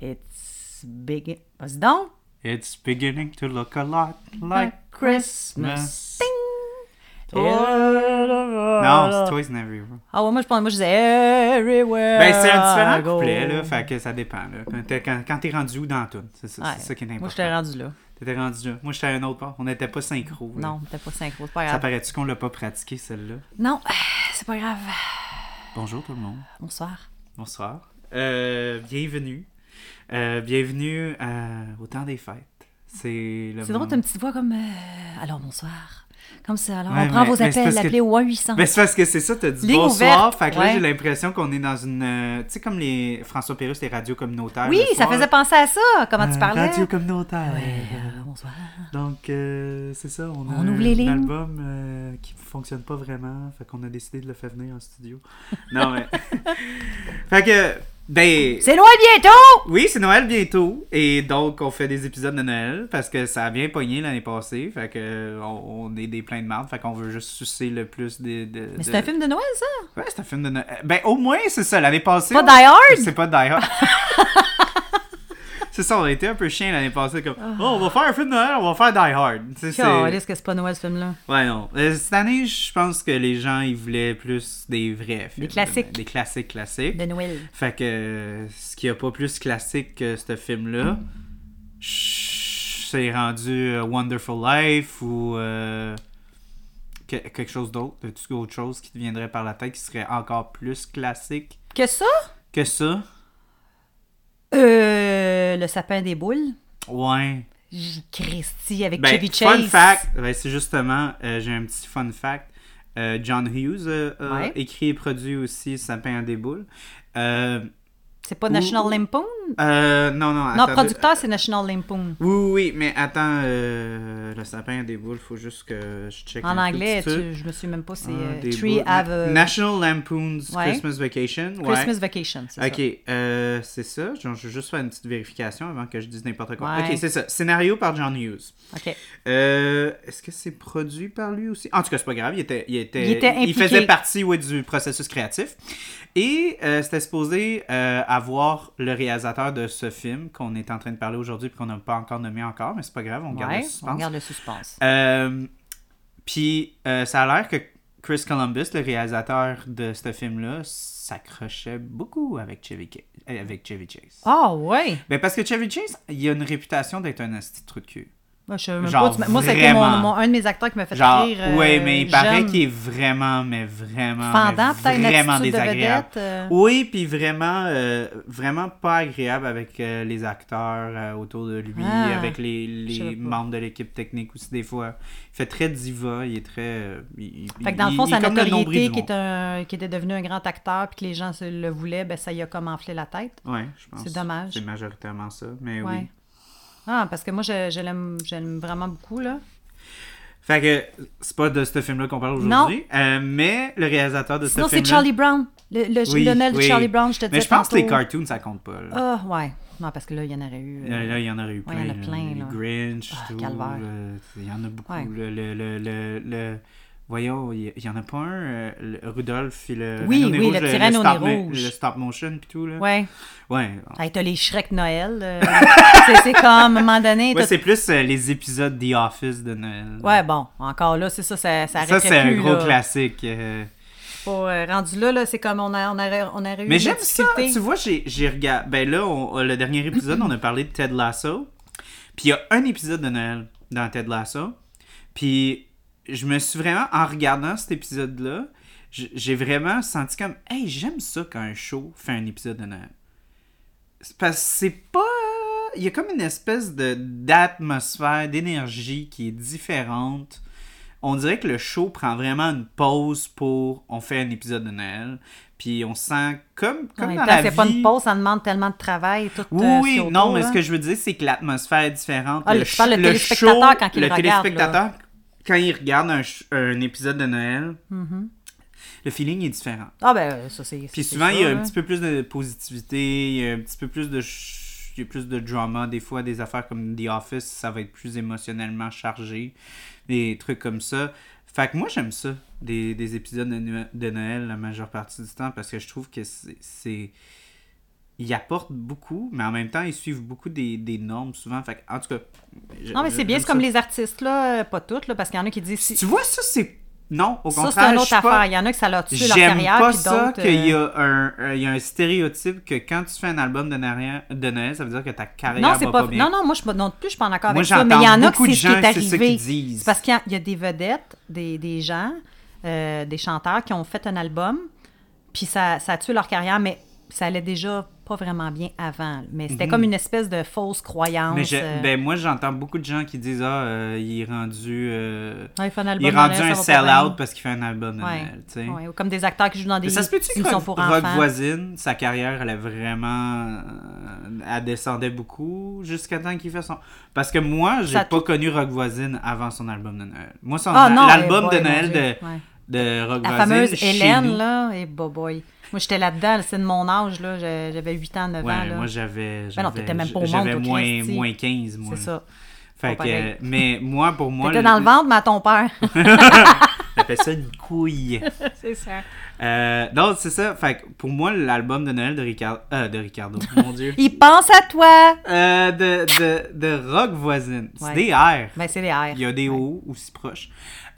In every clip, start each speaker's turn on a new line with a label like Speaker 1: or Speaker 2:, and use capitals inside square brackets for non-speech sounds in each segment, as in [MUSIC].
Speaker 1: It's big. Vas-y donc.
Speaker 2: It's beginning to look a lot like Christmas. Non, c'est Toys and Everywhere.
Speaker 1: Ah ouais, moi je pense, moi je disais everywhere.
Speaker 2: Ben, c'est un
Speaker 1: I
Speaker 2: différent
Speaker 1: go.
Speaker 2: couplet, là, fait que ça dépend, là. Quand t'es- Quand, quand t'es rendu où dans tout, c'est ça,
Speaker 1: Ouais.
Speaker 2: c'est ça qui est important.
Speaker 1: Moi j'étais rendu là.
Speaker 2: T'étais rendu là. Moi, j'étais à un autre part. On n'était pas synchro. là.
Speaker 1: Non, t'es pas synchro, c'est pas
Speaker 2: Ça
Speaker 1: grave.
Speaker 2: paraît-tu qu'on l'a pas pratiqué, celle-là?
Speaker 1: Non, [SIGHS] c'est pas grave.
Speaker 2: Bonjour tout le monde.
Speaker 1: Bonsoir.
Speaker 2: Bonsoir. Euh, bienvenue. Euh, bienvenue à- au temps des fêtes. C'est le
Speaker 1: C'est drôle,
Speaker 2: moment-
Speaker 1: t'as une petite voix comme euh, alors bonsoir. Comme ça, alors
Speaker 2: Ouais,
Speaker 1: on prend
Speaker 2: mais-
Speaker 1: vos
Speaker 2: mais c'est
Speaker 1: appels,
Speaker 2: parce que-
Speaker 1: appelez au 1 800.
Speaker 2: Ben, c'est parce que c'est ça, t'as dit
Speaker 1: Ligne
Speaker 2: bonsoir.
Speaker 1: ouverte,
Speaker 2: Fait que là,
Speaker 1: ouais.
Speaker 2: j'ai l'impression qu'on est dans une. euh, tu sais, comme les François Pérusse, les radios communautaires.
Speaker 1: Oui,
Speaker 2: le
Speaker 1: ça
Speaker 2: soir.
Speaker 1: faisait penser à ça, comment tu
Speaker 2: Euh,
Speaker 1: parlais.
Speaker 2: Radio communautaire.
Speaker 1: Ouais, euh, bonsoir.
Speaker 2: Donc, euh, c'est ça, on a
Speaker 1: On
Speaker 2: un,
Speaker 1: ouvre les lignes.
Speaker 2: album euh, qui fonctionne pas vraiment, fait qu'on a décidé de le faire venir
Speaker 1: [LAUGHS]
Speaker 2: en studio. non, mais... [LAUGHS] fait que, ben...
Speaker 1: C'est loin bientôt!
Speaker 2: Oui, c'est Noël bientôt, et donc on fait des épisodes de Noël, parce que ça a bien pogné l'année passée, fait que euh, on, on est des pleins de marde, fait qu'on veut juste sucer le plus des... de-
Speaker 1: Mais c'est
Speaker 2: de-
Speaker 1: un film de Noël, ça?
Speaker 2: Ouais, c'est un film de Noël. Ben, au moins, c'est ça, l'année passée...
Speaker 1: Pas
Speaker 2: on-
Speaker 1: Die Hard?
Speaker 2: C'est pas Die Hard. [LAUGHS] c'est ça, on a été un peu chien l'année passée, comme...
Speaker 1: Ah.
Speaker 2: Oh, on va faire un film de Noël, on va faire Die Hard. Tu sais, c'est-
Speaker 1: Caliste que c'est pas Noël ce film-là.
Speaker 2: Ouais, non. Euh, cette année, je pense que les gens, ils voulaient plus des vrais films.
Speaker 1: Des classiques.
Speaker 2: Des classiques, classiques.
Speaker 1: De Noël.
Speaker 2: Fait que euh, ce qu'il n'y a pas plus classique que ce film-là, ch- c'est rendu euh, Wonderful Life ou euh, que- quelque chose d'autre, de toute autre chose qui te viendrait par la tête qui serait encore plus classique
Speaker 1: Que ça?
Speaker 2: que ça.
Speaker 1: Euh, le sapin des boules.
Speaker 2: Ouais.
Speaker 1: J- Christy avec
Speaker 2: Ben,
Speaker 1: Chevy Chase.
Speaker 2: Fun fact, ben, c'est justement, euh, j'ai un petit fun fact. Euh, John Hughes euh, a
Speaker 1: Ouais.
Speaker 2: écrit et produit aussi Sapin à des boules. Euh,
Speaker 1: C'est pas National
Speaker 2: Ouh.
Speaker 1: Lampoon?
Speaker 2: euh, non, non,
Speaker 1: Non,
Speaker 2: attendez.
Speaker 1: producteur, c'est National Lampoon.
Speaker 2: Oui, oui, oui, mais attends, euh, le sapin à des boules, faut juste que je check. un
Speaker 1: En
Speaker 2: tout
Speaker 1: anglais,
Speaker 2: petit peu.
Speaker 1: tu- je me suis même pas, c'est
Speaker 2: Ah,
Speaker 1: euh,
Speaker 2: des
Speaker 1: Tree
Speaker 2: boules.
Speaker 1: Have
Speaker 2: Na-
Speaker 1: a
Speaker 2: National Lampoon's
Speaker 1: Ouais.
Speaker 2: Christmas Vacation. ouais.
Speaker 1: Christmas Vacation, c'est ça.
Speaker 2: Ok, euh, c'est ça. Je je vais juste faire une petite vérification avant que je dise n'importe quoi.
Speaker 1: Ouais.
Speaker 2: Ok, c'est ça. Scénario par John Hughes.
Speaker 1: OK.
Speaker 2: Euh, Est-ce que c'est produit par lui aussi? En tout cas, c'est pas grave, il était, il était,
Speaker 1: Il était impliqué.
Speaker 2: faisait partie ouais, du processus créatif. Et euh, c'était supposé euh, avoir le réalisateur de ce film qu'on est en train de parler aujourd'hui et qu'on n'a pas encore nommé encore, mais c'est pas grave, on garde
Speaker 1: Ouais,
Speaker 2: le
Speaker 1: on
Speaker 2: suspense.
Speaker 1: garde le suspense.
Speaker 2: Euh, Puis euh, ça a l'air que Chris Columbus, le réalisateur de ce film-là, s'accrochait beaucoup avec Chevy, Ca- euh, avec Chevy Chase.
Speaker 1: Ah ouais!
Speaker 2: Ben, parce que Chevy Chase, il a une réputation d'être un asti de trou de cul.
Speaker 1: Moi, je, sais même
Speaker 2: Genre
Speaker 1: pas, tu m'as- moi, c'était mon,
Speaker 2: vraiment.
Speaker 1: mon- un de mes acteurs qui m'a fait
Speaker 2: Genre,
Speaker 1: rire. euh,
Speaker 2: ouais, mais il paraît
Speaker 1: jeune.
Speaker 2: qu'il est vraiment, mais vraiment,
Speaker 1: Fendant,
Speaker 2: mais
Speaker 1: peut-être une
Speaker 2: vraiment
Speaker 1: attitude de
Speaker 2: désagréable.
Speaker 1: vedette, euh.
Speaker 2: Oui, puis vraiment, euh, vraiment pas agréable avec euh, les acteurs euh, autour de lui,
Speaker 1: Ah,
Speaker 2: avec les,
Speaker 1: je savais
Speaker 2: les
Speaker 1: pas.
Speaker 2: membres de l'équipe technique aussi des fois. Il fait très diva, il est très. euh, il- il-
Speaker 1: Fait que dans le
Speaker 2: il-
Speaker 1: fond,
Speaker 2: il
Speaker 1: sa
Speaker 2: est comme le
Speaker 1: notoriété
Speaker 2: nombril
Speaker 1: qui,
Speaker 2: du
Speaker 1: est un- qui était devenu un grand acteur puis que les gens se le voulaient, ben ça y a comme enflé la tête.
Speaker 2: monde. Ouais, je pense.
Speaker 1: C'est dommage.
Speaker 2: C'est majoritairement ça, mais
Speaker 1: Ouais.
Speaker 2: Ben oui.
Speaker 1: Ah, parce que moi, je, je l'aime je l'aime vraiment beaucoup, là.
Speaker 2: Fait que c'est pas de ce film-là qu'on parle
Speaker 1: Non.
Speaker 2: aujourd'hui, euh, mais le réalisateur de ce
Speaker 1: Sinon,
Speaker 2: film-là.
Speaker 1: c'est Charlie Brown. Le, le
Speaker 2: Oui,
Speaker 1: Lionel de
Speaker 2: oui.
Speaker 1: Charlie Brown, je te disais
Speaker 2: Mais je pense que les
Speaker 1: tantôt.
Speaker 2: cartoons, ça compte pas. là.
Speaker 1: Ah, ouais. Non, parce que là, il y en aurait eu. euh,
Speaker 2: Là, là, il y en aurait eu
Speaker 1: Ouais,
Speaker 2: plein.
Speaker 1: il y en a
Speaker 2: là.
Speaker 1: plein,
Speaker 2: Les
Speaker 1: là.
Speaker 2: Grinch,
Speaker 1: Ah,
Speaker 2: tout.
Speaker 1: calvaire.
Speaker 2: euh, il y en a beaucoup.
Speaker 1: Ouais.
Speaker 2: Le, le, le, le, le- Voyons, il y- il y en a pas un, euh, le- Rudolph et le.
Speaker 1: Oui,
Speaker 2: Reine au nez
Speaker 1: oui,
Speaker 2: rouge,
Speaker 1: le petit Reine au nez
Speaker 2: stop mo-
Speaker 1: rouge.
Speaker 2: Le stop motion, puis tout, là.
Speaker 1: Ouais.
Speaker 2: Ouais.
Speaker 1: Hey, t'as les Shrek Noël. euh, [LAUGHS] c'est- c'est comme, à un moment donné...
Speaker 2: Ouais,
Speaker 1: t'as-
Speaker 2: c'est plus euh, les épisodes The Office de Noël.
Speaker 1: ouais, bon, encore là, c'est ça, ça, ça
Speaker 2: Ça,
Speaker 1: arrêterait
Speaker 2: c'est un
Speaker 1: plus,
Speaker 2: gros
Speaker 1: là.
Speaker 2: classique. euh.
Speaker 1: Pas, euh, rendu là, là c'est comme on, a, on, aurait, on aurait eu
Speaker 2: Mais
Speaker 1: une
Speaker 2: j'aime ça.
Speaker 1: difficulté.
Speaker 2: Tu vois, j'ai, j'ai regardé. Ben là, on- le dernier épisode, on a parlé de Ted Lasso. Puis il y a un épisode de Noël dans Ted Lasso. Puis je me suis vraiment, en regardant cet épisode-là, j- j'ai vraiment senti comme, hey, j'aime ça quand un show fait un épisode de Noël. C'est Parce que c'est pas. Il y a comme une espèce de, d'atmosphère, d'énergie qui est différente. On dirait que le show prend vraiment une pause pour. On fait un épisode de Noël. Puis on sent comme,
Speaker 1: En
Speaker 2: comme
Speaker 1: même
Speaker 2: dans
Speaker 1: temps,
Speaker 2: la
Speaker 1: c'est
Speaker 2: vie.
Speaker 1: pas une pause, ça demande tellement de travail. Tout, euh,
Speaker 2: Oui,
Speaker 1: ce qu'il y
Speaker 2: oui,
Speaker 1: a
Speaker 2: non,
Speaker 1: autour,
Speaker 2: mais
Speaker 1: là.
Speaker 2: ce que je veux dire, c'est que l'atmosphère est différente.
Speaker 1: Ah, tu parles le
Speaker 2: ch-
Speaker 1: téléspectateur quand il
Speaker 2: le
Speaker 1: le regarde, là. Mm-hmm.
Speaker 2: téléspectateur, quand il regarde un, ch- un épisode de Noël, Le feeling est différent.
Speaker 1: Ah ben, ça hein. c'est.
Speaker 2: Puis
Speaker 1: c'est
Speaker 2: souvent, il y a
Speaker 1: sûr,
Speaker 2: un
Speaker 1: là.
Speaker 2: petit peu plus de positivité, il y a un petit peu plus de... ch- Il y a plus de drama. Des fois, des affaires comme The Office, ça va être plus émotionnellement chargé. Des trucs comme ça. Fait que moi, j'aime ça, des, des épisodes de, Noël- de Noël la majeure partie du temps, parce que je trouve que c'est- c'est... Ils apportent beaucoup, mais en même temps, ils suivent beaucoup des, des normes, souvent. Fait que, en tout cas... je-
Speaker 1: Non, mais c'est bien,
Speaker 2: j'aime
Speaker 1: c'est comme
Speaker 2: ça.
Speaker 1: les artistes, là, euh, pas toutes, là, parce qu'il y en a qui disent. si-
Speaker 2: Tu vois, ça, c'est... Non, au
Speaker 1: Ça,
Speaker 2: contraire,
Speaker 1: c'est une
Speaker 2: je
Speaker 1: autre
Speaker 2: suis pas-
Speaker 1: affaire. Il y en a que ça leur tue leur
Speaker 2: J'aime
Speaker 1: carrière,
Speaker 2: pas
Speaker 1: puis
Speaker 2: ça
Speaker 1: d'autres.
Speaker 2: qu'il y,
Speaker 1: euh,
Speaker 2: a un- un- il y a un stéréotype que quand tu fais un album de Noël, de Noël ça veut dire que ta carrière
Speaker 1: Non,
Speaker 2: va
Speaker 1: c'est
Speaker 2: pas,
Speaker 1: pas.
Speaker 2: bien.
Speaker 1: Non, non, moi, je suis pas- non plus, je suis pas en accord
Speaker 2: Moi,
Speaker 1: avec ça. Mais il y
Speaker 2: j'entends
Speaker 1: en a
Speaker 2: beaucoup
Speaker 1: qui
Speaker 2: de
Speaker 1: c'est ce qui est
Speaker 2: gens, c'est ça qu'ils
Speaker 1: arrivé.
Speaker 2: disent.
Speaker 1: C'est hein, parce qu'il y a- il y, a des vedettes, des, des gens, euh, des chanteurs qui ont fait un album, puis ça, ça a tué leur carrière, mais ça allait déjà pas vraiment bien avant. Mais c'était comme une espèce de fausse croyance.
Speaker 2: Mhm. Mais je-
Speaker 1: euh,
Speaker 2: ben, moi, j'entends beaucoup de gens qui disent Ah, euh, il est rendu, euh,
Speaker 1: Ah, il fait un
Speaker 2: il
Speaker 1: album
Speaker 2: est
Speaker 1: de
Speaker 2: rendu
Speaker 1: Noël,
Speaker 2: un
Speaker 1: ça va pas
Speaker 2: sell-out
Speaker 1: bien.
Speaker 2: parce qu'il fait un album de
Speaker 1: Ouais.
Speaker 2: Noël. tu sais.
Speaker 1: Ouais, ou comme des acteurs qui jouent dans des
Speaker 2: Mais ça se peut-tu que
Speaker 1: émissions pour
Speaker 2: Rock,
Speaker 1: enfants.
Speaker 2: Rock Voisine, sa carrière, elle est vraiment. euh, Elle descendait beaucoup jusqu'à temps qu'il fait son. Parce que moi, j'ai
Speaker 1: Ça-
Speaker 2: pas connu Rock Voisine avant son album de Noël. Moi, son-
Speaker 1: Ah, non,
Speaker 2: l'album
Speaker 1: eh
Speaker 2: de
Speaker 1: boy,
Speaker 2: Noël
Speaker 1: mon
Speaker 2: de,
Speaker 1: Dieu. Ouais.
Speaker 2: de Rock
Speaker 1: La
Speaker 2: Voisine.
Speaker 1: fameuse
Speaker 2: chez
Speaker 1: Hélène,
Speaker 2: nous-
Speaker 1: là, et boboy. Moi, j'étais là-dedans, c'est de mon âge, là. j'ai- J'avais 8 ans, 9
Speaker 2: Ouais,
Speaker 1: ans. Là.
Speaker 2: moi
Speaker 1: Ben
Speaker 2: j'avais.
Speaker 1: non,
Speaker 2: j'avais-
Speaker 1: t'étais même pas au
Speaker 2: J'avais
Speaker 1: monde, toi,
Speaker 2: moins,
Speaker 1: Christy.
Speaker 2: moins 15, moi.
Speaker 1: c'est ça.
Speaker 2: Fait
Speaker 1: Pas
Speaker 2: que,
Speaker 1: pareil.
Speaker 2: euh, mais moi, pour moi.
Speaker 1: T'étais dans le ventre, mais à ton
Speaker 2: [LAUGHS]
Speaker 1: père.
Speaker 2: J'appelle ça une couille.
Speaker 1: c'est ça.
Speaker 2: Euh, non, c'est ça. Fait que pour moi, l'album de Noël de, Ricardo euh, de Ricardo. Mon Dieu.
Speaker 1: Il pense à toi.
Speaker 2: Euh, de, de, de Rock Voisine. C'est
Speaker 1: Ouais.
Speaker 2: des R.
Speaker 1: Ben, c'est les R.
Speaker 2: Il y a des O aussi proches.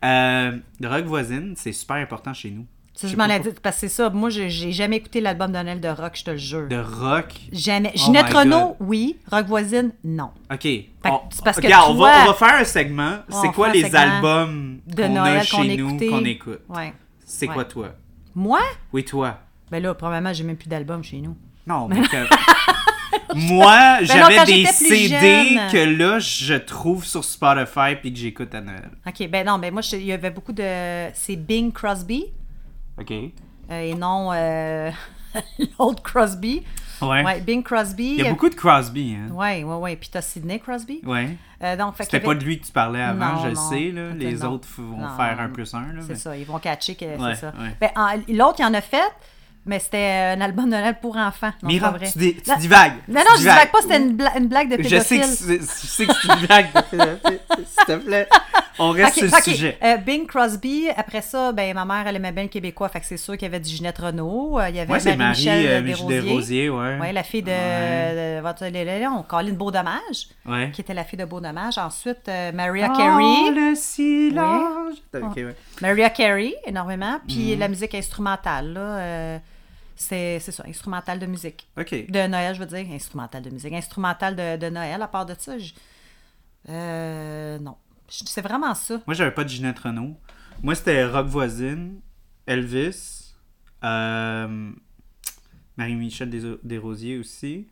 Speaker 2: Euh, de Rock Voisine, c'est super important chez nous.
Speaker 1: Ça,
Speaker 2: Je
Speaker 1: je
Speaker 2: sais
Speaker 1: m'en
Speaker 2: pas
Speaker 1: ai dit, parce que c'est ça. Moi, j'ai j'ai jamais écouté l'album de Noël de rock, je te le jure.
Speaker 2: De rock.
Speaker 1: Jamais.
Speaker 2: Oh
Speaker 1: Ginette
Speaker 2: my
Speaker 1: Renault, oui. Rock voisine, non.
Speaker 2: OK.
Speaker 1: que
Speaker 2: On-
Speaker 1: c'est parce que
Speaker 2: regarde, on, va,
Speaker 1: toi-
Speaker 2: on va faire un segment.
Speaker 1: on
Speaker 2: c'est
Speaker 1: va
Speaker 2: quoi
Speaker 1: faire un
Speaker 2: les
Speaker 1: segment
Speaker 2: albums
Speaker 1: De
Speaker 2: qu'on a
Speaker 1: Noël
Speaker 2: chez
Speaker 1: qu'on
Speaker 2: nous
Speaker 1: écoutait.
Speaker 2: qu'on écoute?
Speaker 1: Ouais.
Speaker 2: C'est
Speaker 1: Ouais.
Speaker 2: quoi toi?
Speaker 1: Moi?
Speaker 2: Oui, toi.
Speaker 1: Ben là, probablement, j'ai même plus d'album chez nous. [LAUGHS]
Speaker 2: Non, mais que- Moi, j'avais
Speaker 1: Ben quand
Speaker 2: des
Speaker 1: j'étais plus
Speaker 2: CD
Speaker 1: jeune.
Speaker 2: que là, je trouve sur Spotify puis que j'écoute à Noël.
Speaker 1: OK, ben non, ben moi, je- il y avait beaucoup de... C'est Bing Crosby
Speaker 2: OK.
Speaker 1: euh, et non euh, [LAUGHS] l'autre Crosby.
Speaker 2: Ouais.
Speaker 1: Ouais, Bing Crosby. euh,
Speaker 2: Il y a beaucoup de Crosby, hein?
Speaker 1: Ouais, ouais, ouais. Puis t'as Sidney Crosby.
Speaker 2: Ouais.
Speaker 1: Euh, donc, fait qu'il
Speaker 2: C'était
Speaker 1: y
Speaker 2: pas
Speaker 1: avait-
Speaker 2: de lui que tu parlais avant,
Speaker 1: Non,
Speaker 2: je le
Speaker 1: non.
Speaker 2: sais, là. Les
Speaker 1: Non.
Speaker 2: autres f- vont
Speaker 1: Non,
Speaker 2: faire un
Speaker 1: non.
Speaker 2: plus un, là.
Speaker 1: C'est
Speaker 2: mais-
Speaker 1: ça, ils vont catcher que
Speaker 2: Ouais,
Speaker 1: c'est ça.
Speaker 2: ouais.
Speaker 1: Ben, en- l'autre, il en a fait, mais c'était euh, un album de Noël pour enfants. Non, c'est
Speaker 2: Mira,
Speaker 1: pas vrai.
Speaker 2: tu, dis, tu
Speaker 1: Non,
Speaker 2: divagues.
Speaker 1: Non,
Speaker 2: tu
Speaker 1: non, je divague pas, c'était une, bla- une blague de
Speaker 2: Je
Speaker 1: pédophile.
Speaker 2: sais que c'est- je sais que c'est une blague, de [LAUGHS] pédophile. s'il te plaît. On reste
Speaker 1: Ok,
Speaker 2: sur le
Speaker 1: ok.
Speaker 2: sujet.
Speaker 1: Euh, Bing Crosby, après ça, ben, ma mère, elle aimait bien le québécois, fait que c'est sûr qu'il y avait du Ginette Renault, euh, il y avait
Speaker 2: Moi, c'est Marie
Speaker 1: Marie-Michel
Speaker 2: euh, Mich-
Speaker 1: Desrosiers.
Speaker 2: Desrosiers, ouais.
Speaker 1: Ouais, la fille de,
Speaker 2: Ouais.
Speaker 1: de- votre- le- le- le- on- Colin Beaudommage,
Speaker 2: Ouais.
Speaker 1: qui était la fille de Beaudommage. Ensuite, euh, Maria
Speaker 2: Oh,
Speaker 1: Carey.
Speaker 2: le silence. Ok, ouais.
Speaker 1: Maria Carey, énormément.
Speaker 2: Mm-hmm.
Speaker 1: Puis la musique instrumentale, là, euh, c'est c'est ça, instrumentale de musique.
Speaker 2: Ok.
Speaker 1: De Noël, je veux dire, instrumentale de musique. Instrumentale de, de Noël, à part de ça, je- euh, non. Je- C'est vraiment ça.
Speaker 2: Moi, j'avais pas de Ginette Renault. Moi, c'était Rock Voisine, Elvis, euh, Marie-Michel Des- Desrosiers aussi.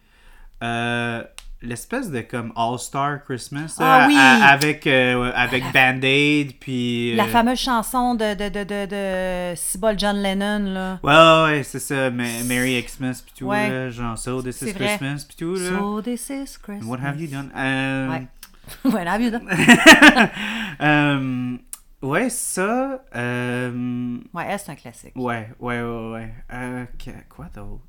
Speaker 2: Euh, L'espèce de comme All-Star Christmas
Speaker 1: Ah
Speaker 2: là,
Speaker 1: oui!
Speaker 2: à- avec, euh, avec Band-Aid, puis. euh,
Speaker 1: La fameuse chanson de, de, de, de, de Cibole John Lennon, là.
Speaker 2: Ouais, ouais, c'est ça. Ma- Merry Xmas, puis tout,
Speaker 1: Ouais.
Speaker 2: là, genre So This is
Speaker 1: C'est vrai.
Speaker 2: Christmas, puis tout, là.
Speaker 1: So this is Christmas.
Speaker 2: What have you done? Euh,
Speaker 1: Ouais. [LAUGHS] What have you done?
Speaker 2: euh, [LAUGHS] ouais, ça. euh,
Speaker 1: Ouais, elle, c'est un classique.
Speaker 2: Ouais, ouais, ouais, ouais. Euh, que- quoi d'autre?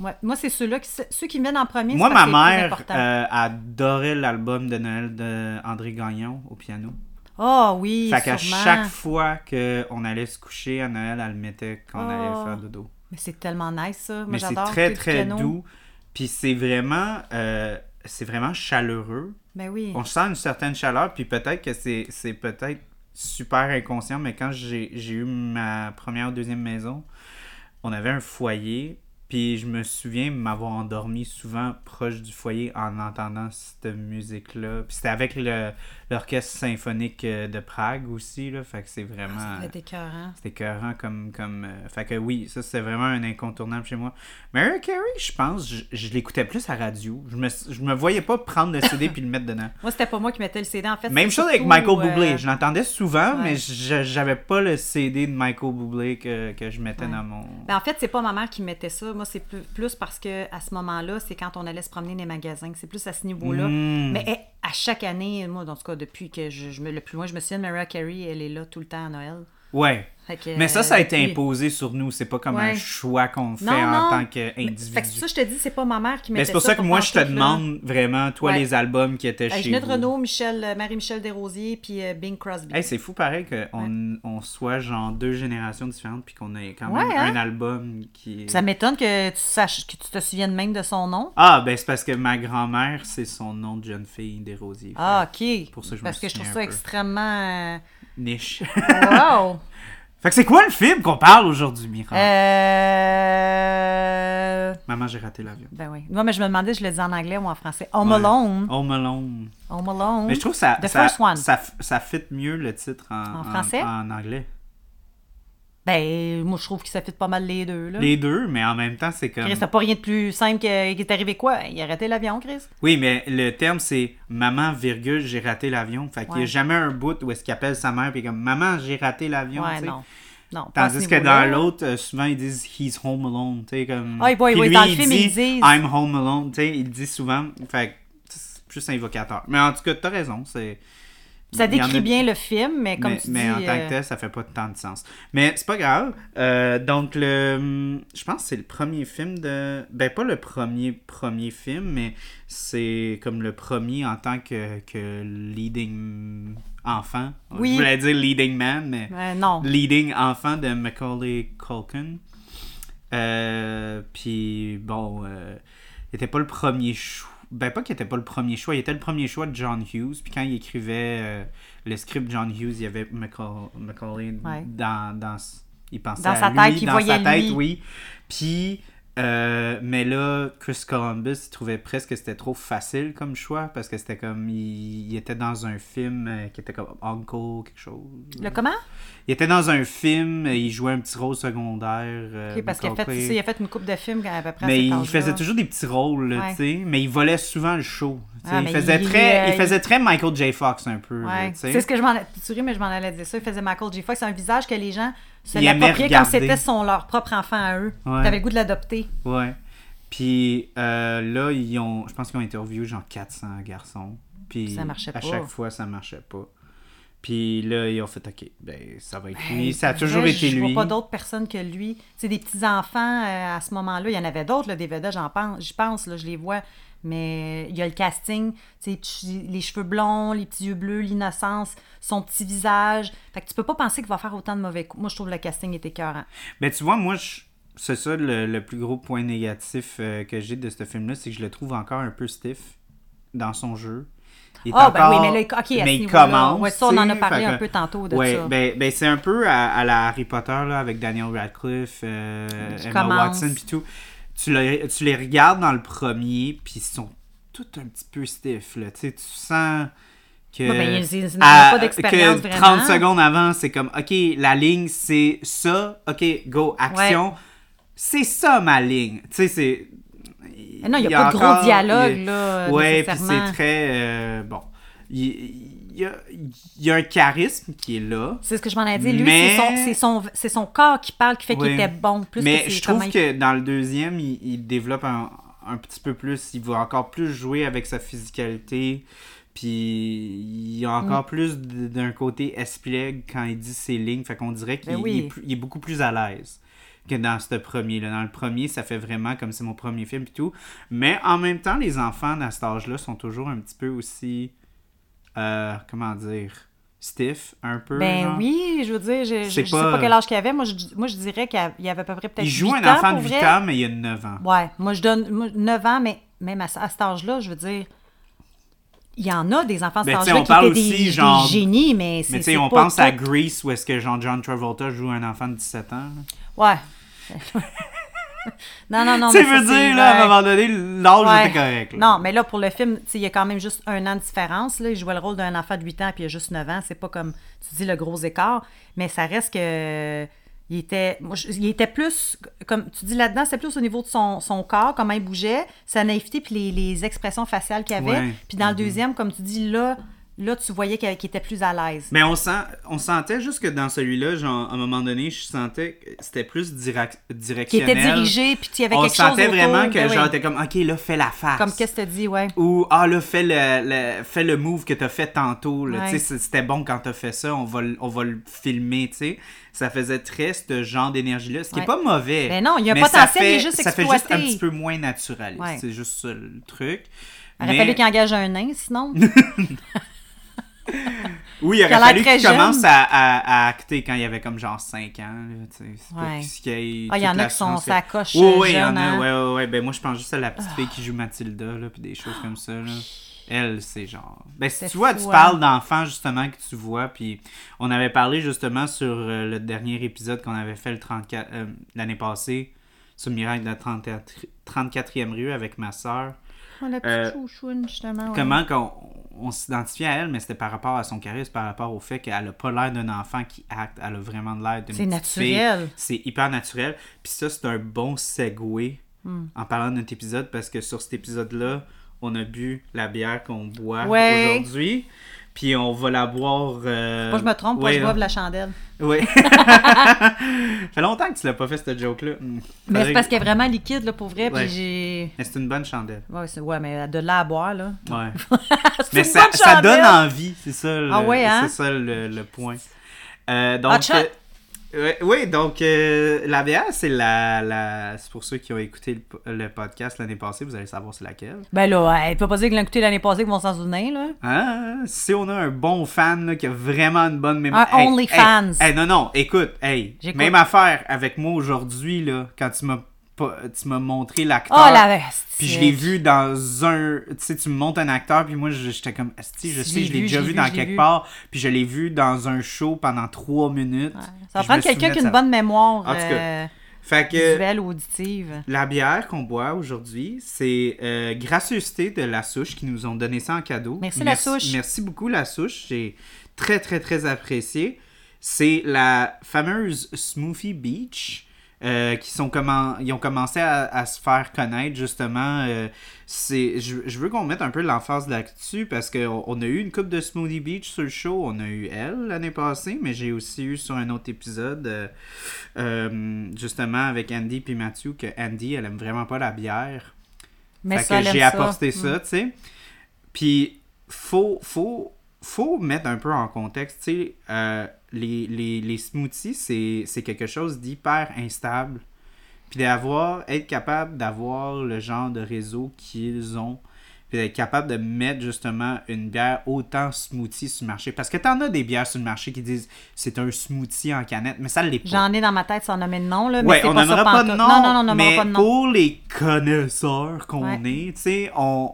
Speaker 1: Ouais. Moi, c'est ceux-là, qui, ceux qui me viennent en premier.
Speaker 2: Moi,
Speaker 1: c'est parce
Speaker 2: ma
Speaker 1: que c'est le plus
Speaker 2: mère
Speaker 1: important.
Speaker 2: euh, adorait l'album de Noël de André Gagnon au piano.
Speaker 1: Ah oui,
Speaker 2: fait qu'à
Speaker 1: sûrement.
Speaker 2: chaque fois qu'on allait se coucher à Noël, elle le mettait quand on allait
Speaker 1: Oh.
Speaker 2: faire dodo.
Speaker 1: Mais c'est tellement nice, ça. Moi,
Speaker 2: Mais c'est
Speaker 1: j'adore.
Speaker 2: très,
Speaker 1: jouer du
Speaker 2: très
Speaker 1: piano.
Speaker 2: doux. Puis c'est vraiment, euh, c'est vraiment chaleureux.
Speaker 1: Ben oui.
Speaker 2: On sent une certaine chaleur, puis peut-être que c'est c'est peut-être super inconscient, mais quand j'ai j'ai eu ma première ou deuxième maison, on avait un foyer, puis je me souviens m'avoir endormi souvent proche du foyer en entendant cette musique-là. Puis c'était avec le- l'orchestre symphonique euh, de Prague aussi, là, fait que c'est vraiment...
Speaker 1: Ah,
Speaker 2: euh,
Speaker 1: Ça va être écœurant.
Speaker 2: C'était écœurant comme. comme euh, fait que oui, ça c'est vraiment un incontournable chez moi. Mary Carey, je pense, je, je l'écoutais plus à radio. Je me, je me voyais pas prendre le CD puis le mettre dedans.
Speaker 1: Moi, c'était pas moi qui mettais le CD, en fait.
Speaker 2: Même
Speaker 1: c'est
Speaker 2: chose avec
Speaker 1: surtout,
Speaker 2: Michael
Speaker 1: euh,
Speaker 2: Bublé. Je l'entendais souvent,
Speaker 1: ouais.
Speaker 2: mais je- j'avais pas le CD de Michael Bublé que, que je mettais dans mon.
Speaker 1: Ben, en fait, c'est pas ma mère qui me mettait ça. Moi, c'est plus, plus parce que à ce moment-là, c'est quand on allait se promener dans les magasins. que C'est plus à ce niveau-là.
Speaker 2: Mm.
Speaker 1: Mais eh, à chaque année, moi, en tout cas, depuis que je, je me, le plus loin, je me souviens de Mariah Carey, elle est là tout le temps à Noël.
Speaker 2: Ouais.
Speaker 1: Fait que,
Speaker 2: Mais ça, ça a
Speaker 1: euh,
Speaker 2: été
Speaker 1: lui-
Speaker 2: imposé sur nous. C'est pas comme un
Speaker 1: Ouais.
Speaker 2: choix qu'on fait
Speaker 1: Non,
Speaker 2: en
Speaker 1: non.
Speaker 2: tant
Speaker 1: Mais-
Speaker 2: qu'individu.
Speaker 1: Fait que ça, je te dis, c'est pas ma mère qui m'a
Speaker 2: Mais c'est pour ça que moi, je te demande vraiment, toi,
Speaker 1: Ouais.
Speaker 2: les albums qui étaient
Speaker 1: Hey,
Speaker 2: chez
Speaker 1: Ginette
Speaker 2: vous.
Speaker 1: Renault, Michel, euh, Marie-Michel Desrosiers, puis euh, Bing Crosby.
Speaker 2: Hey, c'est fou pareil qu'on on soit genre deux générations différentes puis qu'on ait quand même
Speaker 1: Ouais, hein?
Speaker 2: un album qui est...
Speaker 1: Ça m'étonne que tu saches, que tu te souviennes même de son nom.
Speaker 2: Ah, ben c'est parce que ma grand-mère, c'est son nom de jeune fille des rosiers.
Speaker 1: Ah, ok.
Speaker 2: Pour ça, je me
Speaker 1: Parce que je
Speaker 2: souviens
Speaker 1: trouve
Speaker 2: un
Speaker 1: ça
Speaker 2: peu. [LAUGHS]
Speaker 1: extrêmement. euh,
Speaker 2: Niche.
Speaker 1: Wow!
Speaker 2: fait que c'est quoi le film qu'on parle aujourd'hui, Mira?
Speaker 1: Euh,
Speaker 2: Maman, j'ai raté l'avion.
Speaker 1: Ben oui. Moi, mais je me demandais, je le dis en anglais ou en français. Home
Speaker 2: Ouais.
Speaker 1: Alone.
Speaker 2: Home Alone.
Speaker 1: Home Alone.
Speaker 2: Mais je trouve que ça,
Speaker 1: Mm. The
Speaker 2: ça,
Speaker 1: first one.
Speaker 2: ça, f- ça fit mieux le titre en,
Speaker 1: En français?
Speaker 2: En, anglais.
Speaker 1: Ben, moi, je trouve que ça fit pas mal les deux, là.
Speaker 2: Les euh, deux, mais en même temps, c'est comme...
Speaker 1: Chris, t'as pas rien de plus simple que- qui est arrivé quoi? Il a raté l'avion, Chris.
Speaker 2: Oui, mais le terme, c'est « Maman, virgule, j'ai raté l'avion ». Fait qu'il n'y
Speaker 1: Ouais.
Speaker 2: a jamais un bout où est-ce qu'il appelle sa mère puis comme « Maman, j'ai raté l'avion
Speaker 1: Ouais,
Speaker 2: tu sais.
Speaker 1: non. Non. pas à ce
Speaker 2: Tandis que
Speaker 1: niveau-là.
Speaker 2: dans l'autre, euh, souvent ils disent he's home alone, tu sais comme.
Speaker 1: Ah, oui,
Speaker 2: Puis
Speaker 1: oui,
Speaker 2: lui,
Speaker 1: dans le
Speaker 2: il
Speaker 1: film,
Speaker 2: dit,
Speaker 1: ils disent.
Speaker 2: I'm home alone, tu sais, il le dit souvent. Fait que c'est plus un invocateur. Mais en tout cas, t'as raison, c'est.
Speaker 1: Ça
Speaker 2: il y en
Speaker 1: décrit
Speaker 2: a-
Speaker 1: bien le film, mais comme
Speaker 2: mais,
Speaker 1: tu
Speaker 2: mais
Speaker 1: dis.
Speaker 2: en tant
Speaker 1: euh,
Speaker 2: que tel, ça fait pas tant de sens. Mais c'est pas grave. Euh, donc, le, je pense que c'est le premier film de. Ben, pas le premier, premier film, mais c'est comme le premier en tant que, que leading enfant.
Speaker 1: Oui.
Speaker 2: Je voulais dire leading man, mais.
Speaker 1: euh, non.
Speaker 2: Leading enfant de Macaulay Culkin. Euh, puis bon, euh, il était pas le premier choix. Ben pas qu'il était pas le premier choix, il était le premier choix de John Hughes. Puis quand il écrivait euh, le script John Hughes, il y avait Macaul- Macaulay
Speaker 1: Ouais.
Speaker 2: dans, dans s- il pensait
Speaker 1: Dans
Speaker 2: à
Speaker 1: sa
Speaker 2: lui,
Speaker 1: tête, il
Speaker 2: dans sa
Speaker 1: voyait
Speaker 2: tête,
Speaker 1: lui.
Speaker 2: oui. Puis euh, mais là, Chris Columbus, il trouvait presque que c'était trop facile comme choix parce que c'était comme il, il était dans un film euh, qui était comme Uncle quelque chose.
Speaker 1: Le comment?
Speaker 2: Il était dans un film, il jouait un petit rôle secondaire. euh,
Speaker 1: Ok, parce qu'il a, fait-
Speaker 2: Macaulay.
Speaker 1: tu sais, il a fait une coupe de films à peu près à
Speaker 2: mais
Speaker 1: cet
Speaker 2: il
Speaker 1: âge-là.
Speaker 2: faisait toujours des petits rôles, là,
Speaker 1: Ouais.
Speaker 2: tu sais. Mais il volait souvent le show. tu sais.
Speaker 1: Ah,
Speaker 2: il,
Speaker 1: mais
Speaker 2: faisait
Speaker 1: il-
Speaker 2: très,
Speaker 1: euh,
Speaker 2: il faisait très Michael J. Fox un peu. là,
Speaker 1: Ouais.
Speaker 2: tu sais.
Speaker 1: C'est ce que je m'en allais. Tu ris, mais je m'en allais dire ça. Il faisait Michael J. Fox. C'est un visage que les gens se
Speaker 2: Ils aimaient
Speaker 1: l'appropriaient comme
Speaker 2: regarder.
Speaker 1: c'était son, leur propre enfant à eux.
Speaker 2: Ouais.
Speaker 1: T'avais le goût de l'adopter.
Speaker 2: Ouais. Puis euh, là, ils ont, je pense qu'ils ont interviewé genre 400 garçons. Puis
Speaker 1: Ça marchait
Speaker 2: À
Speaker 1: pas.
Speaker 2: chaque fois, ça marchait pas. Puis là, ils ont fait OK, ben ça va être lui.
Speaker 1: Hey,
Speaker 2: Ça a
Speaker 1: pour
Speaker 2: toujours
Speaker 1: vrai,
Speaker 2: été
Speaker 1: je
Speaker 2: lui.
Speaker 1: vois pas d'autres personnes que lui. C'est des petits-enfants euh, à ce moment-là. Il y en avait d'autres, là, des vedettes, j'en pense, j'y pense, là, je les vois. Mais il y a le casting, tu sais, tu- les cheveux blonds, les petits yeux bleus, l'innocence, son petit visage. Fait que tu peux pas penser qu'il va faire autant de mauvais coups. Moi, je trouve que le casting est écœurant.
Speaker 2: Mais Ben, tu vois, moi, je- c'est ça le, le plus gros point négatif euh, que j'ai de ce film-là, c'est que je le trouve encore un peu stiff dans son jeu. Il est
Speaker 1: Ah, ben
Speaker 2: encore-
Speaker 1: oui, mais là, OK, à ce
Speaker 2: mais il
Speaker 1: niveau-là,
Speaker 2: commence.
Speaker 1: ouais, ça, on en a
Speaker 2: tu sais,
Speaker 1: parlé
Speaker 2: fait
Speaker 1: un
Speaker 2: que-
Speaker 1: peu tantôt de
Speaker 2: ouais,
Speaker 1: ça.
Speaker 2: Ben, ben, c'est un peu à, à la Harry Potter là, avec Daniel Radcliffe, euh,
Speaker 1: Qui
Speaker 2: Emma
Speaker 1: commence.
Speaker 2: Watson, puis tout. Tu, le- tu les regardes dans le premier, puis ils sont tous un petit peu stiff. Là. Tu sais, tu sens que.
Speaker 1: Ouais, ben, ils- ils n'ont
Speaker 2: à-
Speaker 1: pas d'expérience
Speaker 2: que
Speaker 1: vraiment.
Speaker 2: 30 secondes avant, c'est comme, OK, la ligne, c'est ça. OK, go, action. C'est ça ma ligne. Tu sais, c'est.
Speaker 1: Mais Eh non, il n'y a, pas de gros
Speaker 2: encore-
Speaker 1: dialogue,
Speaker 2: il-
Speaker 1: là,
Speaker 2: Ouais, puis
Speaker 1: nécessairement.
Speaker 2: c'est très. euh, bon. Il, il y a, il y a un charisme qui est là.
Speaker 1: C'est ce que je m'en ai dit. Lui,
Speaker 2: Mais-
Speaker 1: c'est son, c'est son, c'est son corps qui parle, qui fait qu'il
Speaker 2: Oui.
Speaker 1: était bon. Plus
Speaker 2: Mais
Speaker 1: que c'est
Speaker 2: je trouve
Speaker 1: comment il-
Speaker 2: que dans le deuxième, il, il développe un, un petit peu plus. Il va encore plus jouer avec sa physicalité. Puis il y a
Speaker 1: Mm.
Speaker 2: encore plus d- d'un côté espiègle quand il dit ses lignes. Fait qu'on dirait qu'il
Speaker 1: Ben oui.
Speaker 2: il est, plus- il est beaucoup plus à l'aise que dans ce premier-là. Dans le premier, ça fait vraiment comme c'est mon premier film et tout. Mais en même temps, les enfants à cet âge-là sont toujours un petit peu aussi. euh, comment dire Stiff, un peu.
Speaker 1: Ben
Speaker 2: genre.
Speaker 1: oui, je veux dire, je, je- je
Speaker 2: C'est
Speaker 1: sais
Speaker 2: pas-
Speaker 1: pas quel âge qu'il avait. Moi, je, moi, je dirais qu'il y avait- il y avait à peu près peut-être
Speaker 2: Il joue
Speaker 1: 8
Speaker 2: un enfant
Speaker 1: ans,
Speaker 2: de
Speaker 1: pour
Speaker 2: 8
Speaker 1: vrai.
Speaker 2: ans, mais il a 9 ans.
Speaker 1: Ouais, moi, je donne moi, 9 ans, mais même à, à cet âge-là, je veux dire, il y en a des enfants à cet
Speaker 2: Ben, tu sais,
Speaker 1: âge-là
Speaker 2: on
Speaker 1: qui
Speaker 2: parle
Speaker 1: étaient des,
Speaker 2: aussi,
Speaker 1: des
Speaker 2: genre-
Speaker 1: génies, mais c'est
Speaker 2: Mais tu
Speaker 1: c'est
Speaker 2: sais, on
Speaker 1: pas
Speaker 2: pense à
Speaker 1: tout.
Speaker 2: Grease où est-ce que genre John Travolta joue un enfant de 17 ans.
Speaker 1: Ouais. non, non, non.
Speaker 2: Tu sais,
Speaker 1: mais ça,
Speaker 2: veux
Speaker 1: c'est-
Speaker 2: dire, là, à un
Speaker 1: ouais.
Speaker 2: moment donné, l'âge
Speaker 1: Ouais.
Speaker 2: était correct. là.
Speaker 1: Non, mais là, pour le film, tu sais, il y a quand même juste un an de différence. Là. Il jouait le rôle d'un enfant de 8 ans, puis il a juste 9 ans. C'est pas comme, tu dis, le gros écart. Mais ça reste que... Il était, moi, je- il était plus, comme tu dis là-dedans, c'est plus au niveau de son, son corps, comment il bougeait, sa naïveté, puis les, les expressions faciales qu'il avait.
Speaker 2: Ouais. Mm-hmm.
Speaker 1: Puis dans le deuxième, comme tu dis, là, Là, tu voyais qu'il qu'il était plus à l'aise.
Speaker 2: Mais on, sent, on sentait juste que dans celui-là, genre, à un moment donné, je sentais que c'était plus dirac-
Speaker 1: Qui
Speaker 2: directionnel.
Speaker 1: était dirigé, puis il y avait
Speaker 2: on
Speaker 1: quelque chose
Speaker 2: sentait
Speaker 1: autour,
Speaker 2: vraiment que
Speaker 1: ben oui.
Speaker 2: genre t'es comme ok là fais la face
Speaker 1: Comme qu'est-ce que tu dis, ouais.
Speaker 2: ou ah là fais le, le- fais le move que t'as fait tantôt là.
Speaker 1: Ouais.
Speaker 2: Tu sais, c'est- c'était bon quand t'as fait ça on va le- on va le filmer tu sais ça faisait très ce genre d'énergie là ce qui
Speaker 1: Ouais.
Speaker 2: est pas mauvais
Speaker 1: Mais non, il y a un
Speaker 2: mais
Speaker 1: potentiel,
Speaker 2: ça fait-
Speaker 1: il est juste
Speaker 2: ça fait juste un
Speaker 1: exploité.
Speaker 2: petit peu moins naturaliste
Speaker 1: Ouais.
Speaker 2: c'est juste ça le truc
Speaker 1: Il aurait
Speaker 2: Mais- Euh,
Speaker 1: fallu qu'il engage un nain,
Speaker 2: [LAUGHS]
Speaker 1: sinon.
Speaker 2: Oui, il
Speaker 1: Qui a
Speaker 2: aurait
Speaker 1: l'air
Speaker 2: fallu
Speaker 1: très
Speaker 2: qu'il commence
Speaker 1: jeune.
Speaker 2: à, à- à acter quand il avait comme genre 5 ans. là, tu sais, c'est pas
Speaker 1: Ouais.
Speaker 2: qu'il y ait
Speaker 1: Ah, il y
Speaker 2: toute
Speaker 1: en a
Speaker 2: la
Speaker 1: qui sont-
Speaker 2: science que-
Speaker 1: ça coche,
Speaker 2: Oui, oui, il y
Speaker 1: jeune,
Speaker 2: en a.
Speaker 1: hein. Ah.
Speaker 2: Ouais, ouais, ouais. Ben, moi, je pense juste à la petite fille qui joue Mathilda, là, puis des choses comme ça. là. Elle, c'est genre. Ben, si
Speaker 1: C'est
Speaker 2: tu vois,
Speaker 1: fou,
Speaker 2: tu
Speaker 1: hein.
Speaker 2: parles d'enfants, justement, que tu vois, puis on avait parlé, justement, sur euh, le dernier épisode qu'on avait fait le 34, euh, l'année passée, sur le miracle de la 34, 34e rue avec ma sœur.
Speaker 1: Oh, la petite
Speaker 2: Euh,
Speaker 1: chouchoune, justement. ouais.
Speaker 2: Comment qu'on on s'identifiait à elle, mais c'était par rapport à son charisme, par rapport au fait qu'elle a pas l'air d'un enfant qui acte, elle a vraiment de l'air d'une
Speaker 1: C'est
Speaker 2: petite
Speaker 1: naturel.
Speaker 2: fille. C'est hyper naturel. Puis ça, c'est un bon segue
Speaker 1: Hmm.
Speaker 2: en parlant de notre épisode, parce que sur cet épisode-là, on a bu la bière qu'on boit
Speaker 1: Ouais.
Speaker 2: aujourd'hui. Puis on va la boire... euh,
Speaker 1: Moi, je me trompe, moi,
Speaker 2: ouais,
Speaker 1: je bois de
Speaker 2: hein.
Speaker 1: la chandelle.
Speaker 2: Ouais. [LAUGHS] fait longtemps que tu l'as pas fait, cette joke-là. Hmm.
Speaker 1: Mais
Speaker 2: Faudrait-
Speaker 1: c'est parce qu'elle est vraiment liquide, là, pour vrai,
Speaker 2: Ouais.
Speaker 1: puis j'ai...
Speaker 2: Mais c'est une bonne chandelle.
Speaker 1: Ouais, c'est- ouais, mais de là à boire,
Speaker 2: [LAUGHS]
Speaker 1: là.
Speaker 2: Ouais.
Speaker 1: C'est
Speaker 2: Mais
Speaker 1: une
Speaker 2: ça,
Speaker 1: bonne
Speaker 2: ça donne
Speaker 1: chandelle.
Speaker 2: envie, c'est ça le,
Speaker 1: Ah ouais, hein?
Speaker 2: c'est ça le, le point. Euh, donc,
Speaker 1: Ah, tcha-
Speaker 2: euh, ouais, oui, donc euh, la bière, c'est la, la- c'est pour ceux qui ont écouté le, po- le podcast l'année passée, vous allez savoir c'est laquelle.
Speaker 1: Ben là, elle peut pas dire que l'ont écouté l'année passée qu'ils vont s'en souvenir, là.
Speaker 2: Hein? Si on a un bon fan là, qui a vraiment une bonne mémoire.
Speaker 1: Un OnlyFans.
Speaker 2: hey, hey, non, non, écoute, hey,
Speaker 1: J'écoute.
Speaker 2: même affaire avec moi aujourd'hui, là, quand tu m'as pas- tu m'as montré l'acteur.
Speaker 1: Oh, la veste!
Speaker 2: Ah, Puis je l'ai vu dans un. Tu sais, tu me montes un acteur, puis moi je- j'étais comme. Asti, je
Speaker 1: Je
Speaker 2: sais,
Speaker 1: l'ai
Speaker 2: je l'ai
Speaker 1: vu,
Speaker 2: déjà
Speaker 1: je l'ai
Speaker 2: vu
Speaker 1: vu,
Speaker 2: dans
Speaker 1: je l'ai
Speaker 2: quelque
Speaker 1: vu.
Speaker 2: part, puis je l'ai vu dans un show pendant trois minutes.
Speaker 1: Ça va
Speaker 2: Puis je me
Speaker 1: prendre quelqu'un qui
Speaker 2: souvenais de
Speaker 1: a une
Speaker 2: ça.
Speaker 1: bonne mémoire
Speaker 2: En tout cas,
Speaker 1: euh,
Speaker 2: Fait que
Speaker 1: visuelle ou auditive.
Speaker 2: la bière qu'on boit aujourd'hui, c'est euh, Gracieuseté de La Souche qui nous ont donné ça en cadeau.
Speaker 1: Merci, La Souche.
Speaker 2: Merci beaucoup La Souche, j'ai très très très apprécié. C'est la fameuse Smoothie Beach. euh, qui sont comment ils ont commencé à, à se faire connaître justement euh, c'est je, je veux qu'on mette un peu l'emphase là-dessus parce qu'on on a eu une coupe de Smoothie Beach sur le show on a eu elle l'année passée mais j'ai aussi eu sur un autre épisode euh, euh, justement avec Andy puis Mathieu que Andy elle aime vraiment pas la bière
Speaker 1: Mais
Speaker 2: Fait
Speaker 1: ça,
Speaker 2: que
Speaker 1: elle aime
Speaker 2: j'ai
Speaker 1: ça. Mm.
Speaker 2: apporté ça tu sais puis faut faut faut mettre un peu en contexte tu sais euh, les, les, les smoothies c'est c'est quelque chose d'hyper instable puis d'avoir être capable d'avoir le genre de réseau qu'ils ont puis d'être capable de mettre justement une bière autant smoothie sur le marché parce que t'en as des bières sur le marché qui disent c'est un smoothie en canette mais ça l'est pas
Speaker 1: J'en ai dans ma tête sans nommer de nom, là, mais
Speaker 2: Ouais,
Speaker 1: c'est
Speaker 2: on
Speaker 1: pas
Speaker 2: n'aimera
Speaker 1: ça
Speaker 2: pas de
Speaker 1: pantoute.
Speaker 2: nom.
Speaker 1: Non, non, non, on n'aimera
Speaker 2: mais
Speaker 1: pas de nom.
Speaker 2: pour les connaisseurs qu'on est, tu sais, on,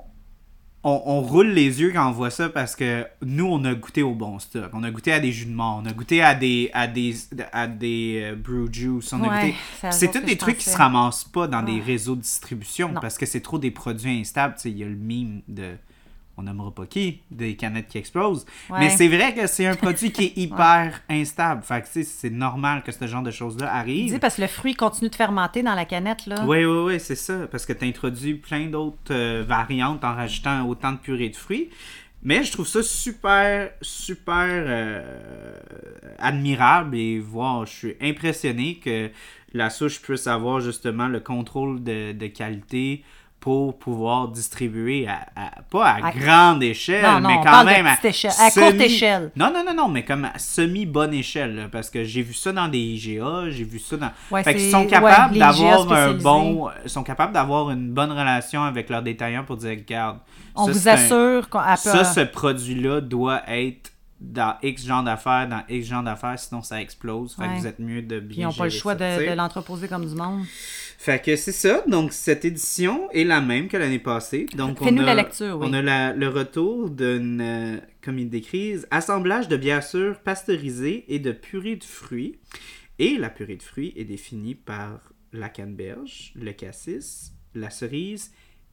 Speaker 2: on, on roule les yeux quand on voit ça parce que nous, on a goûté au bon stock. On a goûté à des jus de mort, on a goûté à des, à des, à des euh, brew juice, on a
Speaker 1: Ouais,
Speaker 2: goûté-
Speaker 1: c'est à
Speaker 2: C'est
Speaker 1: ça
Speaker 2: tous
Speaker 1: que
Speaker 2: des
Speaker 1: je
Speaker 2: trucs qui se
Speaker 1: pensais.
Speaker 2: ramassent pas dans des réseaux de distribution
Speaker 1: Non.
Speaker 2: parce que c'est trop des produits instables. Tu sais, il y a le mime de. On n'aimera pas qui, des canettes qui explosent. Mais
Speaker 1: Ouais.
Speaker 2: c'est vrai que c'est un
Speaker 1: [LAUGHS]
Speaker 2: produit qui est hyper instable. Fait que, tu sais, c'est normal que ce genre de choses-là
Speaker 1: Tu
Speaker 2: arrive.
Speaker 1: sais, parce que le fruit continue de fermenter dans la canette, là.
Speaker 2: Oui, oui, oui, c'est ça. Parce que tu introduis plein d'autres euh, variantes en rajoutant autant de purée de fruits. Mais je trouve ça super, super euh, admirable et voir, je suis impressionné que la souche puisse avoir justement le contrôle de, de qualité pour pouvoir distribuer à, à- pas à,
Speaker 1: À-
Speaker 2: grande échelle,
Speaker 1: Non, non,
Speaker 2: mais
Speaker 1: on
Speaker 2: quand
Speaker 1: parle de
Speaker 2: même
Speaker 1: petite échelle, à courte échelle.
Speaker 2: Non, non, non, non, mais comme à semi-bonne échelle, là, parce que j'ai vu ça dans des IGA, j'ai vu ça dans...
Speaker 1: Ouais,
Speaker 2: fait qu'ils
Speaker 1: c'est-
Speaker 2: sont
Speaker 1: ouais,
Speaker 2: capables
Speaker 1: les IGA
Speaker 2: d'avoir un
Speaker 1: spécialisés.
Speaker 2: bon... sont capables d'avoir une bonne relation avec leurs détaillants pour dire, regarde...
Speaker 1: On
Speaker 2: ça,
Speaker 1: vous
Speaker 2: c'est un-
Speaker 1: assure qu'on... elle peut-
Speaker 2: Ça, ce produit-là doit être dans X genre d'affaires, dans X genre d'affaires, sinon ça explose. Fait
Speaker 1: Ouais.
Speaker 2: que vous êtes mieux de
Speaker 1: Puis ils
Speaker 2: bien
Speaker 1: n'ont pas le
Speaker 2: gérer
Speaker 1: choix
Speaker 2: ça, tu
Speaker 1: de,
Speaker 2: sais.
Speaker 1: de l'entreposer comme du monde.
Speaker 2: Fait que c'est ça. Donc, cette édition est la même que l'année passée. Donc, on
Speaker 1: Fais-nous
Speaker 2: a,
Speaker 1: la lecture, oui.
Speaker 2: On a la- le retour d'une, euh, comme ils décrivent, assemblage de bières sûres pasteurisées et de purée de fruits. Et la purée de fruits est définie par la canneberge, le cassis, la cerise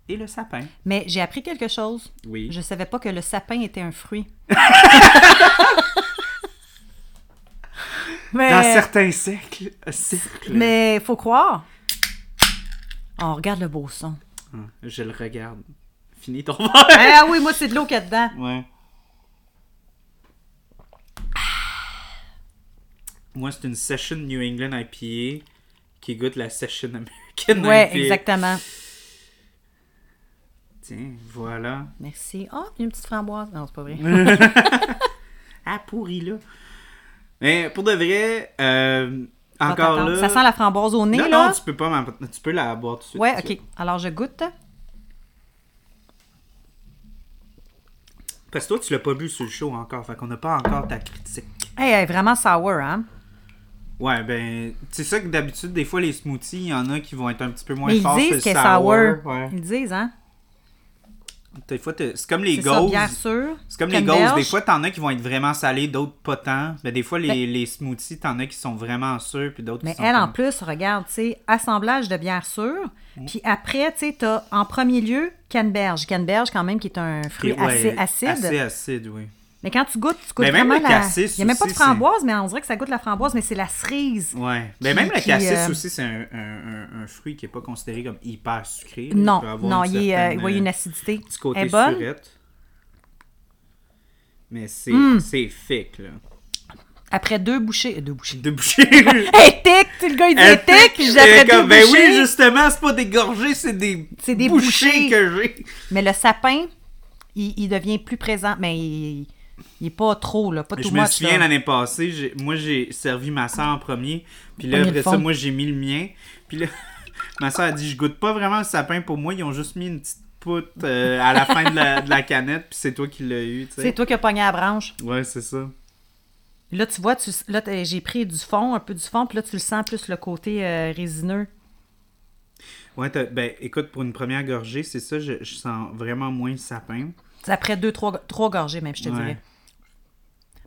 Speaker 2: et le sapin.
Speaker 1: Mais j'ai appris quelque chose.
Speaker 2: Oui.
Speaker 1: Je savais pas que le sapin était un fruit. mais
Speaker 2: [LAUGHS] Dans certains cercles. euh, cercles.
Speaker 1: mais faut croire. On regarde le beau
Speaker 2: [LAUGHS]
Speaker 1: son.
Speaker 2: Ah, Je le regarde. Fini ton [LAUGHS] verre.
Speaker 1: ah oui, moi c'est de l'eau qu'il y a dedans.
Speaker 2: Ouais. Ah. Moi, c'est une Session New England IPA qui goûte la Session American
Speaker 1: Ouais,
Speaker 2: IPA.
Speaker 1: exactement.
Speaker 2: Tiens, voilà.
Speaker 1: Merci. Oh, une petite framboise. Non, c'est pas
Speaker 2: [LAUGHS]
Speaker 1: vrai.
Speaker 2: Ah, pourri, là. Mais pour de vrai, euh,
Speaker 1: Faut
Speaker 2: encore
Speaker 1: t'attendre.
Speaker 2: là...
Speaker 1: Ça sent la framboise au nez,
Speaker 2: Non,
Speaker 1: là?
Speaker 2: non, tu peux pas m'en- Tu peux la boire tout de suite.
Speaker 1: Ouais,
Speaker 2: tu sais.
Speaker 1: ok. Alors, je goûte.
Speaker 2: Parce que toi, tu l'as pas bu sur le show encore, fait qu'on n'a pas encore ta critique.
Speaker 1: Hey, elle est vraiment sour, hein?
Speaker 2: Ouais, ben, c'est ça que d'habitude, des fois, les smoothies, il y en a qui vont être un petit peu moins
Speaker 1: Mais ils
Speaker 2: forts que le
Speaker 1: disent qu'elle est sour.
Speaker 2: Ouais.
Speaker 1: Ils disent, hein?
Speaker 2: Des fois, t'es- c'est comme les
Speaker 1: C'est ça,
Speaker 2: gauzes.
Speaker 1: bière sûre.
Speaker 2: C'est comme les
Speaker 1: canneberge.
Speaker 2: gauzes. Des fois, t'en as qui vont être vraiment salés, d'autres pas tant. Mais des fois, les, les smoothies, t'en as qui sont vraiment sûrs, puis d'autres
Speaker 1: Ben- Mais
Speaker 2: qui sont.
Speaker 1: elle, en
Speaker 2: comme- Mmh.
Speaker 1: plus, regarde, tu sais, assemblage de bière sûre. Puis après, tu sais, t'as en premier lieu canneberge. Canneberge, quand même, qui est un fruit
Speaker 2: Ouais,
Speaker 1: assez acide.
Speaker 2: Assez acide, oui.
Speaker 1: Mais quand tu goûtes, tu goûtes
Speaker 2: Mais même
Speaker 1: vraiment
Speaker 2: le
Speaker 1: la... Il
Speaker 2: cassis
Speaker 1: n'y a même pas de
Speaker 2: aussi, c'est-
Speaker 1: framboise, mais on dirait que ça goûte la framboise, mais c'est la cerise.
Speaker 2: Ouais. Mais
Speaker 1: Qui-
Speaker 2: même le
Speaker 1: qui,
Speaker 2: cassis
Speaker 1: euh,
Speaker 2: aussi, c'est un, un- un- un fruit qui est pas considéré comme hyper sucré.
Speaker 1: Non,
Speaker 2: peut avoir
Speaker 1: non,
Speaker 2: une
Speaker 1: il, est, euh,
Speaker 2: certaine,
Speaker 1: ouais, il y a une
Speaker 2: euh,
Speaker 1: acidité.
Speaker 2: petit
Speaker 1: Elle
Speaker 2: côté
Speaker 1: est bonne.
Speaker 2: surette. Mais c'est
Speaker 1: Hmm.
Speaker 2: c'est thick, là.
Speaker 1: Après deux bouchées... euh, Deux bouchées. [LAUGHS]
Speaker 2: De boucher.
Speaker 1: Hey, tic! Tu- Le gars, il dit
Speaker 2: [LAUGHS] Elle
Speaker 1: tic,
Speaker 2: pique,
Speaker 1: puis
Speaker 2: elle est
Speaker 1: j'après deux
Speaker 2: comme, Ben
Speaker 1: bouchées.
Speaker 2: oui, justement, c'est pas des gorgées, c'est des,
Speaker 1: C'est des bouchées.
Speaker 2: que j'ai.
Speaker 1: Mais le sapin, il, il devient plus présent, mais il n'est pas trop, là, pas tout
Speaker 2: Je me
Speaker 1: much,
Speaker 2: souviens
Speaker 1: là.
Speaker 2: l'année passée, j'ai- moi j'ai servi ma soeur en premier, puis là
Speaker 1: Premier
Speaker 2: après
Speaker 1: fond.
Speaker 2: ça, moi j'ai mis le mien, puis là, [LAUGHS] ma soeur a dit je goûte pas vraiment le sapin pour moi, ils ont juste mis une petite poutre euh, à la fin de la, de la canette, puis c'est toi qui l'as eu, tu
Speaker 1: C'est
Speaker 2: sais.
Speaker 1: toi qui as pogné la branche.
Speaker 2: Ouais, c'est ça.
Speaker 1: Là, tu vois, tu, là, t'as- j'ai pris du fond, un peu du fond, puis là, tu le sens plus le côté euh, résineux.
Speaker 2: Ouais, t'as- ben écoute, pour une première gorgée, c'est ça, je, je sens vraiment moins le sapin. Ben,
Speaker 1: C'est après deux, trois, trois gorgées, même, je te
Speaker 2: Ouais.
Speaker 1: dirais.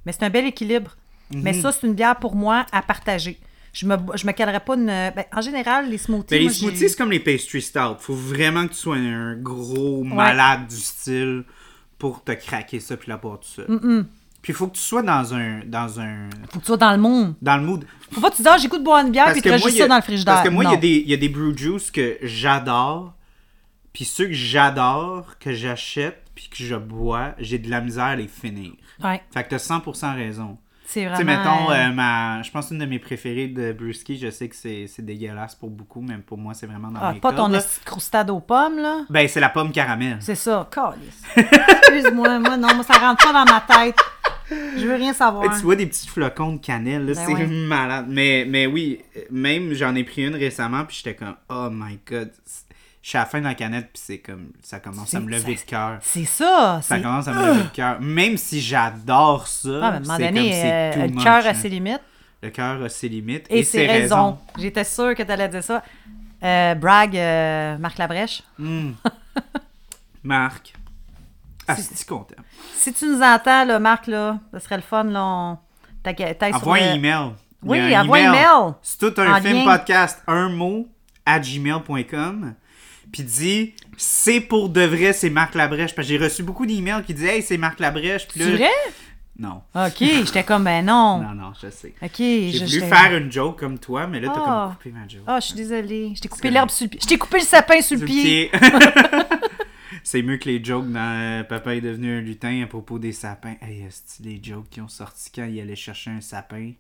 Speaker 1: Mais c'est un bel équilibre. Mais
Speaker 2: Mhm.
Speaker 1: ça, c'est une bière pour moi à partager. Je me, je me calerais pas une. ben, en général, les smoothies.
Speaker 2: Mais Ben, les
Speaker 1: moi, j'ai-
Speaker 2: smoothies, c'est comme les pastry stout. Faut vraiment que tu sois un gros malade du style pour te craquer ça puis la boire tout seul. Puis il faut que tu sois dans un dans un
Speaker 1: Faut que tu sois dans le monde.
Speaker 2: dans le mood.
Speaker 1: Faut pas que tu dises, Ah, j'ai goût de boire une bière, puis tu
Speaker 2: moi,
Speaker 1: juste
Speaker 2: il y a-
Speaker 1: ça dans le frigidaire.
Speaker 2: parce que moi, il y, a
Speaker 1: Non.
Speaker 2: des- il y a des brew juice que j'adore. Puis ceux que j'adore, que j'achète, puis que je bois, j'ai de la misère à les finir.
Speaker 1: Ouais,
Speaker 2: Fait que t'as 100% raison.
Speaker 1: c'est
Speaker 2: Tu
Speaker 1: vraiment.
Speaker 2: sais, mettons,
Speaker 1: euh,
Speaker 2: euh, ma, je pense une de mes préférées de Brewski, je sais que c'est c'est dégueulasse pour beaucoup, mais pour moi, c'est vraiment dans
Speaker 1: ah,
Speaker 2: mes
Speaker 1: pas ton
Speaker 2: cordes, là.
Speaker 1: esti de croustade aux pommes, là.
Speaker 2: Ben, c'est la pomme caramel.
Speaker 1: C'est ça, calice. Excuse-moi, moi, non, moi, ça rentre pas dans ma tête. Je veux rien savoir.
Speaker 2: Tu vois des petits flocons de cannelle, là,
Speaker 1: Ben
Speaker 2: c'est
Speaker 1: ouais.
Speaker 2: [LAUGHS] malade. Mais, mais oui, euh, même j'en ai pris une récemment, puis j'étais comme, oh my god, c'est- je suis à la fin de la canette, puis c'est comme, ça commence à me
Speaker 1: C'est-
Speaker 2: lever
Speaker 1: ça-
Speaker 2: le cœur.
Speaker 1: C'est ça.
Speaker 2: Ça
Speaker 1: c'est-
Speaker 2: commence à me lever
Speaker 1: [GASPS]
Speaker 2: le cœur. Même si j'adore ça,
Speaker 1: Ah, mais à un moment
Speaker 2: c'est
Speaker 1: donné,
Speaker 2: comme c'est
Speaker 1: euh,
Speaker 2: too
Speaker 1: le
Speaker 2: much,
Speaker 1: cœur
Speaker 2: hein.
Speaker 1: a ses limites
Speaker 2: Le cœur a ses limites
Speaker 1: et,
Speaker 2: et,
Speaker 1: ses raisons. J'étais sûre que tu allais dire ça. Euh, brag, euh, Marc Labrèche.
Speaker 2: Marc, ah, c'est content.
Speaker 1: Si tu nous entends, là, Marc, là, ce serait le fun. Là, on... t'as qu'à- t'ailles sur
Speaker 2: Envoie
Speaker 1: le-
Speaker 2: un email. Il y
Speaker 1: Oui,
Speaker 2: a
Speaker 1: envoie un email.
Speaker 2: C'est tout
Speaker 1: En
Speaker 2: un
Speaker 1: lien.
Speaker 2: film podcast, un mot, à gmail.com. Puis dis, c'est pour de vrai, c'est Marc Labrèche. Parce que j'ai reçu beaucoup d'emails qui disaient, hey, c'est Marc Labrèche. Puis
Speaker 1: C'est
Speaker 2: là-
Speaker 1: vrai?
Speaker 2: Non,
Speaker 1: OK, j'étais comme, ben non.
Speaker 2: non, non, je sais.
Speaker 1: OK,
Speaker 2: J'ai
Speaker 1: je
Speaker 2: voulu
Speaker 1: j'étais-
Speaker 2: faire une joke comme toi, mais là, t'as
Speaker 1: Ah.
Speaker 2: comme coupé ma joke.
Speaker 1: Ah, je suis désolée. Je t'ai coupé
Speaker 2: C'est
Speaker 1: l'herbe sur le pied. Je t'ai coupé le sapin sur le
Speaker 2: Sur le
Speaker 1: pied. [LAUGHS]
Speaker 2: pied. [LAUGHS] c'est mieux que les jokes dans euh, Papa est devenu un lutin à propos des sapins. Hey, est les jokes qui ont sorti quand il allait chercher un sapin? Tu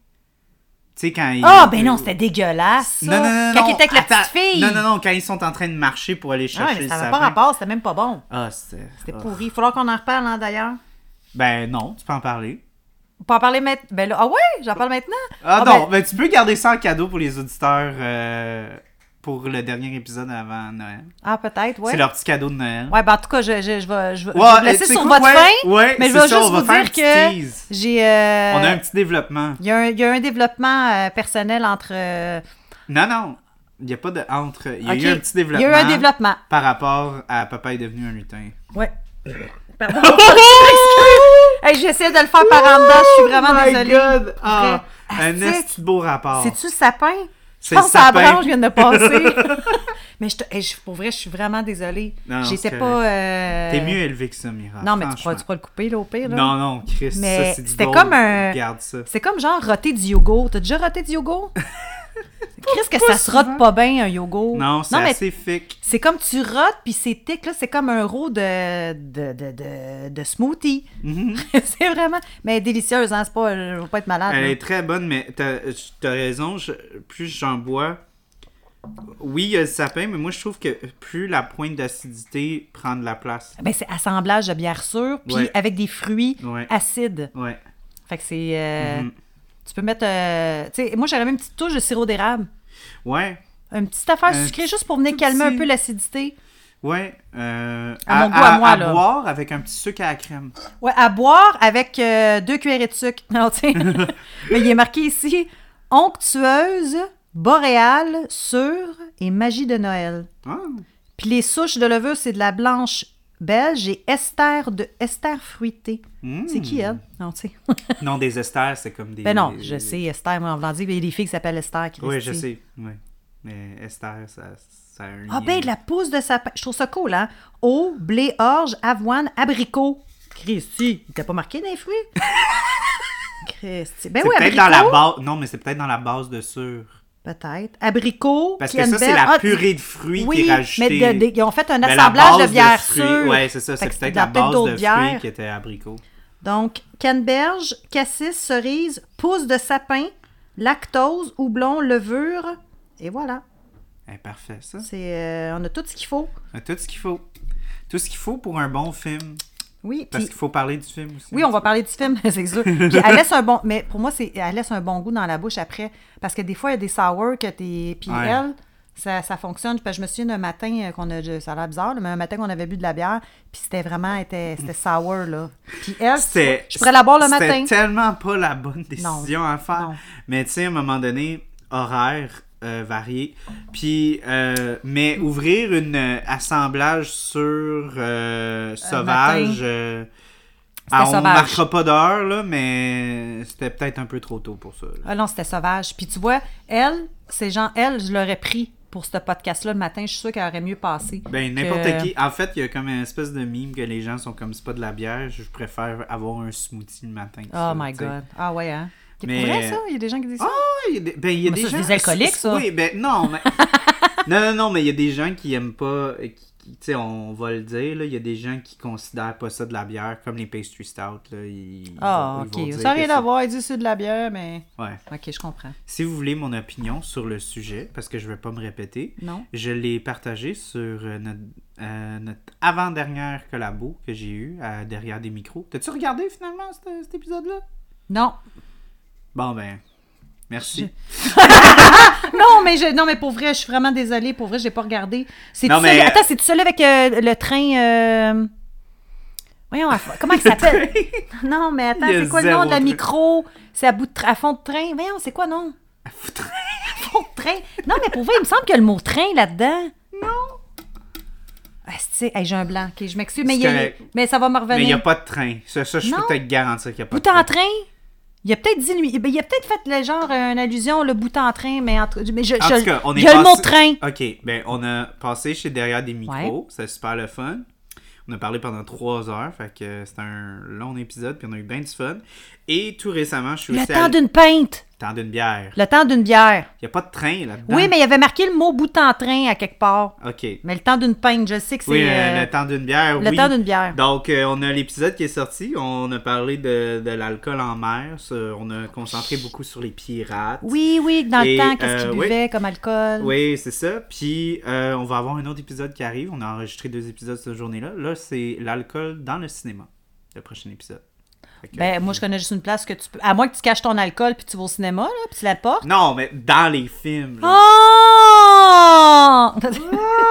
Speaker 2: sais, quand il.
Speaker 1: Ah, ben non, c'était dégueulasse. ça.
Speaker 2: Non, non, non,
Speaker 1: Quand
Speaker 2: non,
Speaker 1: il était avec la
Speaker 2: attends.
Speaker 1: petite fille.
Speaker 2: Non, non, non, quand ils sont en train de marcher pour aller
Speaker 1: Ah,
Speaker 2: chercher
Speaker 1: mais
Speaker 2: le
Speaker 1: ça
Speaker 2: sapin.
Speaker 1: n'avait pas rapport, c'était même pas bon.
Speaker 2: Ah, c'était.
Speaker 1: C'était
Speaker 2: ah.
Speaker 1: pourri. Il faudra qu'on en reparle, hein, d'ailleurs.
Speaker 2: Ben non, tu peux en parler.
Speaker 1: On peut en parler maintenant. Ben là, ah ouais, j'en parle maintenant.
Speaker 2: Ah,
Speaker 1: ben-
Speaker 2: non, ben... tu peux garder ça en cadeau pour les auditeurs euh, pour le dernier épisode avant Noël.
Speaker 1: Ah, peut-être, ouais.
Speaker 2: C'est leur petit cadeau de Noël.
Speaker 1: Ouais, ben en tout cas, je, je, je vais, je vais je vais
Speaker 2: Ouais,
Speaker 1: vous laisser
Speaker 2: tu sais
Speaker 1: sur
Speaker 2: quoi,
Speaker 1: votre
Speaker 2: ouais,
Speaker 1: fin.
Speaker 2: ouais,
Speaker 1: mais je
Speaker 2: c'est
Speaker 1: vais
Speaker 2: ça,
Speaker 1: juste
Speaker 2: on va
Speaker 1: vous
Speaker 2: faire un
Speaker 1: dire
Speaker 2: petit
Speaker 1: que
Speaker 2: tease.
Speaker 1: j'ai. euh,
Speaker 2: On a un petit développement.
Speaker 1: il, y a un, il y a un développement euh, personnel entre. euh,
Speaker 2: Non, non, il n'y a pas de entre. Il y a
Speaker 1: ok,
Speaker 2: eu un petit développement.
Speaker 1: Il y a eu un développement.
Speaker 2: Par rapport à Papa est devenu un lutin.
Speaker 1: Ouais.
Speaker 2: [LAUGHS]
Speaker 1: Pardon. Hey, J'essaie de le faire par en dedans, je suis vraiment
Speaker 2: oh my
Speaker 1: désolée.
Speaker 2: God! Ah,
Speaker 1: Après,
Speaker 2: un
Speaker 1: asti-
Speaker 2: esti de beau rapport.
Speaker 1: C'est-tu le sapin? Je
Speaker 2: C'est le
Speaker 1: pense à la
Speaker 2: sapin.
Speaker 1: branche vient de
Speaker 2: [LAUGHS]
Speaker 1: passer. mais je te- hey, je- pour vrai, je suis vraiment désolée.
Speaker 2: Non, non,
Speaker 1: J'étais pas.
Speaker 2: c'est correct.
Speaker 1: euh,
Speaker 2: T'es mieux élevé que ça, Mira.
Speaker 1: Ah, Non, mais tu
Speaker 2: franchement.
Speaker 1: pourras, tu pourras le couper, là, au pire. Là.
Speaker 2: Non, non, Chris,
Speaker 1: Mais
Speaker 2: ça, c'est du
Speaker 1: c'était
Speaker 2: gold.
Speaker 1: comme un-
Speaker 2: Regarde ça. [LAUGHS]
Speaker 1: C'est comme genre roter du yogourt. T'as déjà roté du yogourt? Qu'est-ce que ça se rote pas bien, un yogourt?
Speaker 2: Non, c'est
Speaker 1: mais
Speaker 2: assez thick.
Speaker 1: c'est comme tu rotes, puis c'est thick, là, c'est comme un roux de, de, de, de, de smoothie. [LAUGHS] c'est vraiment... Mais délicieuse, hein? C'est pas... Je veux pas être malade.
Speaker 2: Mm-hmm. Elle
Speaker 1: là.
Speaker 2: est très bonne, mais t'as as raison. je- plus j'en bois. Oui, il y a le sapin, mais moi, je trouve que plus la pointe d'acidité prend de la place.
Speaker 1: Ben, c'est assemblage de bière sûre, puis
Speaker 2: Ouais.
Speaker 1: avec des fruits
Speaker 2: Ouais. Mm-hmm.
Speaker 1: acides.
Speaker 2: Ouais.
Speaker 1: Fait que c'est... euh, Tu peux mettre... euh, tu sais, moi, j'aurais même une petite touche de sirop d'érable.
Speaker 2: Ouais.
Speaker 1: Une petite affaire
Speaker 2: Un
Speaker 1: sucrée, juste pour venir calmer un
Speaker 2: petit-
Speaker 1: peu l'acidité.
Speaker 2: Ouais. euh,
Speaker 1: À Ah, mon goût, à moi, là.
Speaker 2: boire avec un petit sucre à la crème.
Speaker 1: Ouais, à boire avec euh, deux cuillerées de sucre. [LAUGHS] Non,
Speaker 2: [LAUGHS]
Speaker 1: tu sais. Mais il est marqué ici onctueuse, boréale, sûre et magie de Noël.
Speaker 2: Ah,
Speaker 1: Puis les souches de levure, c'est de la blanche belge et Esther de Esther fruitée. C'est qui elle Non, tu sais.
Speaker 2: hmm.
Speaker 1: [LAUGHS]
Speaker 2: Non, des esters, c'est comme des.
Speaker 1: ben non,
Speaker 2: des-
Speaker 1: je sais Esther, moi en voulant dire, il y a des filles qui s'appellent Esther. Christy.
Speaker 2: Oui, je sais. Oui. Mais esters, ça, ça a un.
Speaker 1: Ah
Speaker 2: lien.
Speaker 1: ben de la pousse de sapin, je trouve ça cool hein. Eau, blé, orge, avoine, abricot. Christy, il t'a pas marqué des
Speaker 2: [LAUGHS]
Speaker 1: fruits Christy. Ben
Speaker 2: C'est
Speaker 1: oui,
Speaker 2: peut-être dans la
Speaker 1: abricot.
Speaker 2: base. Non, mais c'est peut-être dans la base de sucre.
Speaker 1: Peut-être. Abricot.
Speaker 2: Parce que
Speaker 1: Clenbell.
Speaker 2: ça, c'est la
Speaker 1: Ah,
Speaker 2: purée de fruits
Speaker 1: oui,
Speaker 2: qui est rajoutée.
Speaker 1: mais de- de- ils ont fait un
Speaker 2: Mais la
Speaker 1: assemblage
Speaker 2: base
Speaker 1: de bières
Speaker 2: fruits-
Speaker 1: sûres.
Speaker 2: Ouais, c'est ça.
Speaker 1: Fait
Speaker 2: C'est
Speaker 1: que
Speaker 2: peut-être
Speaker 1: il y a
Speaker 2: la base
Speaker 1: d'autres
Speaker 2: de
Speaker 1: bières.
Speaker 2: fruits qui était abricot.
Speaker 1: Donc, canneberge, cassis, cerise, pousse de sapin, lactose, houblon, levure. Et voilà.
Speaker 2: Eh, parfait, ça.
Speaker 1: C'est, euh, on a tout ce qu'il faut.
Speaker 2: On a Tout ce qu'il faut. Tout ce qu'il faut pour un bon film.
Speaker 1: Oui,
Speaker 2: Parce
Speaker 1: puis-
Speaker 2: qu'il faut parler du film aussi.
Speaker 1: oui, on va parler du film, [LAUGHS] c'est sûr. Puis elle laisse un bon... Mais pour moi, c'est, elle laisse un bon goût dans la bouche après. Parce que des fois, il y a des sour que t'es... Puis
Speaker 2: Ouais.
Speaker 1: elle, ça, ça fonctionne. Parce que je me souviens d'un matin euh, qu'on a... Ça a l'air bizarre, là, mais un matin qu'on avait bu de la bière, puis c'était vraiment... Était, c'était sour, là. Puis elle,
Speaker 2: C'était-
Speaker 1: je pourrais la boire le matin.
Speaker 2: C'était tellement pas la bonne décision à faire.
Speaker 1: Non.
Speaker 2: Mais tu sais, à un moment donné, horaire euh, varié. Puis, euh, mais ouvrir une euh, assemblage sur euh, sauvage.
Speaker 1: matin.
Speaker 2: euh, ah, on
Speaker 1: sauvage.
Speaker 2: marquera pas d'heure, là, mais c'était peut-être un peu trop tôt pour ça. là.
Speaker 1: Ah non, c'était sauvage. Puis tu vois, elle, ces gens, elle, je l'aurais pris pour ce podcast-là le matin. Je suis sûre qu'elle aurait mieux passé.
Speaker 2: Ben, n'importe
Speaker 1: que-
Speaker 2: qui. En fait, il y a comme une espèce de mime que les gens sont comme c'est pas de la bière, je préfère avoir un smoothie le matin. que
Speaker 1: Oh
Speaker 2: ça,
Speaker 1: my
Speaker 2: tu sais.
Speaker 1: God. Ah ouais, hein? C'est pour
Speaker 2: Mais-
Speaker 1: vrai, ça? Il y a des gens qui disent ça?
Speaker 2: Ah, il y a des, ben, il y a
Speaker 1: Mais
Speaker 2: des
Speaker 1: ça, c'est
Speaker 2: gens.
Speaker 1: des alcooliques, ça.
Speaker 2: Oui, ben,
Speaker 1: [LAUGHS]
Speaker 2: non, mais. non, non, non, mais il y a des gens qui aiment pas. euh, qui- qui- Tu sais, on va le dire, là. Il y a des gens qui considèrent pas ça de la bière, comme les pastry stout, là. Ils,
Speaker 1: Ah,
Speaker 2: ils vont- ils vont
Speaker 1: OK.
Speaker 2: dire
Speaker 1: Ça n'a
Speaker 2: que
Speaker 1: rien
Speaker 2: c'est-
Speaker 1: à voir. Il dit c'est de la bière, mais...
Speaker 2: Ouais.
Speaker 1: OK, je comprends.
Speaker 2: Si vous voulez mon opinion sur le sujet, parce que je vais pas me répéter,
Speaker 1: Non.
Speaker 2: je l'ai partagé sur euh, notre, euh, notre avant-dernière collabo que j'ai eu à Derrière des micros. T'as-tu regardé finalement cet, cet épisode-là?
Speaker 1: Non.
Speaker 2: Bon, ben, merci.
Speaker 1: [LAUGHS] Non, mais je... non, mais pour vrai, je suis vraiment désolée. Pour vrai, j'ai pas regardé. C'est
Speaker 2: Non,
Speaker 1: tout
Speaker 2: mais-
Speaker 1: seul- Attends, c'est tout seul avec euh, le train... euh, Voyons, à- comment il s'appelle? [LAUGHS] non, mais attends,
Speaker 2: Il y a
Speaker 1: c'est quoi le nom
Speaker 2: zéro
Speaker 1: de la
Speaker 2: train.
Speaker 1: micro? C'est à bout de tra- à fond de train. Voyons, c'est quoi, non? [LAUGHS] Fond de train. Non, mais pour vrai, il me semble qu'il y a le mot train là-dedans. Non. Ah, c'est, hey, j'ai un blanc. OK, je m'excuse, mais,
Speaker 2: C'est
Speaker 1: il y a-
Speaker 2: correct.
Speaker 1: mais ça va me
Speaker 2: Mais il n'y a
Speaker 1: revenir.
Speaker 2: pas de train. Ça, ça, je
Speaker 1: Non.
Speaker 2: peux peut-être garantir qu'il n'y a pas
Speaker 1: Bout
Speaker 2: de train.
Speaker 1: en train? Il a peut-être dit lui- ben, Il a peut-être fait le genre euh, une allusion, le bout en train, mais, entre, mais je,
Speaker 2: En
Speaker 1: je-
Speaker 2: tout cas, on est
Speaker 1: il y a le mot
Speaker 2: passé-
Speaker 1: train.
Speaker 2: OK, ben on a passé chez Derrière des micros. C'était super le fun. On a parlé pendant trois heures. Fait que c'était un long épisode. Puis on a eu bien du fun. Et tout récemment, je suis
Speaker 1: Le
Speaker 2: aussi
Speaker 1: temps
Speaker 2: allé-
Speaker 1: d'une pinte.
Speaker 2: temps d'une bière.
Speaker 1: Le temps d'une bière.
Speaker 2: Il n'y a pas de train là-dedans.
Speaker 1: Oui, mais il avait marqué le mot bout en train à quelque part.
Speaker 2: OK.
Speaker 1: Mais le temps d'une pinte, je sais que c'est.
Speaker 2: Oui, le-
Speaker 1: euh,
Speaker 2: le temps d'une bière.
Speaker 1: le
Speaker 2: oui.
Speaker 1: temps d'une bière.
Speaker 2: Donc, euh, on a l'épisode qui est sorti. On a parlé de, de l'alcool en mer. Ça, on a concentré beaucoup sur les pirates.
Speaker 1: Oui, oui, dans
Speaker 2: Et,
Speaker 1: le temps, qu'est-ce qu'il
Speaker 2: euh, oui.
Speaker 1: buvait comme alcool.
Speaker 2: Oui, c'est ça. Puis euh, on va avoir un autre épisode qui arrive. On a enregistré deux épisodes cette journée-là. Là, c'est l'alcool dans le cinéma. Le prochain épisode. Fait que-
Speaker 1: Ben, moi, je connais juste une place que tu peux. À moins que tu caches ton alcool puis tu vas au cinéma, là, puis tu la portes.
Speaker 2: Non, mais dans les films. genre. [LAUGHS]
Speaker 1: Oh!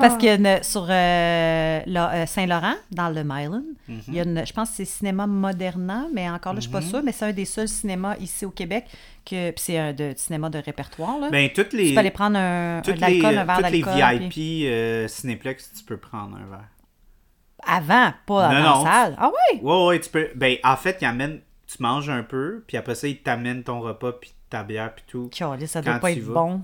Speaker 1: Parce qu'il y a une- sur euh, la- euh, Saint-Laurent, dans le Myland,
Speaker 2: Mm-hmm.
Speaker 1: il y a une, je pense que c'est cinéma Moderna, mais encore là, je suis pas sûre, mais c'est un des seuls cinémas ici au Québec, que, puis c'est un de, cinéma de répertoire. Là.
Speaker 2: Ben, toutes les.
Speaker 1: tu peux aller prendre un, un
Speaker 2: toutes
Speaker 1: de l'alcool,
Speaker 2: les,
Speaker 1: un verre
Speaker 2: toutes les
Speaker 1: d'alcool.
Speaker 2: VIP
Speaker 1: puis-
Speaker 2: euh, Cinéplex, tu peux prendre un verre.
Speaker 1: Avant, pas
Speaker 2: Non,
Speaker 1: dans
Speaker 2: non.
Speaker 1: la salle. Ah oui?
Speaker 2: Ouais, ouais, tu peux. Ben, en fait, ils amènent. Tu manges un peu, puis après ça, ils t'amènent ton repas, puis ta bière, puis tout.
Speaker 1: Calais, ça doit
Speaker 2: Quand
Speaker 1: pas
Speaker 2: tu
Speaker 1: être
Speaker 2: vas.
Speaker 1: bon.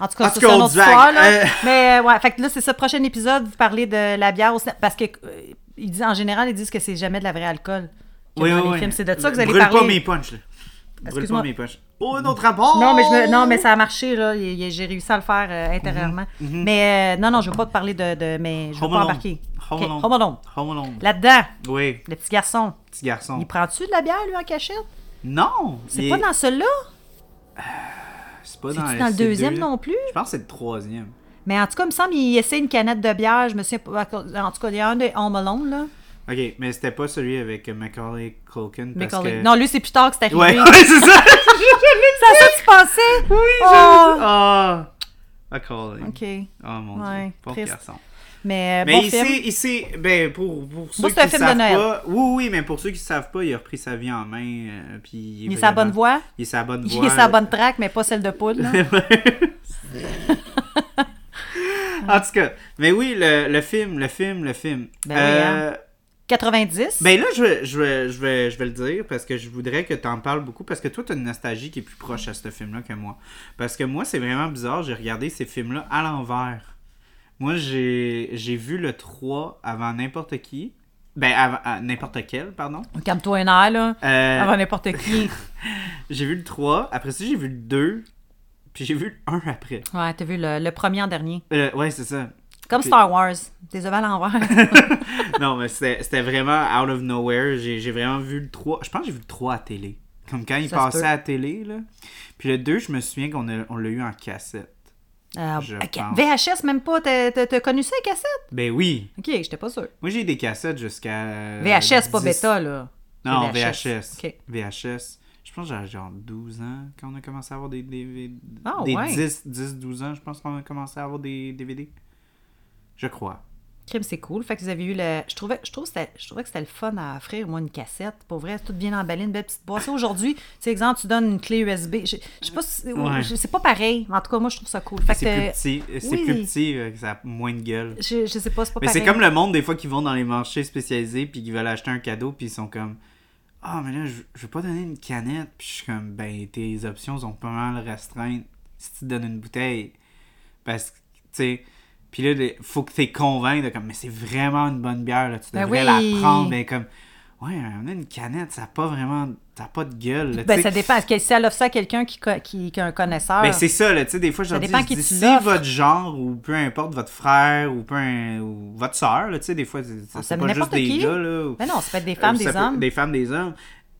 Speaker 1: En tout cas,
Speaker 2: En
Speaker 1: ça,
Speaker 2: tout
Speaker 1: c'est
Speaker 2: cas,
Speaker 1: une
Speaker 2: on
Speaker 1: autre
Speaker 2: divague.
Speaker 1: histoire. Là.
Speaker 2: Euh. [LAUGHS]
Speaker 1: Mais ouais, fait que là, c'est ça. Prochain épisode, vous parlez de la bière au cinéma. Parce que euh, ils disent, en général, ils disent que c'est jamais de la vraie alcool. que
Speaker 2: Oui,
Speaker 1: dans
Speaker 2: oui,
Speaker 1: les
Speaker 2: oui.
Speaker 1: films. C'est de ça que vous allez
Speaker 2: Brûle
Speaker 1: parler.
Speaker 2: pas mes punchs, là. Brûle
Speaker 1: Excuse-moi.
Speaker 2: pas mes poches. Oh, un autre rapport!
Speaker 1: Non, mais, je me- non, mais
Speaker 2: Oh!
Speaker 1: ça a marché, là. Il- il- J'ai réussi à le faire
Speaker 2: Mhm,
Speaker 1: euh, intérieurement. Mais euh, non, non, je veux pas te parler de. de- mais je veux
Speaker 2: Home
Speaker 1: pas
Speaker 2: Alone.
Speaker 1: embarquer.
Speaker 2: Home
Speaker 1: Ok,
Speaker 2: Alone.
Speaker 1: Home Alone.
Speaker 2: Home Alone.
Speaker 1: Là-dedans,
Speaker 2: Oui,
Speaker 1: le petit garçon,
Speaker 2: petit garçon.
Speaker 1: il prend-tu de la bière, lui, en cachette?
Speaker 2: Non!
Speaker 1: C'est
Speaker 2: il-
Speaker 1: pas dans celui-là?
Speaker 2: C'est pas
Speaker 1: C'est-tu
Speaker 2: dans,
Speaker 1: dans le
Speaker 2: c'est
Speaker 1: deuxième
Speaker 2: deux-
Speaker 1: non plus?
Speaker 2: Je pense que c'est le troisième.
Speaker 1: Mais en tout cas, il me semble qu'il essaie une canette de bière. Je me souviens pas. En tout cas, il y a un de Home Alone, là.
Speaker 2: Ok, mais c'était pas celui avec euh, Macaulay Culkin.
Speaker 1: Mais
Speaker 2: Parce
Speaker 1: qu'on-
Speaker 2: que...
Speaker 1: Non, lui, c'est plus tard que c'est arrivé.
Speaker 2: Ouais, [LAUGHS] ouais, c'est ça!
Speaker 1: C'est à ça que tu pensais? Oui, oh.
Speaker 2: Ah! Macaulay.
Speaker 1: OK.
Speaker 2: Oh mon
Speaker 1: Ouais,
Speaker 2: dieu, pauvre
Speaker 1: triste.
Speaker 2: garçon.
Speaker 1: Mais, euh,
Speaker 2: Mais
Speaker 1: bon
Speaker 2: il
Speaker 1: film.
Speaker 2: sait, il sait, ben pour, pour ceux
Speaker 1: Moi,
Speaker 2: qui
Speaker 1: c'est un
Speaker 2: ne
Speaker 1: film de
Speaker 2: savent
Speaker 1: Noël.
Speaker 2: pas, oui oui, mais pour ceux qui ne savent pas, il a repris sa vie en main, euh, puis
Speaker 1: Il est sa bonne voix.
Speaker 2: Il est sa bonne
Speaker 1: Il
Speaker 2: voix.
Speaker 1: est sa bonne track, mais pas celle de poudre.
Speaker 2: [LAUGHS]
Speaker 1: là.
Speaker 2: en tout cas, mais oui, le, le film, le film, le film. Euh,
Speaker 1: Ben oui, hein. 90.
Speaker 2: ben là, je, vais- je, vais- je, vais, je vais le dire parce que je voudrais que tu en parles beaucoup parce que toi, tu as une nostalgie qui est plus proche à ce film-là que moi. Parce que moi, c'est vraiment bizarre, j'ai regardé ces films-là à l'envers. Moi, j'ai j'ai vu le 3 avant n'importe qui. Ben, avant à n'importe quel, pardon.
Speaker 1: Calme-toi un air, là.
Speaker 2: Euh,
Speaker 1: Avant n'importe qui.
Speaker 2: J'ai vu le 3, après ça, j'ai vu le 2, puis j'ai vu le 1 après.
Speaker 1: Ouais, t'as vu le, le premier en dernier.
Speaker 2: Euh, ouais, c'est ça.
Speaker 1: Comme
Speaker 2: Puis-
Speaker 1: Star Wars. Des ovales en l'envers.
Speaker 2: [LAUGHS] non, mais c'était c'était vraiment out of nowhere. J'ai j'ai vraiment vu le 3. Je pense que j'ai vu le 3 à télé. Comme quand il
Speaker 1: Ça se
Speaker 2: passait
Speaker 1: peut.
Speaker 2: à télé, là. Puis le 2, je me souviens qu'on a- on l'a eu en cassette.
Speaker 1: Euh,
Speaker 2: Je
Speaker 1: ok,
Speaker 2: pense.
Speaker 1: VHS, même pas. T'as t'as- t'as connu ça, les cassettes?
Speaker 2: Ben oui.
Speaker 1: Ok, j'étais pas sûre.
Speaker 2: Moi, j'ai des cassettes jusqu'à.
Speaker 1: VHS, pas
Speaker 2: 10.
Speaker 1: bêta, là.
Speaker 2: Non,
Speaker 1: C'est
Speaker 2: VHS.
Speaker 1: Ok.
Speaker 2: VHS. Je pense que j'avais genre 12 ans quand on a commencé à avoir des DVD.
Speaker 1: Ah,
Speaker 2: des
Speaker 1: ouais.
Speaker 2: 10, 10, 12 ans, je pense qu'on a commencé à avoir des DVD. Je crois.
Speaker 1: Crime, c'est cool. Fait que vous avez eu le. Je trouvais, je trouve que c'était- je trouvais que c'était le fun à offrir, moi, une cassette. Pour vrai, tout bien emballé, une belle petite boîte. Tu sais, Aujourd'hui, tu sais, exemple, tu donnes une clé USB. Je, je sais pas si. ou-
Speaker 2: Ouais.
Speaker 1: je- C'est pas pareil. En tout cas, moi, je trouve ça cool. Fait que.
Speaker 2: C'est plus
Speaker 1: euh,
Speaker 2: petit. C'est
Speaker 1: oui.
Speaker 2: plus petit, euh, ça a moins de gueule.
Speaker 1: Je, je sais pas, c'est pas
Speaker 2: Mais
Speaker 1: pareil.
Speaker 2: c'est comme le monde, des fois, qui vont dans les marchés spécialisés, puis qui veulent acheter un cadeau, puis ils sont comme Ah, mais là, je, je veux pas donner une canette. Puis je suis comme Ben, tes options sont pas mal restreintes si tu donnes une bouteille. Parce que, tu sais. Puis là, les- faut que t'es convaincu de comme Mais c'est vraiment une bonne bière, là, tu
Speaker 1: Ben
Speaker 2: devrais
Speaker 1: oui.
Speaker 2: la prendre. Ben, comme Ouais, on a une canette, ça a pas vraiment. Ça a pas de gueule. là, tu
Speaker 1: Ben,
Speaker 2: sais.
Speaker 1: ça dépend. Est-ce que si elle offre ça à quelqu'un qui, co- qui, qui est un connaisseur.
Speaker 2: Ben, c'est ça, là, tu sais, des fois, je
Speaker 1: Ah. Ça
Speaker 2: leur dis,
Speaker 1: dépend
Speaker 2: je
Speaker 1: qui
Speaker 2: dis,
Speaker 1: tu
Speaker 2: si
Speaker 1: l'offres.
Speaker 2: votre genre, ou peu importe, votre frère, ou, peu un- ou votre soeur, là, tu sais, des fois, c'est- c'est
Speaker 1: Ah, ça
Speaker 2: c'est
Speaker 1: peut
Speaker 2: pas juste
Speaker 1: n'importe
Speaker 2: des
Speaker 1: qui.
Speaker 2: gars, là. ou-
Speaker 1: Ben non, ça peut être des
Speaker 2: euh,
Speaker 1: femmes,
Speaker 2: ça
Speaker 1: des
Speaker 2: peut-
Speaker 1: hommes.
Speaker 2: Des femmes, des hommes.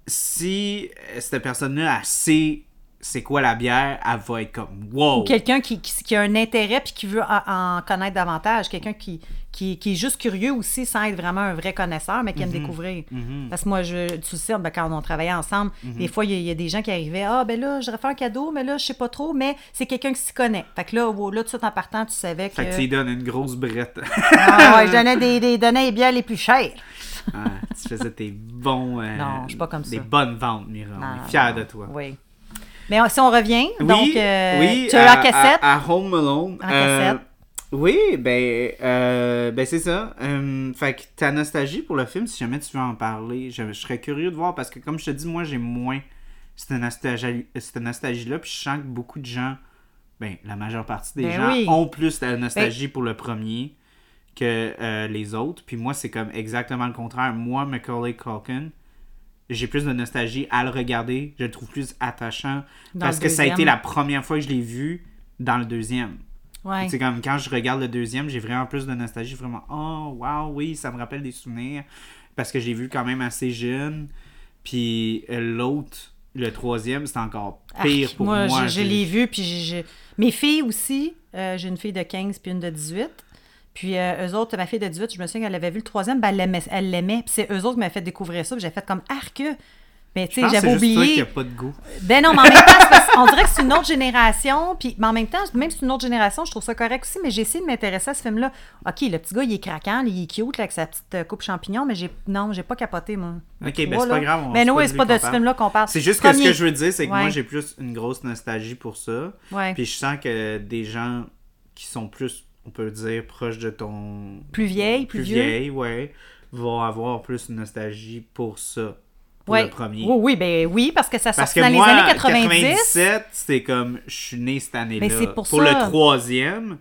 Speaker 2: Si euh, cette personne-là, elle sait c'est quoi la bière, elle va être comme, wow!
Speaker 1: Ou quelqu'un qui, qui, qui a un intérêt puis qui veut en, en connaître davantage. Quelqu'un qui, qui, qui est juste curieux aussi sans être vraiment un vrai connaisseur, mais qui aime
Speaker 2: Mhm.
Speaker 1: découvrir. Parce que moi, je, tu le sais, ben, quand on travaillait ensemble,
Speaker 2: Mhm.
Speaker 1: des fois, il y, a- il y a des gens qui arrivaient Ah, ben là, j'aurais fait un cadeau, mais là, je sais pas trop, mais c'est quelqu'un qui s'y connaît. Fait que là, wow, là, tout de suite, en partant, tu savais que.
Speaker 2: Fait que tu lui donnes une grosse brette. [LAUGHS]
Speaker 1: Ah, ouais, je donnais des, des, donnais les bières les plus chères.
Speaker 2: Ah, tu faisais tes bons. euh,
Speaker 1: Non, je suis pas comme ça.
Speaker 2: Des bonnes ventes, Mira.
Speaker 1: Ah,
Speaker 2: on est fiers
Speaker 1: non.
Speaker 2: de toi.
Speaker 1: Oui. Mais on- si on revient,
Speaker 2: Oui,
Speaker 1: donc, euh,
Speaker 2: oui,
Speaker 1: tu as eu
Speaker 2: à,
Speaker 1: la cassette.
Speaker 2: À, à Home Alone.
Speaker 1: En
Speaker 2: Euh,
Speaker 1: cassette.
Speaker 2: oui, ben, euh, ben c'est ça. Euh, fait que ta nostalgie pour le film, si jamais tu veux en parler, je, je serais curieux de voir parce que, comme je te dis, moi, j'ai moins cette nostalgie- cette nostalgie-là. Puis je sens que beaucoup de gens, ben, la majeure partie des
Speaker 1: Ben
Speaker 2: gens,
Speaker 1: oui.
Speaker 2: ont plus la nostalgie pour le premier que euh, les autres. Puis moi, c'est comme exactement le contraire. Moi, Macaulay Culkin, j'ai plus de nostalgie à le regarder. Je le trouve plus attachant.
Speaker 1: Dans
Speaker 2: parce
Speaker 1: le
Speaker 2: que ça a été
Speaker 1: deuxième.
Speaker 2: la première fois que je l'ai vu dans le deuxième.
Speaker 1: Ouais.
Speaker 2: C'est comme quand je regarde le deuxième, j'ai vraiment plus de nostalgie. Vraiment, oh, wow, oui, ça me rappelle des souvenirs. Parce que j'ai vu quand même assez jeune. Puis euh, l'autre, le troisième, c'est encore pire
Speaker 1: Arc,
Speaker 2: pour
Speaker 1: moi,
Speaker 2: moi.
Speaker 1: je- je,
Speaker 2: J'ai-
Speaker 1: l'ai vu, puis j'ai- j'ai- mes filles aussi, euh, j'ai une fille de 15 puis une de 18. Puis euh, eux autres, ma fille de 18, je me souviens qu'elle avait vu le troisième, ben, elle l'aimait. Elle l'aimait. Puis c'est eux autres qui m'avaient fait découvrir ça, puis j'ai fait comme arc. euh, Mais tu
Speaker 2: Je
Speaker 1: sais,
Speaker 2: pense que
Speaker 1: j'avais
Speaker 2: c'est juste toi qui
Speaker 1: oublié.
Speaker 2: a pas de goût.
Speaker 1: Ben non, mais en même temps, c'est parce qu'on dirait que c'est une autre génération. Puis, mais en même temps, même si c'est une autre génération, je trouve ça correct aussi. Mais j'ai essayé de m'intéresser à ce film-là. OK, le petit gars, il est craquant, il est cute là, avec sa petite euh, coupe champignon, mais j'ai non, j'ai pas capoté, moi. Le
Speaker 2: Ok, ben,
Speaker 1: trois,
Speaker 2: c'est pas
Speaker 1: là.
Speaker 2: grave, on-
Speaker 1: Ben
Speaker 2: c'est
Speaker 1: oui,
Speaker 2: pas
Speaker 1: c'est
Speaker 2: de
Speaker 1: pas
Speaker 2: lui
Speaker 1: de
Speaker 2: qu'on
Speaker 1: ce
Speaker 2: parle.
Speaker 1: film-là qu'on parle.
Speaker 2: C'est juste que ce
Speaker 1: Premier.
Speaker 2: que je veux dire, c'est que moi,
Speaker 1: Ouais.
Speaker 2: j'ai plus une grosse nostalgie pour ça.
Speaker 1: Ouais.
Speaker 2: Puis je sens que des gens qui sont plus, on peut dire, proches de ton.
Speaker 1: Plus vieilles, plus vieux.
Speaker 2: vieilles, ouais, vont avoir plus une nostalgie pour ça. Pour
Speaker 1: Ouais.
Speaker 2: le premier.
Speaker 1: Oui, oui, ben oui, parce que ça
Speaker 2: Parce
Speaker 1: sortit
Speaker 2: que
Speaker 1: dans
Speaker 2: moi,
Speaker 1: les années 90.
Speaker 2: 97, c'était comme, je suis né cette année-là.
Speaker 1: Mais c'est pour
Speaker 2: le
Speaker 1: ça.
Speaker 2: troisième,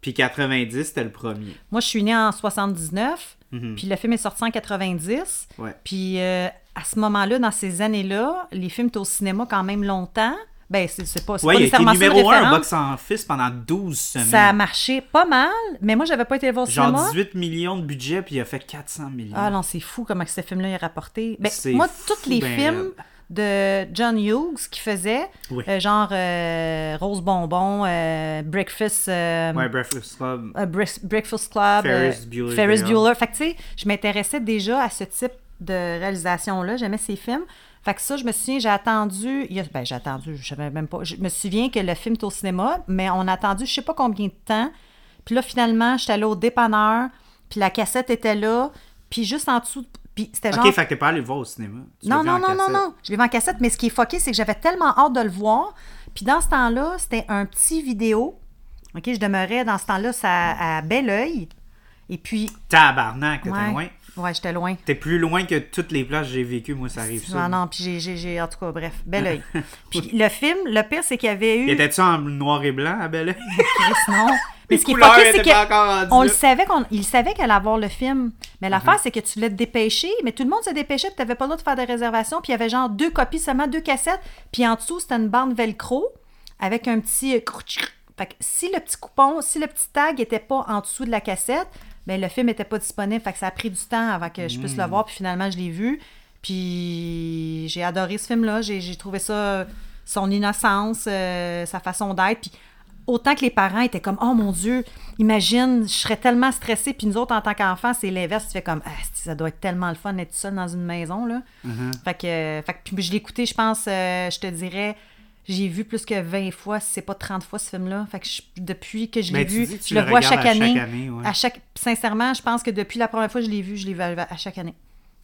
Speaker 2: puis 90, c'était le premier.
Speaker 1: Moi, je suis née en 79.
Speaker 2: Mhm.
Speaker 1: Puis le film est sorti en 90.
Speaker 2: Ouais.
Speaker 1: Puis euh, à ce moment-là, dans ces années-là, les films étaient au cinéma quand même longtemps. Ben, c'est c'est pas, c'est
Speaker 2: Ouais,
Speaker 1: pas
Speaker 2: il a été
Speaker 1: nécessairement ça de
Speaker 2: numéro 1 au
Speaker 1: référence.
Speaker 2: box-office pendant 12 semaines.
Speaker 1: Ça a marché pas mal, mais moi, j'avais pas été le voir au
Speaker 2: Genre
Speaker 1: cinéma.
Speaker 2: 18 millions de budget, puis il a fait 400 millions.
Speaker 1: Ah non, c'est fou comment que ce film-là est rapporté. Ben,
Speaker 2: C'est
Speaker 1: moi,
Speaker 2: fou,
Speaker 1: tous les
Speaker 2: ben
Speaker 1: films de John Hughes qui faisait,
Speaker 2: Oui.
Speaker 1: euh, genre euh, Rose Bonbon, euh, Breakfast, euh,
Speaker 2: Ouais, Breakfast Club.
Speaker 1: euh, Bre- Breakfast Club, euh,
Speaker 2: Ferris Bueller's
Speaker 1: Ferris
Speaker 2: Day Off.
Speaker 1: Bueller. Fait que tu sais, je m'intéressais déjà à ce type de réalisation-là. J'aimais ces films. Fait que ça, je me souviens, j'ai attendu. il y a- ben, j'ai attendu, je savais même pas. Je me souviens que le film est au cinéma, mais on a attendu je sais pas combien de temps. Puis là, finalement, j'étais allée au dépanneur, puis la cassette était là, puis juste en dessous. Puis c'était genre.
Speaker 2: Ok, fait que t'es pas allé le voir au cinéma. Tu l'as
Speaker 1: Non,
Speaker 2: vu
Speaker 1: non,
Speaker 2: en
Speaker 1: non, non,
Speaker 2: cassette.
Speaker 1: non. Je l'ai vu en cassette, mais ce qui est foqué, c'est que j'avais tellement hâte de le voir. Puis dans ce temps-là, c'était un petit vidéo. OK, je demeurais dans ce temps-là ça- à Belleuil. Et puis.
Speaker 2: Tabarnak, t'es
Speaker 1: ouais,
Speaker 2: loin.
Speaker 1: Ouais, j'étais loin.
Speaker 2: T'es plus loin que toutes les places que j'ai vécues, moi, ça arrive
Speaker 1: Non,
Speaker 2: ça.
Speaker 1: non, puis j'ai- j'ai. j'ai- En tout cas, bref,
Speaker 2: [LAUGHS]
Speaker 1: Belleuil. puis le film, le pire, c'est qu'il y avait eu.
Speaker 2: Y était-tu en noir et blanc à Belle
Speaker 1: Chris,
Speaker 2: [LAUGHS]
Speaker 1: non. Mais
Speaker 2: Les
Speaker 1: ce qui est
Speaker 2: couleurs
Speaker 1: fucké, c'est
Speaker 2: étaient pas encore
Speaker 1: que
Speaker 2: rendues
Speaker 1: on
Speaker 2: là.
Speaker 1: le savait qu'on il savait qu'elle allait avoir le film. Mais l'affaire c'est que tu voulais te dépêcher, mais tout le monde se dépêchait, puis t'avais pas le droit de faire des réservations, puis il y avait genre deux copies seulement, deux cassettes, puis en dessous c'était une bande velcro avec un petit euh, crouch, crouch. fait que si le petit coupon, si le petit tag était pas en dessous de la cassette, ben le film était pas disponible, fait que ça a pris du temps avant que je puisse le voir, puis finalement je l'ai vu. Puis j'ai adoré ce film-là. J'ai j'ai trouvé ça, son innocence, euh, sa façon d'être. Puis autant que les parents étaient comme, oh mon Dieu, imagine, je serais tellement stressée. Puis nous autres, en tant qu'enfants, c'est l'inverse. Tu fais comme, ah, c'est- ça doit être tellement le fun d'être seul dans une maison. Là.
Speaker 2: Mm-hmm.
Speaker 1: Fait que, euh, fait que puis je l'ai écouté, je pense, euh, je te dirais. J'ai vu plus que 20 fois, si c'est pas 30 fois ce film-là. Fait que je- depuis que je l'ai
Speaker 2: Ben, tu
Speaker 1: vu,
Speaker 2: dis que
Speaker 1: je
Speaker 2: tu
Speaker 1: le
Speaker 2: le
Speaker 1: vois
Speaker 2: regardes
Speaker 1: chaque
Speaker 2: à chaque
Speaker 1: année.
Speaker 2: année, ouais.
Speaker 1: À chaque- sincèrement, je pense que depuis la première fois que je l'ai vu, je l'ai vu à à chaque année.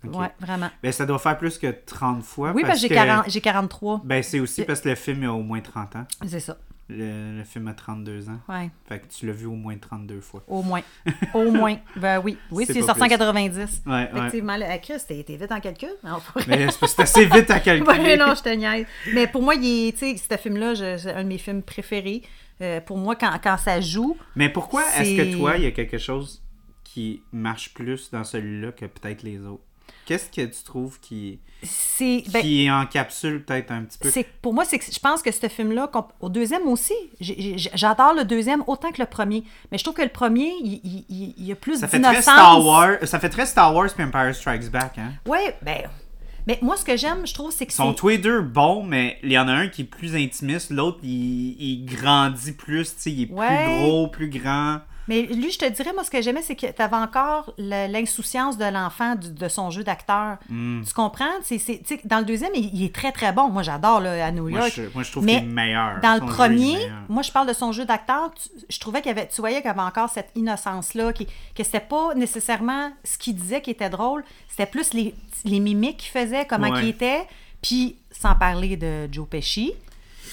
Speaker 1: Ouais, vraiment.
Speaker 2: Ben, ça doit faire plus que 30 fois.
Speaker 1: Oui, parce que j'ai
Speaker 2: Ah,
Speaker 1: Euh,
Speaker 2: que-
Speaker 1: 40 j'ai 43.
Speaker 2: Ben, c'est aussi parce que le film a au moins 30 ans.
Speaker 1: C'est ça.
Speaker 2: Le, le film a 32 ans.
Speaker 1: Ouais.
Speaker 2: Fait que tu l'as vu au moins 32 fois.
Speaker 1: Au moins.
Speaker 2: [LAUGHS]
Speaker 1: Au moins. Ben oui. Oui,
Speaker 2: C'est
Speaker 1: c'est
Speaker 2: pas
Speaker 1: sorti en 90.
Speaker 2: Ouais, ouais.
Speaker 1: Effectivement, le- ah, Chris, t'es t'es vite en calcul. Non, pour- [LAUGHS]
Speaker 2: Mais c'est parce que c'est assez vite à calculer.
Speaker 1: Ouais, non, je te niaise. Mais pour moi, il est- tu sais, ce film-là, je- c'est un de mes films préférés. Euh, pour moi, quand, quand ça joue,
Speaker 2: Mais pourquoi est-ce
Speaker 1: C'est-
Speaker 2: que toi, il y a quelque chose qui marche plus dans celui-là que peut-être les autres? Qu'est-ce que tu trouves qui,
Speaker 1: c'est. ben,
Speaker 2: qui encapsule peut-être un petit peu?
Speaker 1: c'est- pour moi, c'est que je pense que ce film-là, qu'on- au deuxième aussi, j'ai- j'ai- j'adore le deuxième autant que le premier. Mais je trouve que le premier, il, il- il- il y a plus
Speaker 2: Ça
Speaker 1: d'innocence.
Speaker 2: fait, très Star Wars, ça fait très Star Wars puis Empire Strikes Back, hein?
Speaker 1: Oui, ben. Mais moi, ce que j'aime, je trouve, c'est que
Speaker 2: Ils sont
Speaker 1: c'est.
Speaker 2: tous les deux bons, mais il y en a un qui est plus intimiste, l'autre, il, il grandit plus, tu sais, il est
Speaker 1: Ouais.
Speaker 2: plus gros, plus grand.
Speaker 1: Mais lui, je te dirais, moi, ce que j'aimais, c'est que tu avais encore le- l'insouciance de l'enfant du- de son jeu d'acteur.
Speaker 2: Hmm.
Speaker 1: Tu comprends? C'est, c'est- tu sais, dans le deuxième, il, il est très, très bon. Moi, j'adore là, à New
Speaker 2: Moi,
Speaker 1: York.
Speaker 2: je- moi, je trouve
Speaker 1: Mais
Speaker 2: qu'il est meilleur.
Speaker 1: Dans
Speaker 2: Son
Speaker 1: le
Speaker 2: jeu,
Speaker 1: premier,
Speaker 2: il est meilleur.
Speaker 1: moi, je parle de son jeu d'acteur. tu- Je trouvais qu'il y avait, tu voyais qu'il y avait encore cette innocence-là, qui, que c'était pas nécessairement ce qu'il disait qui était drôle, c'était plus les, les mimiques qu'il faisait, comment
Speaker 2: Ouais.
Speaker 1: qu'il était. Puis, sans parler de Joe Pesci.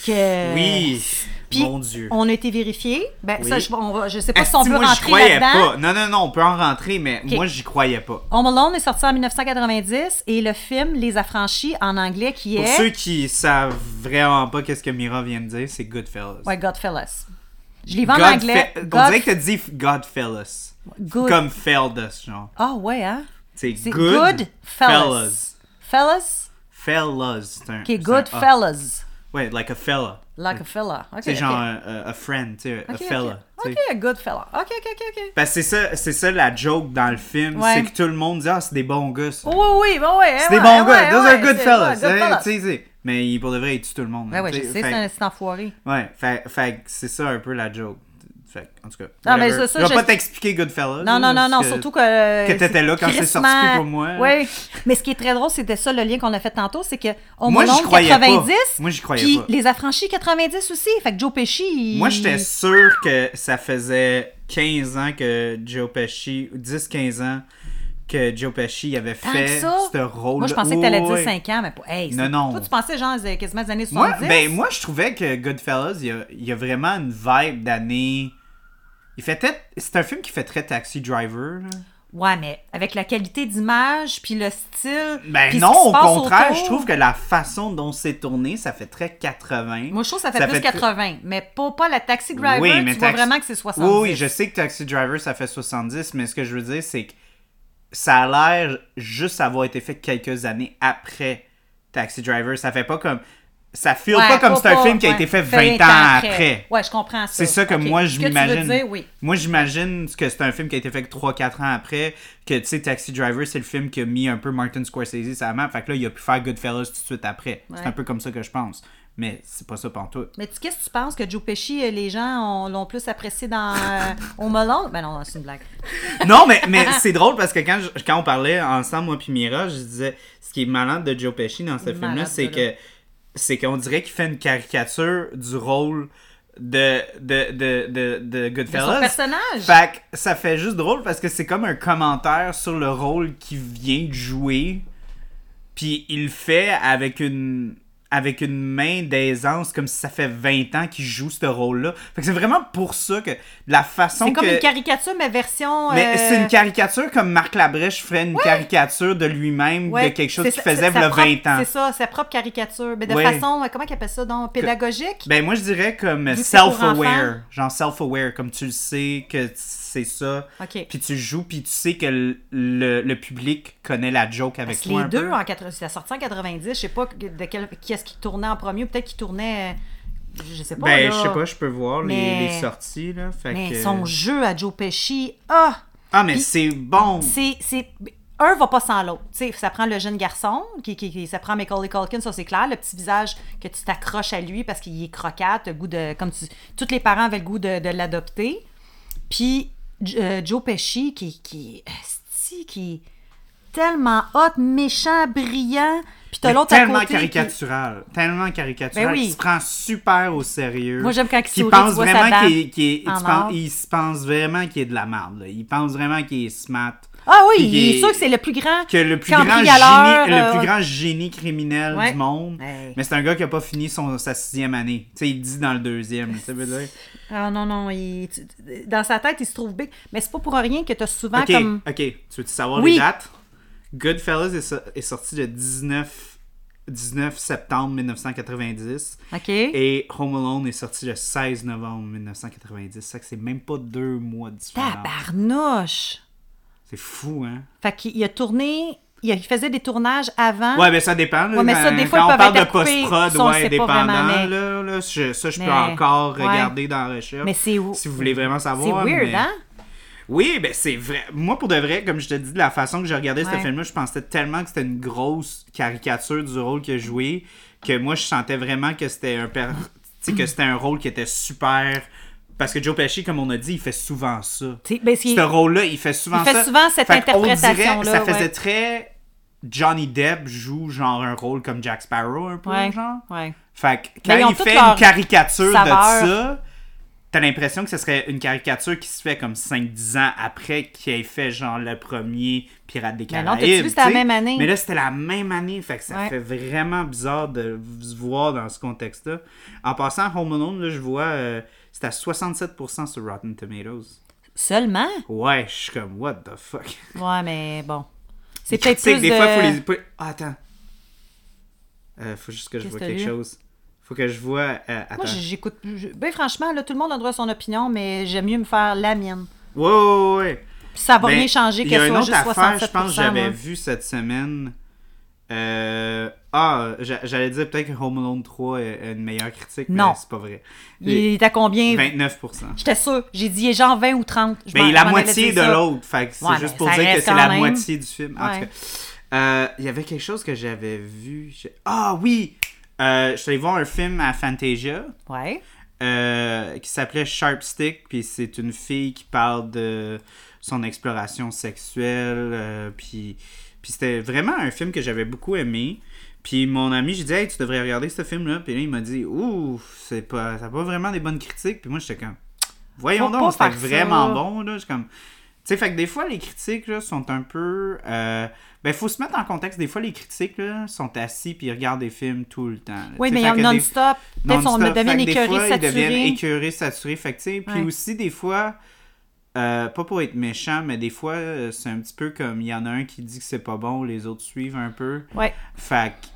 Speaker 1: Que...
Speaker 2: Oui,
Speaker 1: euh, Puis,
Speaker 2: mon Dieu.
Speaker 1: on a été vérifié. Ben,
Speaker 2: Oui.
Speaker 1: ça, je, on va- je sais pas
Speaker 2: Est-ce
Speaker 1: si on
Speaker 2: que
Speaker 1: veut
Speaker 2: moi, j'y
Speaker 1: rentrer
Speaker 2: croyais
Speaker 1: là-dedans.
Speaker 2: pas. Non, non, non, on peut en rentrer, mais
Speaker 1: Ok.
Speaker 2: moi, j'y croyais pas.
Speaker 1: Home Alone est sorti en 1990 et le film Les Affranchis en anglais qui
Speaker 2: Pour
Speaker 1: est
Speaker 2: ceux qui savent vraiment pas qu'est-ce que Mira vient de dire, c'est Goodfellas.
Speaker 1: ouais, Godfellas. Je l'ai vu en
Speaker 2: Godfe-
Speaker 1: anglais.
Speaker 2: On
Speaker 1: God-
Speaker 2: dirait que t'as dit Godfellas.
Speaker 1: Good-
Speaker 2: Comme Feldas, genre.
Speaker 1: Ah ouais, hein?
Speaker 2: C'est
Speaker 1: C'est
Speaker 2: Good,
Speaker 1: Good
Speaker 2: Fellas.
Speaker 1: Fellas. Fellas?
Speaker 2: Fellas. c'est un-
Speaker 1: Qui est
Speaker 2: c'est
Speaker 1: Good
Speaker 2: un- ah,
Speaker 1: Fellas.
Speaker 2: Ouais, like a fella.
Speaker 1: Like a fella. OK,
Speaker 2: C'est
Speaker 1: OK.
Speaker 2: genre un- un- a friend, tu sais, a
Speaker 1: OK, OK.
Speaker 2: fella. tu
Speaker 1: OK,
Speaker 2: sais.
Speaker 1: a good fella. OK, OK, OK, OK.
Speaker 2: Parce que c'est ça, c'est ça la joke dans le film,
Speaker 1: Ouais.
Speaker 2: c'est que tout le monde dit ah c'est des bons gars. ça.
Speaker 1: Oui, Oh, oui, oui, oui.
Speaker 2: c'est des bons gars. Those are good fellas.
Speaker 1: Good
Speaker 2: Hein,
Speaker 1: fellas.
Speaker 2: tu sais, tu sais. Mais il- pour de vrai, il tue tout le monde. hein,
Speaker 1: Ben ouais,
Speaker 2: tu
Speaker 1: je sais, c'est
Speaker 2: Fait-
Speaker 1: un c'est un enfoiré.
Speaker 2: Ouais, fait, fait que c'est ça un peu la joke. Fait que, en tout cas.
Speaker 1: Non, mais
Speaker 2: whatever.
Speaker 1: ça, ça,
Speaker 2: je vais
Speaker 1: je-
Speaker 2: pas t'expliquer Goodfellas.
Speaker 1: Non,
Speaker 2: là,
Speaker 1: non, non, non,
Speaker 2: parce
Speaker 1: surtout que. euh,
Speaker 2: que t'étais
Speaker 1: c'est
Speaker 2: là quand c'est sorti
Speaker 1: crissement-
Speaker 2: pour moi.
Speaker 1: Oui. Mais ce qui est très drôle, c'était ça le lien qu'on a fait tantôt, c'est que Home
Speaker 2: Moi, j'y
Speaker 1: Alone
Speaker 2: croyais pas.
Speaker 1: 90.
Speaker 2: Moi, j'y croyais
Speaker 1: puis
Speaker 2: pas.
Speaker 1: les affranchis 90 aussi. Fait que Joe Pesci. il-
Speaker 2: Moi, j'étais sûr que ça faisait 15 ans que Joe Pesci, 10-15 ans, que Joe Pesci avait
Speaker 1: Tant
Speaker 2: fait
Speaker 1: que ça.
Speaker 2: ce rôle
Speaker 1: Moi, je pensais que t'allais
Speaker 2: Ouais,
Speaker 1: dire
Speaker 2: ouais.
Speaker 1: 5 ans, mais pas. Hey,
Speaker 2: Non,
Speaker 1: c'est-
Speaker 2: non.
Speaker 1: Toi, tu pensais genre euh, quasiment des années 70.
Speaker 2: Moi, ben, moi, je trouvais que Goodfellas, il y a, il y a vraiment une vibe d'année. Il fait peut-être- C'est un film qui fait très Taxi Driver. là.
Speaker 1: Ouais, mais avec la qualité d'image, puis le style.
Speaker 2: Ben
Speaker 1: puis ce
Speaker 2: non,
Speaker 1: qui se
Speaker 2: au
Speaker 1: passe
Speaker 2: contraire,
Speaker 1: autour.
Speaker 2: je trouve que la façon dont c'est tourné, ça fait très 80.
Speaker 1: Moi, je trouve que ça fait plus
Speaker 2: très-
Speaker 1: 80. Mais pas, pas la Taxi Driver,
Speaker 2: Oui, mais
Speaker 1: tu vois
Speaker 2: Taxi-
Speaker 1: vraiment que c'est 70.
Speaker 2: Oui, oui, je sais que Taxi Driver, ça fait 70, mais ce que je veux dire, c'est que ça a l'air juste avoir été fait quelques années après Taxi Driver. Ça fait pas comme. Ça feel
Speaker 1: Ouais,
Speaker 2: pas comme c'est un
Speaker 1: pas-
Speaker 2: film qui a
Speaker 1: ouais,
Speaker 2: été fait 20,
Speaker 1: fait
Speaker 2: ans après.
Speaker 1: Ouais, je comprends ça.
Speaker 2: C'est ça que
Speaker 1: Ok.
Speaker 2: moi,
Speaker 1: Ce que
Speaker 2: je
Speaker 1: tu veux
Speaker 2: m'imagine.
Speaker 1: dire, oui.
Speaker 2: Moi, j'imagine que c'est un film qui a été fait 3-4 ans après. Que, tu sais, Taxi Driver, c'est le film qui a mis un peu Martin Scorsese sur la map. Fait que là, il a pu faire Goodfellas tout de suite après.
Speaker 1: Ouais.
Speaker 2: C'est un peu comme ça que je pense. Mais c'est pas ça pantoute.
Speaker 1: Mais tu- qu'est-ce que tu penses que Joe Pesci, euh, les gens ont- l'ont plus apprécié dans euh, Home Alone? Ben non, c'est une blague.
Speaker 2: non, mais, mais c'est drôle parce que quand, je- quand on parlait ensemble, moi puis Mira, je disais ce qui est malade de Joe Pesci dans ce
Speaker 1: Malade,
Speaker 2: film-là, c'est
Speaker 1: voilà.
Speaker 2: que c'est qu'on dirait qu'il fait une caricature du rôle de, de, de, de, de
Speaker 1: De
Speaker 2: Goodfellas.
Speaker 1: son personnage.
Speaker 2: Fait que ça fait juste drôle parce que c'est comme un commentaire sur le rôle qu'il vient de jouer. Puis il le fait avec une avec une main d'aisance comme si ça fait 20 ans qu'il joue ce rôle-là. Fait que c'est vraiment pour ça que la façon
Speaker 1: C'est comme
Speaker 2: que
Speaker 1: une caricature, mais version.
Speaker 2: euh, mais
Speaker 1: euh,
Speaker 2: c'est une caricature comme Marc Labrèche ferait une caricature de lui-même
Speaker 1: ouais,
Speaker 2: de quelque chose
Speaker 1: c'est
Speaker 2: qu'il
Speaker 1: sa-
Speaker 2: faisait
Speaker 1: sa
Speaker 2: il y a
Speaker 1: propre-
Speaker 2: 20 ans.
Speaker 1: C'est ça, sa propre caricature. Mais de
Speaker 2: Ouais.
Speaker 1: façon, euh, comment qu'il appelle ça donc? Pédagogique?
Speaker 2: Ben moi je dirais comme
Speaker 1: que c'est pour enfants.
Speaker 2: self-aware, genre self-aware, comme tu le sais que c'est ça,
Speaker 1: Ok.
Speaker 2: puis tu joues, puis tu sais que le, le- le public connaît la joke avec
Speaker 1: Parce que
Speaker 2: toi
Speaker 1: les
Speaker 2: un
Speaker 1: deux,
Speaker 2: peu.
Speaker 1: en 80, c'est sorti en 90, je sais pas que- de quel, qui est-ce qui tournait en premier, ou peut-être qui tournait. euh, Je sais pas.
Speaker 2: Ben
Speaker 1: là.
Speaker 2: je euh, sais pas, je peux voir les-
Speaker 1: Mais-
Speaker 2: les, sorties là. Fait
Speaker 1: Mais
Speaker 2: que-
Speaker 1: son jeu à Joe Pesci, ah!
Speaker 2: Ah mais c'est bon.
Speaker 1: c'est, c'est- un va pas sans l'autre. Tu sais, ça prend le jeune garçon, qui, qui, qui- ça prend Macaulay Culkin, ça c'est clair, le petit visage que tu t'accroches à lui parce qu'il est croquant, t'as le goût de, comme tu, tous les parents avaient le goût de, de l'adopter. Puis J- euh, Joe Pesci qui, qui, esti, qui est tellement hot, méchant, brillant, puis t'as
Speaker 2: Mais
Speaker 1: l'autre à
Speaker 2: tellement
Speaker 1: côté. qui-
Speaker 2: caricatural, tellement caricatural,
Speaker 1: Ben oui.
Speaker 2: qui se prend super au sérieux.
Speaker 1: Moi, j'aime quand il
Speaker 2: Qui
Speaker 1: sourit,
Speaker 2: pense
Speaker 1: tu vois sa
Speaker 2: vraiment
Speaker 1: barbe
Speaker 2: qu'il qu'il- tu
Speaker 1: en
Speaker 2: penses-
Speaker 1: or.
Speaker 2: il se pense vraiment qu'il est de la merde. là. Il pense vraiment qu'il est smart.
Speaker 1: Ah oui,
Speaker 2: Puis
Speaker 1: il,
Speaker 2: qu'il
Speaker 1: est sûr que c'est le plus grand
Speaker 2: que le plus grand génie,
Speaker 1: cambrioleur, euh,
Speaker 2: le
Speaker 1: ouais.
Speaker 2: plus grand génie criminel
Speaker 1: Ouais.
Speaker 2: du monde.
Speaker 1: Hey.
Speaker 2: Mais c'est un gars qui a pas fini son, sa sixième année. Tu sais, il dit dans le deuxième. Ça veut dire.
Speaker 1: Ah non, non, il- tu- tu- dans sa tête, il se trouve big. Mais c'est pas pour rien que t'as souvent
Speaker 2: Ok,
Speaker 1: comme...
Speaker 2: ok. Tu veux savoir
Speaker 1: Oui.
Speaker 2: les dates? Goodfellas est, so- est sorti le 19, 19 septembre 1990.
Speaker 1: OK.
Speaker 2: Et Home Alone est sorti le 16 novembre 1990. Ça que c'est même pas deux mois de différence.
Speaker 1: Tabarnouche!
Speaker 2: C'est fou, hein?
Speaker 1: Fait qu'il il a tourné, il, a- il faisait des tournages avant.
Speaker 2: Ouais, mais ça dépend. là.
Speaker 1: Ah. Ouais, mais ça,
Speaker 2: Quand-
Speaker 1: des fois, ils
Speaker 2: quand on
Speaker 1: peuvent
Speaker 2: parle
Speaker 1: être
Speaker 2: de
Speaker 1: coupés.
Speaker 2: post-prod,
Speaker 1: Ça, on le
Speaker 2: ouais,
Speaker 1: sait pas
Speaker 2: dépendant,
Speaker 1: vraiment, mais-
Speaker 2: là, là, je- ça, je
Speaker 1: Mais-
Speaker 2: peux encore
Speaker 1: ouais.
Speaker 2: regarder dans la recherche.
Speaker 1: Mais c'est où-
Speaker 2: Si vous voulez vraiment
Speaker 1: c'est
Speaker 2: savoir.
Speaker 1: weird,
Speaker 2: mais-
Speaker 1: hein?
Speaker 2: Oui, ben c'est vrai. Moi, pour de vrai, comme je te dis, de la façon que j'ai regardé
Speaker 1: Ouais.
Speaker 2: ce film-là, je pensais tellement que c'était une grosse caricature du rôle qu'il a joué que moi, je sentais vraiment que c'était un per- tu sais, que c'était un rôle qui était super. Parce que Joe Pesci, comme on a dit, il fait souvent ça.
Speaker 1: C'est- ben, c'est-
Speaker 2: Ce rôle-là, il fait souvent
Speaker 1: Il fait
Speaker 2: ça.
Speaker 1: souvent cette
Speaker 2: Fait qu'on dirait-
Speaker 1: interprétation-là,
Speaker 2: Ça faisait
Speaker 1: ouais.
Speaker 2: très. Johnny Depp joue genre un rôle comme Jack Sparrow, un peu,
Speaker 1: Ouais,
Speaker 2: genre.
Speaker 1: ouais.
Speaker 2: Fait que
Speaker 1: Mais ils
Speaker 2: quand
Speaker 1: ont
Speaker 2: il
Speaker 1: toutes
Speaker 2: fait
Speaker 1: leur
Speaker 2: une caricature
Speaker 1: saveur.
Speaker 2: de ça, t'as l'impression que ce serait une caricature qui se fait comme 5-10 ans après qu'il ait fait genre le premier Pirate des
Speaker 1: Mais
Speaker 2: Caraïbes.
Speaker 1: non, t'as-tu vu, c'était la
Speaker 2: tu sais.
Speaker 1: même année?
Speaker 2: Mais là, c'était la même année. Fait que ça
Speaker 1: Ouais.
Speaker 2: fait vraiment bizarre de se voir dans ce contexte-là. En passant, Home Alone, là, je vois, euh, c'est à 67% sur Rotten Tomatoes.
Speaker 1: Seulement?
Speaker 2: Ouais, je suis comme, what the fuck?
Speaker 1: Ouais, mais bon. C'est peut-être
Speaker 2: Tu sais
Speaker 1: plus
Speaker 2: que des
Speaker 1: de...
Speaker 2: fois, faut les. faut- Ah, attends. Euh, faut juste que je
Speaker 1: Qu'est-ce
Speaker 2: vois
Speaker 1: que t'as
Speaker 2: quelque
Speaker 1: lu?
Speaker 2: chose. Faut que je vois. euh, attends.
Speaker 1: Moi, j- j'écoute plus. je- Ben, franchement, là, tout le monde a le droit à son opinion, mais j'aime mieux me faire la mienne.
Speaker 2: Ouais, ouais, ouais.
Speaker 1: Puis ça va
Speaker 2: Ben,
Speaker 1: rien changer
Speaker 2: Il y a
Speaker 1: qu'elle
Speaker 2: une
Speaker 1: soit
Speaker 2: autre
Speaker 1: juste
Speaker 2: affaire,
Speaker 1: 67
Speaker 2: je pense que j'avais
Speaker 1: moi.
Speaker 2: vu cette semaine. Euh, ah, j'a- j'allais dire peut-être que Home Alone 3 est est une meilleure critique,
Speaker 1: Non.
Speaker 2: mais c'est pas vrai.
Speaker 1: Il est à combien?
Speaker 2: 29%.
Speaker 1: J'étais sûre. J'ai dit, il est genre 20 ou 30. Je
Speaker 2: Mais
Speaker 1: m'en-
Speaker 2: Ben, il est la
Speaker 1: je m'en allais
Speaker 2: moitié de
Speaker 1: dire ça.
Speaker 2: l'autre, fait que c'est
Speaker 1: Ouais,
Speaker 2: juste
Speaker 1: mais
Speaker 2: pour
Speaker 1: ça
Speaker 2: dire que
Speaker 1: reste
Speaker 2: c'est
Speaker 1: quand
Speaker 2: la
Speaker 1: même.
Speaker 2: moitié du film. En
Speaker 1: Ouais.
Speaker 2: tout cas, euh, il y avait quelque chose que j'avais vu. j'ai- Ah oui! Euh, je suis allé voir un film à Fantasia.
Speaker 1: Ouais.
Speaker 2: euh, qui s'appelait Sharp Stick, puis c'est une fille qui parle de son exploration sexuelle, euh, puis, puis c'était vraiment un film que j'avais beaucoup aimé. Puis mon ami, j'ai dit, hey, tu devrais regarder ce film-là, puis là, il m'a dit, ouh, c'est pas, ça a pas vraiment des bonnes critiques, puis moi, j'étais comme, voyons
Speaker 1: Faut pas
Speaker 2: donc, c'était
Speaker 1: faire ça.
Speaker 2: vraiment bon, là, J'étais comme. Tu sais, fait que des fois, les critiques là, sont un peu. euh, Ben, faut se mettre en contexte. Des fois, les critiques là, sont assis puis ils regardent des films tout le temps. là.
Speaker 1: Oui,
Speaker 2: Tu sais,
Speaker 1: mais
Speaker 2: fait que des-
Speaker 1: non-stop. Peut-être qu'on
Speaker 2: non-stop.
Speaker 1: devient
Speaker 2: Fait que des
Speaker 1: écœuré,
Speaker 2: fois, ils deviennent
Speaker 1: saturé.
Speaker 2: écœurés, saturés. Fait que, tu sais, puis
Speaker 1: Ouais.
Speaker 2: aussi, des fois, euh, pas pour être méchant, mais des fois, euh, c'est un petit peu comme il y en a un qui dit que c'est pas bon, les autres suivent un peu.
Speaker 1: Ouais.
Speaker 2: Fait que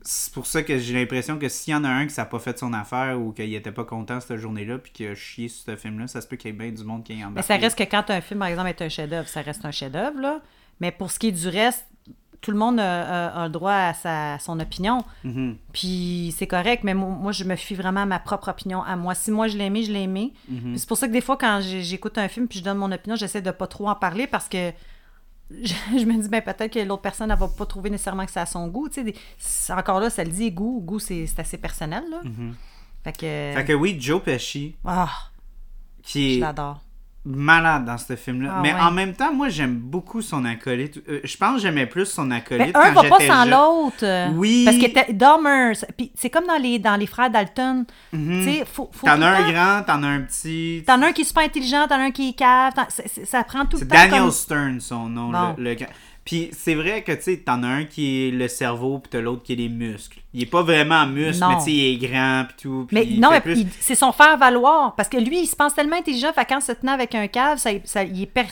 Speaker 2: c'est pour ça que j'ai l'impression que s'il y en a un qui n'a pas fait son affaire ou qu'il était pas content cette journée-là puis qu'il a chié sur ce film-là, ça se peut qu'il y ait bien du monde qui ait embarqué.
Speaker 1: Mais ça reste que quand un film, par exemple, est un chef-d'œuvre, ça reste un chef-d'œuvre, là. Mais pour ce qui est du reste, tout le monde a, a- a le droit à sa, à son opinion.
Speaker 2: Mhm.
Speaker 1: Puis c'est correct, mais mo- moi, je me fie vraiment à ma propre opinion, à moi. Si moi, je l'ai aimé, je l'ai aimé.
Speaker 2: Mm-hmm.
Speaker 1: Puis C'est pour ça que des fois, quand j'ai- j'écoute un film puis je donne mon opinion, j'essaie de pas trop en parler parce que [LAUGHS] je, je me dis, ben, peut-être que l'autre personne, elle va pas trouver nécessairement que c'est à son goût. Tu sais, des- c'est- encore là, ça le dit, goût, goût, c'est c'est assez personnel, là. Fait que...
Speaker 2: Mm-hmm. Fait que oui, Joe Pesci,
Speaker 1: Ah,
Speaker 2: qui
Speaker 1: je
Speaker 2: est
Speaker 1: l'adore.
Speaker 2: malade dans ce film-là.
Speaker 1: Ah
Speaker 2: mais
Speaker 1: ouais.
Speaker 2: en même temps, moi, j'aime beaucoup son acolyte. Euh, je pense que j'aimais plus son
Speaker 1: Mais
Speaker 2: acolyte
Speaker 1: un
Speaker 2: quand
Speaker 1: va pas
Speaker 2: j'étais
Speaker 1: sans
Speaker 2: jeune.
Speaker 1: l'autre.
Speaker 2: Oui.
Speaker 1: Parce que était Dahmer, ça- puis c'est comme dans les, dans les frères Dalton. Tu sais, faut, faut tout
Speaker 2: Mm-hmm. T'en
Speaker 1: le
Speaker 2: as un
Speaker 1: temps-
Speaker 2: grand, t'en as un petit.
Speaker 1: T'en as un qui est super intelligent, t'en as un qui est cave, t'en- c'est- c'est- ça prend tout le
Speaker 2: C'est
Speaker 1: temps.
Speaker 2: Daniel
Speaker 1: comme-
Speaker 2: Stern, son nom.
Speaker 1: Bon.
Speaker 2: le- le grand. Puis c'est vrai que, tu sais, t'en as un qui est le cerveau, puis t'as l'autre qui est les muscles. Il est pas vraiment muscle,
Speaker 1: Non.
Speaker 2: mais tu sais, il est grand, puis tout. puis
Speaker 1: Mais
Speaker 2: il
Speaker 1: non,
Speaker 2: fait
Speaker 1: mais
Speaker 2: plus-
Speaker 1: il- c'est son faire valoir. Parce que lui, il se pense tellement intelligent, fait quand se tenant avec un cave, ça, ça- il est pers-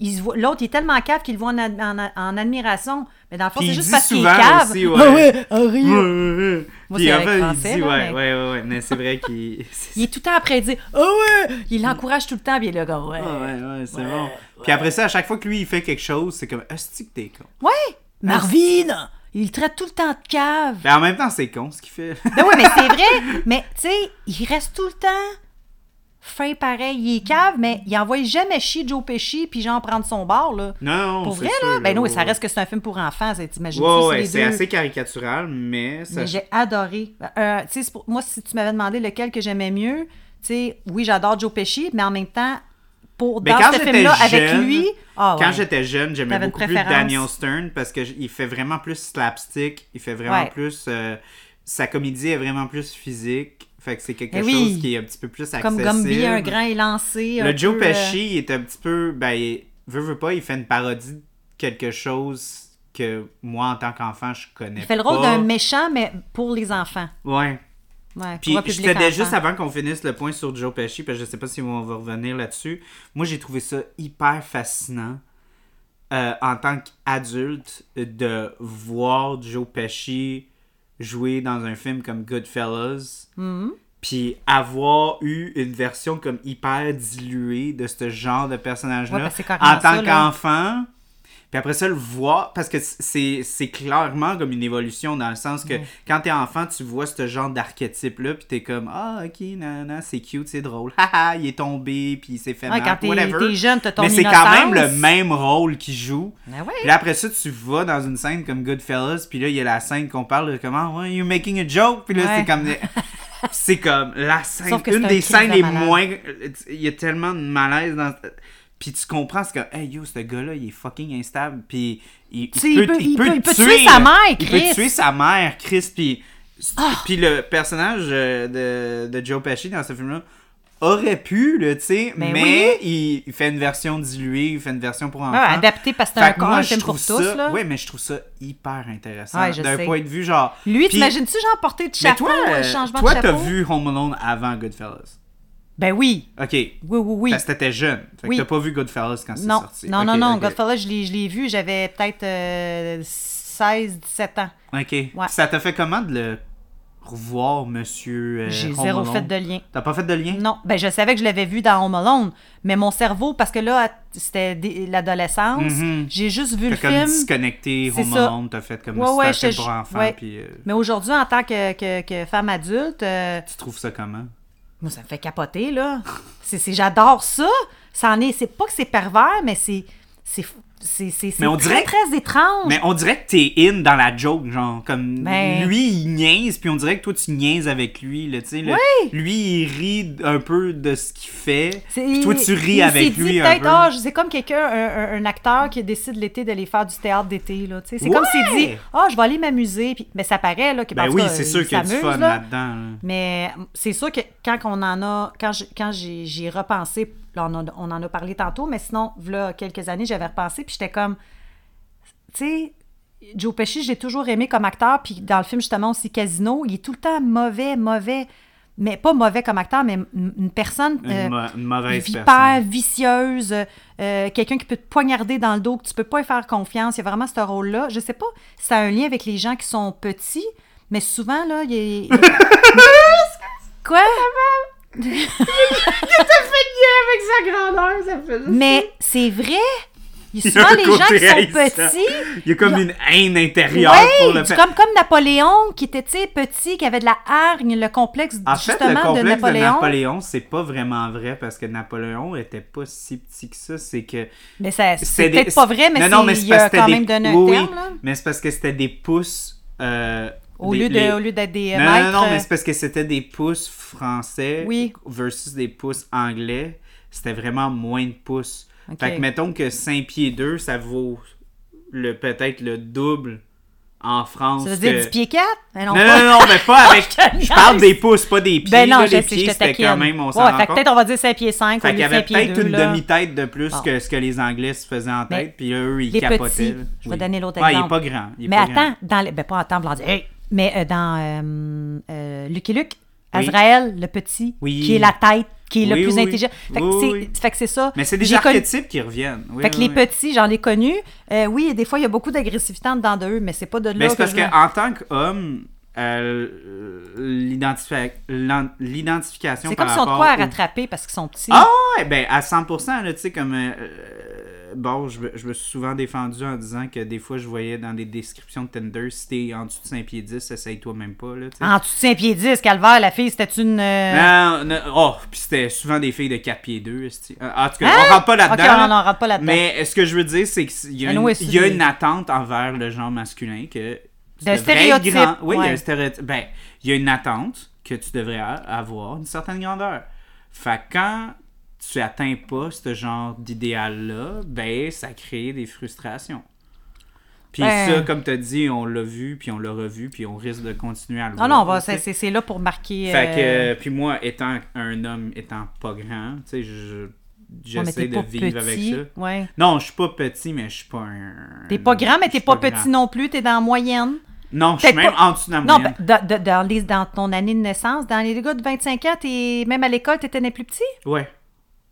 Speaker 1: il se voit- l'autre, il est tellement cave qu'il le voit en, ad- en a- en admiration. Mais dans le fond,
Speaker 2: Puis
Speaker 1: c'est
Speaker 2: il
Speaker 1: juste
Speaker 2: dit
Speaker 1: parce qu'il est
Speaker 2: souvent
Speaker 1: cave.
Speaker 2: aussi, ouais. Ah ouais, [LAUGHS] Ouais,
Speaker 1: horrible.
Speaker 2: ouais, ouais.
Speaker 1: Moi,
Speaker 2: Puis
Speaker 1: c'est
Speaker 2: en fait,
Speaker 1: avec
Speaker 2: il
Speaker 1: français,
Speaker 2: dit,
Speaker 1: là,
Speaker 2: ouais,
Speaker 1: mais-
Speaker 2: ouais, ouais, ouais. Mais c'est vrai qu'il. [LAUGHS] c'est-
Speaker 1: Il est tout le temps après dire « Ah ouais! » Il l'encourage tout le temps, puis il est là comme « Ouais!
Speaker 2: Ah ouais, ouais, c'est bon. Puis après ça, à chaque fois que lui, il fait quelque chose, c'est comme, hostie que t'es con.
Speaker 1: Ouais! Marvin! » Il le traite tout le temps de cave.
Speaker 2: Mais en même temps, c'est con ce qu'il fait.
Speaker 1: Ben oui, mais c'est vrai. [LAUGHS] Mais tu sais, il reste tout le temps fin pareil. Il est cave, mais il envoie jamais chier Joe Pesci puis genre prendre son bar, là.
Speaker 2: [LAUGHS] non,
Speaker 1: Pour
Speaker 2: c'est
Speaker 1: vrai,
Speaker 2: sûr,
Speaker 1: là. Ben non,
Speaker 2: ouais,
Speaker 1: ça reste que c'est un film pour enfants. c'est- T'imagines-tu,
Speaker 2: Ouais,
Speaker 1: c'est
Speaker 2: ouais,
Speaker 1: les
Speaker 2: c'est
Speaker 1: deux.
Speaker 2: assez caricatural, mais ça.
Speaker 1: Mais j'ai adoré. Euh, tu sais, c'est pour- moi, si tu m'avais demandé lequel que j'aimais mieux, tu sais, oui, j'adore Joe Pesci, mais en même temps, pour,
Speaker 2: Mais
Speaker 1: dans
Speaker 2: quand
Speaker 1: ce
Speaker 2: j'étais
Speaker 1: film-là, avec
Speaker 2: jeune,
Speaker 1: lui... Ah,
Speaker 2: Quand
Speaker 1: ouais.
Speaker 2: j'étais jeune, j'aimais
Speaker 1: T'avais une
Speaker 2: beaucoup plus
Speaker 1: préférence?
Speaker 2: Daniel Stern parce qu'il fait vraiment plus slapstick, il fait vraiment
Speaker 1: Ouais.
Speaker 2: plus. euh, sa comédie est vraiment plus physique. Fait que c'est quelque
Speaker 1: Eh oui.
Speaker 2: chose qui est un petit peu plus accessible.
Speaker 1: Comme Gumby, un grain élancé. un
Speaker 2: Le Joe
Speaker 1: peu, euh,
Speaker 2: Pesci, il est un petit peu. Ben, il- veut, veut pas, il fait une parodie de quelque chose que moi, en tant qu'enfant, je connais
Speaker 1: Il fait le rôle
Speaker 2: pas.
Speaker 1: d'un méchant, mais pour les enfants.
Speaker 2: Ouais.
Speaker 1: Ouais,
Speaker 2: Puis
Speaker 1: pour un
Speaker 2: je
Speaker 1: public
Speaker 2: te dis
Speaker 1: enfant.
Speaker 2: juste avant qu'on finisse le point sur Joe Pesci, parce que je sais pas si on va revenir là-dessus. Moi, j'ai trouvé ça hyper fascinant euh, en tant qu'adulte de voir Joe Pesci jouer dans un film comme Goodfellas.
Speaker 1: Mhm.
Speaker 2: Puis avoir eu une version comme hyper diluée de ce genre de
Speaker 1: Ouais,
Speaker 2: personnage-là
Speaker 1: parce que c'est carrément
Speaker 2: en tant
Speaker 1: ça, là.
Speaker 2: qu'enfant. Puis après ça, le voir, parce que c'est c'est clairement comme une évolution dans le sens que quand t'es enfant, tu vois ce genre d'archétype-là, puis t'es comme Ah, ok, nanana, c'est cute, c'est drôle, [LAUGHS] haha, il est tombé, puis il s'est fait
Speaker 1: Ouais,
Speaker 2: mal,
Speaker 1: quand t'es-
Speaker 2: whatever.
Speaker 1: t'es jeune, t'as ton
Speaker 2: Mais c'est quand même le
Speaker 1: innocence.
Speaker 2: même rôle qu'il joue.
Speaker 1: Ben ouais.
Speaker 2: Puis là, après ça, tu vas dans une scène comme Goodfellas, puis là, il y a la scène qu'on parle de comment, ouais, you making a joke, puis là,
Speaker 1: Ouais.
Speaker 2: c'est
Speaker 1: [LAUGHS]
Speaker 2: comme. c'est comme la scène,
Speaker 1: Sauf que
Speaker 2: une
Speaker 1: c'est un
Speaker 2: des
Speaker 1: crise
Speaker 2: scènes
Speaker 1: de
Speaker 2: les
Speaker 1: malade.
Speaker 2: moins. euh, Il y a tellement de malaise dans. Puis tu comprends, c'est que, hey yo, ce gars-là, il est fucking instable, puis il,
Speaker 1: Tu sais, il peut- il peut- il peut tuer sa
Speaker 2: là.
Speaker 1: mère,
Speaker 2: Il peut
Speaker 1: Chris. Ah!
Speaker 2: tuer sa mère, Chris, puis. Puis le personnage euh, de, de Joe Pesci dans ce film-là aurait pu, là, tu sais, mais,
Speaker 1: Mais
Speaker 2: il, il fait une version diluée, il fait une version pour enfants.
Speaker 1: Ben Ouais, adapté parce que c'est
Speaker 2: Fait
Speaker 1: un corps,
Speaker 2: moi,
Speaker 1: un
Speaker 2: je
Speaker 1: film pour
Speaker 2: trouve
Speaker 1: tous,
Speaker 2: ça-
Speaker 1: là.
Speaker 2: Ouais, mais je trouve ça hyper intéressant.
Speaker 1: Ouais, je
Speaker 2: D'un
Speaker 1: sais.
Speaker 2: point de vue, genre.
Speaker 1: Lui,
Speaker 2: Puis-
Speaker 1: t'imagines-tu, genre, porter de
Speaker 2: Mais
Speaker 1: chapeau,
Speaker 2: toi,
Speaker 1: un
Speaker 2: euh,
Speaker 1: changement
Speaker 2: toi,
Speaker 1: de
Speaker 2: t'as
Speaker 1: chapeau?
Speaker 2: vu Home Alone avant Goodfellas.
Speaker 1: Ben oui.
Speaker 2: Ok.
Speaker 1: Oui, oui, oui.
Speaker 2: Parce que t'étais jeune. Fait que
Speaker 1: Oui.
Speaker 2: t'as pas vu Goodfellas quand Ah, c'est
Speaker 1: Non,
Speaker 2: sorti.
Speaker 1: non,
Speaker 2: Ok,
Speaker 1: non, non.
Speaker 2: ok.
Speaker 1: Godfather, je l'ai, je l'ai vu, j'avais peut-être euh, 16, 17 ans.
Speaker 2: Ok. Ça t'a fait comment de le revoir, monsieur. euh,
Speaker 1: J'ai
Speaker 2: Home
Speaker 1: zéro
Speaker 2: Alone?
Speaker 1: fait de lien.
Speaker 2: T'as pas fait de lien?
Speaker 1: Non, ben je savais que je l'avais vu dans Home Alone, mais mon cerveau, parce que là, à- c'était dé- l'adolescence,
Speaker 2: Mhm.
Speaker 1: j'ai juste vu
Speaker 2: T'as
Speaker 1: le
Speaker 2: comme
Speaker 1: film.
Speaker 2: disconnecté
Speaker 1: c'est
Speaker 2: Home
Speaker 1: ça.
Speaker 2: Alone, t'as fait comme
Speaker 1: Ouais,
Speaker 2: si
Speaker 1: ouais,
Speaker 2: c'était un
Speaker 1: je-
Speaker 2: film pour
Speaker 1: je-
Speaker 2: enfants,
Speaker 1: ouais.
Speaker 2: puis euh,
Speaker 1: Mais aujourd'hui, en tant que, que- que femme adulte, euh,
Speaker 2: tu trouves ça comment?
Speaker 1: moi, ça me fait capoter, là. C'est, c'est- j'adore ça. ça en est, c'est pas que c'est pervers, mais c'est, c'est, c'est, c'est, c'est
Speaker 2: Mais on dirait-
Speaker 1: très, très étrange.
Speaker 2: [LAUGHS] Mais on dirait que t'es in dans la joke, genre, comme
Speaker 1: Ben-
Speaker 2: lui il niaise, puis on dirait que toi tu niaises avec lui, là, tu sais. là.
Speaker 1: Oui!
Speaker 2: Lui il rit un peu de ce qu'il fait,
Speaker 1: C'est-
Speaker 2: puis toi tu ris
Speaker 1: il
Speaker 2: avec
Speaker 1: s'est
Speaker 2: lui
Speaker 1: dit
Speaker 2: un
Speaker 1: peut-être,
Speaker 2: peu.
Speaker 1: ah, je- c'est comme quelqu'un, un, un- un acteur qui décide l'été d'aller faire du théâtre d'été. là, tu sais. C'est comme s'il
Speaker 2: Ouais!
Speaker 1: dit, ah, je vais aller m'amuser. Puis, mais ça paraît, là, que
Speaker 2: ben
Speaker 1: en tout
Speaker 2: oui,
Speaker 1: cas,
Speaker 2: c'est
Speaker 1: il
Speaker 2: sûr qu'il y a du
Speaker 1: s'amuse,
Speaker 2: fun
Speaker 1: là.
Speaker 2: là-dedans. là.
Speaker 1: Mais c'est sûr que quand on en a, quand j'ai, quand j'ai, j'y ai repensé, là, on, en- on en a parlé tantôt, mais sinon, voilà quelques années, j'avais repensé, puis j'étais comme, tu sais, Joe Pesci, j'ai toujours aimé comme acteur, puis dans le film justement aussi Casino, il est tout le temps mauvais, mauvais, mais pas mauvais comme acteur, mais m- une personne.
Speaker 2: Une,
Speaker 1: euh,
Speaker 2: mo- une mauvaise
Speaker 1: vipère,
Speaker 2: personne.
Speaker 1: vicieuse, euh, quelqu'un qui peut te poignarder dans le dos, que tu peux pas lui faire confiance. Il y a vraiment ce rôle-là. Je sais pas si ça a un lien avec les gens qui sont petits, mais souvent, là, il y
Speaker 2: [LAUGHS]
Speaker 1: a... Quoi?
Speaker 3: Il était fait bien avec sa grandeur, ça faisait.
Speaker 1: Mais c'est vrai! Il y a
Speaker 2: Il y a
Speaker 1: souvent
Speaker 2: un
Speaker 1: les gens
Speaker 2: côté
Speaker 1: qui sont
Speaker 2: haïssant.
Speaker 1: petits.
Speaker 2: Il y a comme une haine intérieure pour
Speaker 1: Oui,
Speaker 2: le
Speaker 1: c'est
Speaker 2: fait.
Speaker 1: comme, comme Napoléon qui était tu sais, petit, qui avait de la hargne, le complexe
Speaker 2: En fait,
Speaker 1: justement
Speaker 2: le complexe
Speaker 1: de Napoléon.
Speaker 2: de Napoléon, c'est pas vraiment vrai parce que Napoléon était pas si petit que ça. C'est que.
Speaker 1: Mais ça,
Speaker 2: C'est
Speaker 1: c'est
Speaker 2: des-
Speaker 1: peut-être pas vrai, mais,
Speaker 2: Non, non, mais
Speaker 1: c'est-
Speaker 2: c'est
Speaker 1: il a
Speaker 2: parce que
Speaker 1: quand
Speaker 2: c'était
Speaker 1: même
Speaker 2: des-
Speaker 1: donné
Speaker 2: oui,
Speaker 1: un
Speaker 2: oui,
Speaker 1: terme. Là,
Speaker 2: Mais c'est parce que c'était des pouces. euh,
Speaker 1: au,
Speaker 2: des-
Speaker 1: lieu de,
Speaker 2: les-
Speaker 1: au lieu d'être des euh,
Speaker 2: Non,
Speaker 1: mètres.
Speaker 2: non, non, mais c'est parce que c'était des pouces français
Speaker 1: Oui.
Speaker 2: versus des pouces anglais. C'était vraiment moins de pouces.
Speaker 1: Ok.
Speaker 2: Fait que mettons que 5 pieds 2, ça vaut le peut-être le double en France.
Speaker 1: ça veut dire
Speaker 2: que-
Speaker 1: 10 pieds 4? Mais non,
Speaker 2: Non,
Speaker 1: pas-
Speaker 2: non, non, mais pas avec.
Speaker 1: Je te
Speaker 2: je parle
Speaker 1: niaise.
Speaker 2: des pouces, pas des
Speaker 1: [LAUGHS]
Speaker 2: pieds.
Speaker 1: Ben non,
Speaker 2: là,
Speaker 1: je sais,
Speaker 2: les
Speaker 1: je
Speaker 2: pieds,
Speaker 1: te
Speaker 2: c'était
Speaker 1: taquine.
Speaker 2: quand même, on s'en
Speaker 1: ouais,
Speaker 2: rend
Speaker 1: fait que
Speaker 2: compte.
Speaker 1: peut-être on va dire 5 pieds 5
Speaker 2: Fait qu'il y avait peut-être une
Speaker 1: là.
Speaker 2: demi-tête de plus
Speaker 1: Bon.
Speaker 2: que ce que les Anglais se faisaient en
Speaker 1: Mais
Speaker 2: tête, puis eux, ils
Speaker 1: les
Speaker 2: capotaient.
Speaker 1: petits,
Speaker 2: là.
Speaker 1: je vais donner l'autre
Speaker 2: Ouais, il est
Speaker 1: exemple.
Speaker 2: pas grand. il est
Speaker 1: Mais
Speaker 2: pas grand.
Speaker 1: attends, dans les- ben pas en temps blanc, hey, mais euh, dans euh, euh, Lucky Luke,
Speaker 2: Oui.
Speaker 1: Azrael, le petit,
Speaker 2: Oui.
Speaker 1: qui est la tête, qui est le
Speaker 2: Oui,
Speaker 1: plus
Speaker 2: oui,
Speaker 1: intelligent.
Speaker 2: oui.
Speaker 1: Fait que
Speaker 2: Oui,
Speaker 1: c'est-
Speaker 2: oui.
Speaker 1: fait que c'est ça.
Speaker 2: Mais c'est des
Speaker 1: J'ai connu-
Speaker 2: archétypes qui reviennent. Oui,
Speaker 1: Fait que
Speaker 2: oui,
Speaker 1: les
Speaker 2: oui.
Speaker 1: petits, j'en ai connus. Euh, oui, et des fois, il y a beaucoup d'agressivité en dedans d'eux, mais c'est pas de là
Speaker 2: Mais c'est parce
Speaker 1: je-
Speaker 2: qu'en tant qu'homme, euh, l'identifi- l'en- l'identification
Speaker 1: C'est
Speaker 2: par
Speaker 1: comme si on te
Speaker 2: rapport
Speaker 1: quoi à
Speaker 2: au-
Speaker 1: rattraper parce qu'ils sont petits.
Speaker 2: Ah ouais, ben à 100%, là, tu sais, comme... euh, euh, bon, je, me- je me suis souvent défendu en disant que des fois, je voyais dans des descriptions de Tinder, si t'es en dessous de 5 pieds 10, essaye-toi même pas, là, tu sais.
Speaker 1: En dessous de 5 pieds 10, calvaire, la fille, c'était une... euh,
Speaker 2: Non, non, oh, puis c'était souvent des filles de 4 pieds 2. esti. Euh, En tout cas,
Speaker 1: Hein?
Speaker 2: on rentre pas là-dedans.
Speaker 1: Ok, on-
Speaker 2: là.
Speaker 1: on rentre pas là-dedans.
Speaker 2: Mais euh, ce que je veux dire, c'est qu'il y a,
Speaker 1: Mais
Speaker 2: une,
Speaker 1: nous aussi,
Speaker 2: il y a
Speaker 1: des-
Speaker 2: une attente envers le genre masculin que. tu
Speaker 1: D'un
Speaker 2: devrais
Speaker 1: stéréotype,
Speaker 2: être grand. Oui, il y a
Speaker 1: ouais.
Speaker 2: un stéréotype. Ben, il y a une attente que tu devrais a- avoir une certaine grandeur. Fait que quand tu atteins pas ce genre d'idéal-là, ben, ça crée des frustrations. Puis
Speaker 1: Ben-
Speaker 2: ça, comme tu as dit, on l'a vu, puis on l'a revu, puis on risque de continuer à le
Speaker 1: Non,
Speaker 2: voir.
Speaker 1: Ah non, on va-
Speaker 2: tu sais.
Speaker 1: c'est- c'est c'est là pour marquer...
Speaker 2: Fait que,
Speaker 1: euh,
Speaker 2: euh, puis moi, étant un homme, étant pas grand, tu sais, je-
Speaker 1: ouais, mais
Speaker 2: j'essaie
Speaker 1: t'es
Speaker 2: de
Speaker 1: pas
Speaker 2: vivre avec
Speaker 1: petit,
Speaker 2: ça.
Speaker 1: Ouais.
Speaker 2: Non, je suis pas petit, mais je suis pas un.
Speaker 1: T'es pas grand, mais
Speaker 2: je suis
Speaker 1: t'es pas, petit
Speaker 2: grand.
Speaker 1: non plus, t'es dans la moyenne.
Speaker 2: Non, je suis
Speaker 1: Peut-être
Speaker 2: même
Speaker 1: pas-
Speaker 2: en dessous de la
Speaker 1: Non,
Speaker 2: moyenne.
Speaker 1: ben, dans- dans- dans, les- dans ton année de naissance, dans les gars de 25 ans, t'es- même à l'école, t'étais né plus petit?
Speaker 2: Ouais.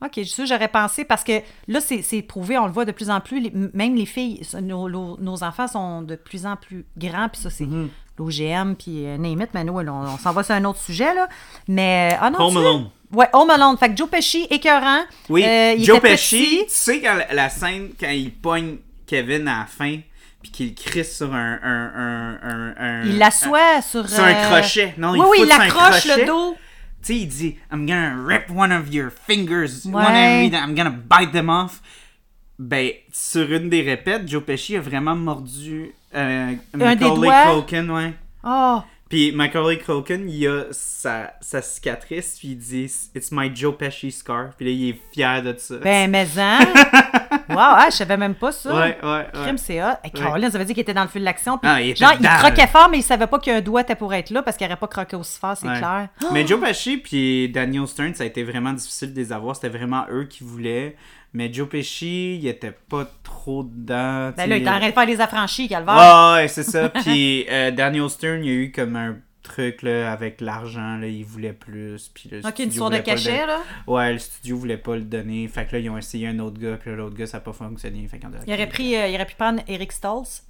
Speaker 1: OK, ça, j'aurais pensé, parce que là, c'est c'est prouvé, on le voit de plus en plus, les- même les filles, ça, nos, nos- nos enfants sont de plus en plus grands, puis ça, c'est
Speaker 2: Mm-hmm.
Speaker 1: l'OGM, puis euh, name it, mais nous, on, on s'en va sur un autre sujet, là. Mais, ah non,
Speaker 2: Home
Speaker 1: tu-
Speaker 2: Alone.
Speaker 1: Ouais, Home Alone. Fait que Joe Pesci, écœurant.
Speaker 2: Oui,
Speaker 1: Euh, il
Speaker 2: Joe
Speaker 1: était
Speaker 2: Pesci,
Speaker 1: petit.
Speaker 2: tu sais, quand la, la scène, quand il pogne Kevin à la fin, puis qu'il crisse sur un. un, un, un, un-
Speaker 1: Il l'assoit sur... euh,
Speaker 2: Sur un crochet. Non, il
Speaker 1: oui, oui,
Speaker 2: fout
Speaker 1: il
Speaker 2: sur un
Speaker 1: accroche
Speaker 2: crochet.
Speaker 1: le dos.
Speaker 2: Tu sais, il dit I'm gonna rip one of your fingers,
Speaker 1: Ouais.
Speaker 2: one of them, I'm gonna bite them off. Ben, sur une des répètes, Joe Pesci a vraiment mordu euh,
Speaker 1: des
Speaker 2: Macaulay
Speaker 1: doigts?
Speaker 2: Culkin, ouais.
Speaker 1: Oh,
Speaker 2: Puis Macaulay Culkin, il a sa, sa cicatrice, puis il dit It's my Joe Pesci scar. Puis là, il est fier de ça. [LAUGHS]
Speaker 1: ben, mais hein. wow, ah, je savais même pas ça.
Speaker 2: ouais, ouais, ouais.
Speaker 1: Crime, c'est hot. Hey, Caroline, ça veut dire qu'il était dans le feu de l'action. puis
Speaker 2: Ah, il était
Speaker 1: genre, il
Speaker 2: dedans,
Speaker 1: croquait
Speaker 2: là.
Speaker 1: fort, mais il savait pas qu'un doigt était pour être là parce qu'il n'aurait pas croqué aussi fort, c'est
Speaker 2: Ouais. Ah,
Speaker 1: clair. [GASPS]
Speaker 2: Mais Joe Pesci puis Daniel Stern, ça a été vraiment difficile de les avoir. C'était vraiment eux qui voulaient. Mais Joe Pesci, il était pas trop dedans.
Speaker 1: Ben
Speaker 2: tu
Speaker 1: là,
Speaker 2: sais,
Speaker 1: il est en train de faire les affranchis, Calvaire.
Speaker 2: Ouais, ouais, c'est
Speaker 1: [LAUGHS]
Speaker 2: ça. Puis euh, Daniel Stern, il y a eu comme un truc là, avec l'argent, là, il voulait plus. Puis le
Speaker 1: Ok,
Speaker 2: studio
Speaker 1: une histoire de
Speaker 2: voulait pas le
Speaker 1: cachet,
Speaker 2: don-
Speaker 1: là.
Speaker 2: Ouais, le studio voulait pas le donner. Fait que là, ils ont essayé un autre gars, puis là, l'autre gars, ça a pas fonctionné. Fait qu'on a-
Speaker 1: Il aurait, pris, euh, il aurait pu prendre Eric
Speaker 2: [LAUGHS]
Speaker 1: Stoltz.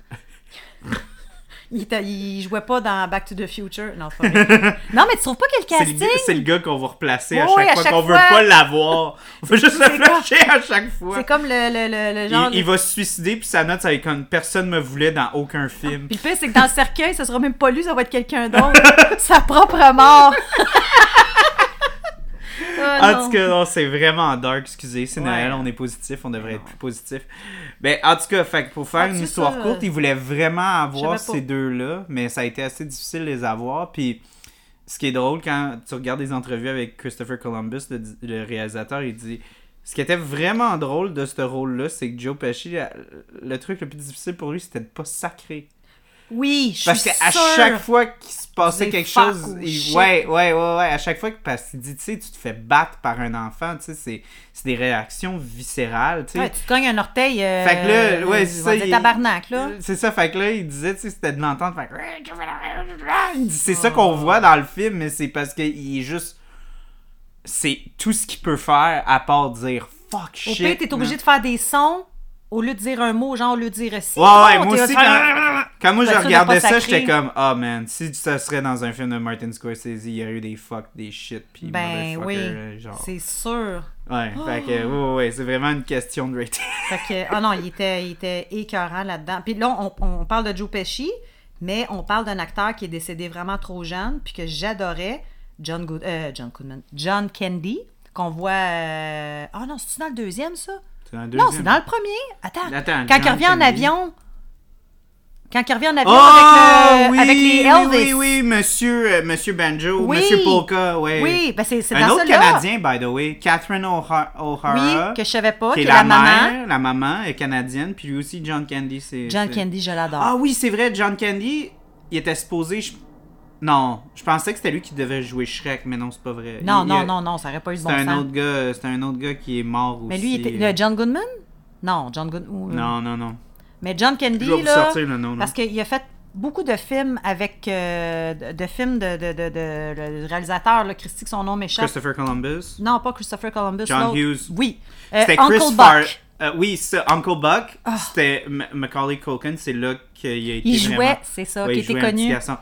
Speaker 1: il, était- il jouait pas dans Back to the Future. Non, c'est pas vrai.
Speaker 2: [LAUGHS]
Speaker 1: non, mais tu trouves pas que le
Speaker 2: C'est le,
Speaker 1: casting.
Speaker 2: c'est le gars qu'on va replacer à
Speaker 1: Oui,
Speaker 2: chaque
Speaker 1: à
Speaker 2: fois
Speaker 1: chaque
Speaker 2: qu'on veut
Speaker 1: fois.
Speaker 2: pas l'avoir. On
Speaker 1: [LAUGHS]
Speaker 2: va juste le flasher à chaque fois.
Speaker 1: C'est comme le, le, le, le
Speaker 2: Il,
Speaker 1: genre.
Speaker 2: il va se suicider, puis sa note, ça va être comme personne me voulait dans aucun film.
Speaker 1: Puis le pire, c'est que dans le cercueil, ça sera même pas lui, ça va être quelqu'un d'autre. [LAUGHS] Sa propre
Speaker 2: [LAUGHS]
Speaker 1: mort. Ah,
Speaker 2: En
Speaker 1: non.
Speaker 2: tout cas, non, c'est vraiment dark, excusez. C'est
Speaker 1: Ouais.
Speaker 2: Noël, on est positif, on devrait être plus positif. Mais en tout cas, fait que pour faire
Speaker 1: Ah,
Speaker 2: une
Speaker 1: c'est
Speaker 2: histoire
Speaker 1: ça,
Speaker 2: courte,
Speaker 1: euh,
Speaker 2: ils voulaient vraiment avoir
Speaker 1: je savais pas.
Speaker 2: ces deux-là, mais ça a été assez difficile de les avoir. Puis ce qui est drôle, quand tu regardes des entrevues avec Christopher Columbus, le, le réalisateur, il dit. Ce qui était vraiment drôle de ce rôle-là, c'est que Joe Pesci, la- le truc le plus difficile pour lui, c'était de pas sacrer.
Speaker 1: Oui, je suis
Speaker 2: Parce
Speaker 1: sûre.
Speaker 2: qu'à chaque fois qu'il se passait
Speaker 1: Des
Speaker 2: quelque
Speaker 1: fuck
Speaker 2: chose,
Speaker 1: ou
Speaker 2: il-
Speaker 1: shit.
Speaker 2: ouais, ouais, ouais, ouais, à chaque fois que parce qu'il dit, tu sais, tu te fais battre par un enfant, tu sais, c'est, c'est des réactions viscérales, tu sais.
Speaker 1: Ouais, tu te cognes un orteil. euh,
Speaker 2: Fait que là, ouais, c'est
Speaker 1: ils
Speaker 2: ça.
Speaker 1: vont dire
Speaker 2: il- euh,
Speaker 1: tabarnak, là.
Speaker 2: C'est ça, fait que là, il disait, tu sais, c'était de l'entendre. Fait que, il dit, c'est ça qu'on
Speaker 1: Oh.
Speaker 2: voit dans le film, mais c'est parce qu'il est juste. C'est tout ce qu'il peut faire à part dire fuck
Speaker 1: Au
Speaker 2: shit.
Speaker 1: pire, t'es obligé de faire des sons au lieu de dire un mot, genre au lieu de dire si.
Speaker 2: Ouais, ouais,
Speaker 1: non,
Speaker 2: moi
Speaker 1: Oh, t'es-
Speaker 2: aussi, quand, quand moi je
Speaker 1: Fait que ça,
Speaker 2: regardais
Speaker 1: de pas
Speaker 2: ça,
Speaker 1: sacrer.
Speaker 2: j'étais comme, ah man, si ça serait dans un film de Martin Scorsese, il y aurait eu des fuck, des shit, puis
Speaker 1: Ben
Speaker 2: motherfucker,
Speaker 1: oui,
Speaker 2: là, genre.
Speaker 1: c'est sûr.
Speaker 2: Ouais,
Speaker 1: [GASPS]
Speaker 2: fait que, ouais, ouais, ouais, c'est vraiment une question de rating. [LAUGHS]
Speaker 1: Fait que, ah non, il était, il était écœurant là-dedans. Puis là, on, on parle de Joe Pesci, mais on parle d'un acteur qui est décédé vraiment trop jeune, puis que j'adorais, John, Good, euh, John Goodman, John Candy, qu'on voit... euh, Ah non, c'est-tu dans le deuxième, ça?
Speaker 2: C'est dans le
Speaker 1: Non, c'est
Speaker 2: deuxième.
Speaker 1: dans le premier. Attends,
Speaker 2: Attends,
Speaker 1: quand il
Speaker 2: John
Speaker 1: revient en
Speaker 2: Candy.
Speaker 1: avion... Quand il revient en avion
Speaker 2: Oh,
Speaker 1: avec, le-
Speaker 2: oui,
Speaker 1: avec les Elvis.
Speaker 2: Oui, oui, oui, monsieur, euh, monsieur Banjo,
Speaker 1: Oui.
Speaker 2: monsieur Polka, ouais.
Speaker 1: Oui, ben c'est c'est
Speaker 2: Un
Speaker 1: dans
Speaker 2: autre
Speaker 1: celui-là.
Speaker 2: Canadien, by the way, Catherine O'Ha- O'Hara.
Speaker 1: Oui, que je savais pas,
Speaker 2: qui est
Speaker 1: que la, maman.
Speaker 2: mère, la maman est canadienne, puis lui aussi, John Candy, c'est...
Speaker 1: John
Speaker 2: c'est-
Speaker 1: Candy, je l'adore.
Speaker 2: Ah oui, c'est vrai, John Candy, il était supposé... je- Non, je pensais que c'était lui qui devait jouer Shrek, mais non, c'est pas vrai.
Speaker 1: non,
Speaker 2: Il-
Speaker 1: non,
Speaker 2: il-
Speaker 1: non, non, ça aurait pas eu de
Speaker 2: C'est
Speaker 1: bon
Speaker 2: un
Speaker 1: sens.
Speaker 2: autre gars, c'est un autre gars qui est mort
Speaker 1: Mais
Speaker 2: aussi.
Speaker 1: lui, il était. le John Goodman? Non, John Goodman. euh,
Speaker 2: Non, non, non.
Speaker 1: Mais John Candy,
Speaker 2: Je vais vous
Speaker 1: là,
Speaker 2: sortir le nom, là.
Speaker 1: parce qu'il a fait beaucoup de films avec euh, de, de films de, de, de, de- le réalisateur, là, Christy, que son nom m'échappe.
Speaker 2: Christopher Columbus.
Speaker 1: Non, pas Christopher Columbus.
Speaker 2: John
Speaker 1: l'autre.
Speaker 2: Hughes.
Speaker 1: Oui. Euh,
Speaker 2: C'était
Speaker 1: Uncle
Speaker 2: Chris
Speaker 1: Buck. Ah.
Speaker 2: Far- euh, oui, c'est Uncle Buck. C'était M- Macaulay Culkin. C'est là qu'il a été
Speaker 1: Il jouait,
Speaker 2: vraiment-
Speaker 1: c'est ça,
Speaker 2: Ouais,
Speaker 1: qui
Speaker 2: il
Speaker 1: était
Speaker 2: jouait un
Speaker 1: connu.
Speaker 2: petit garçon.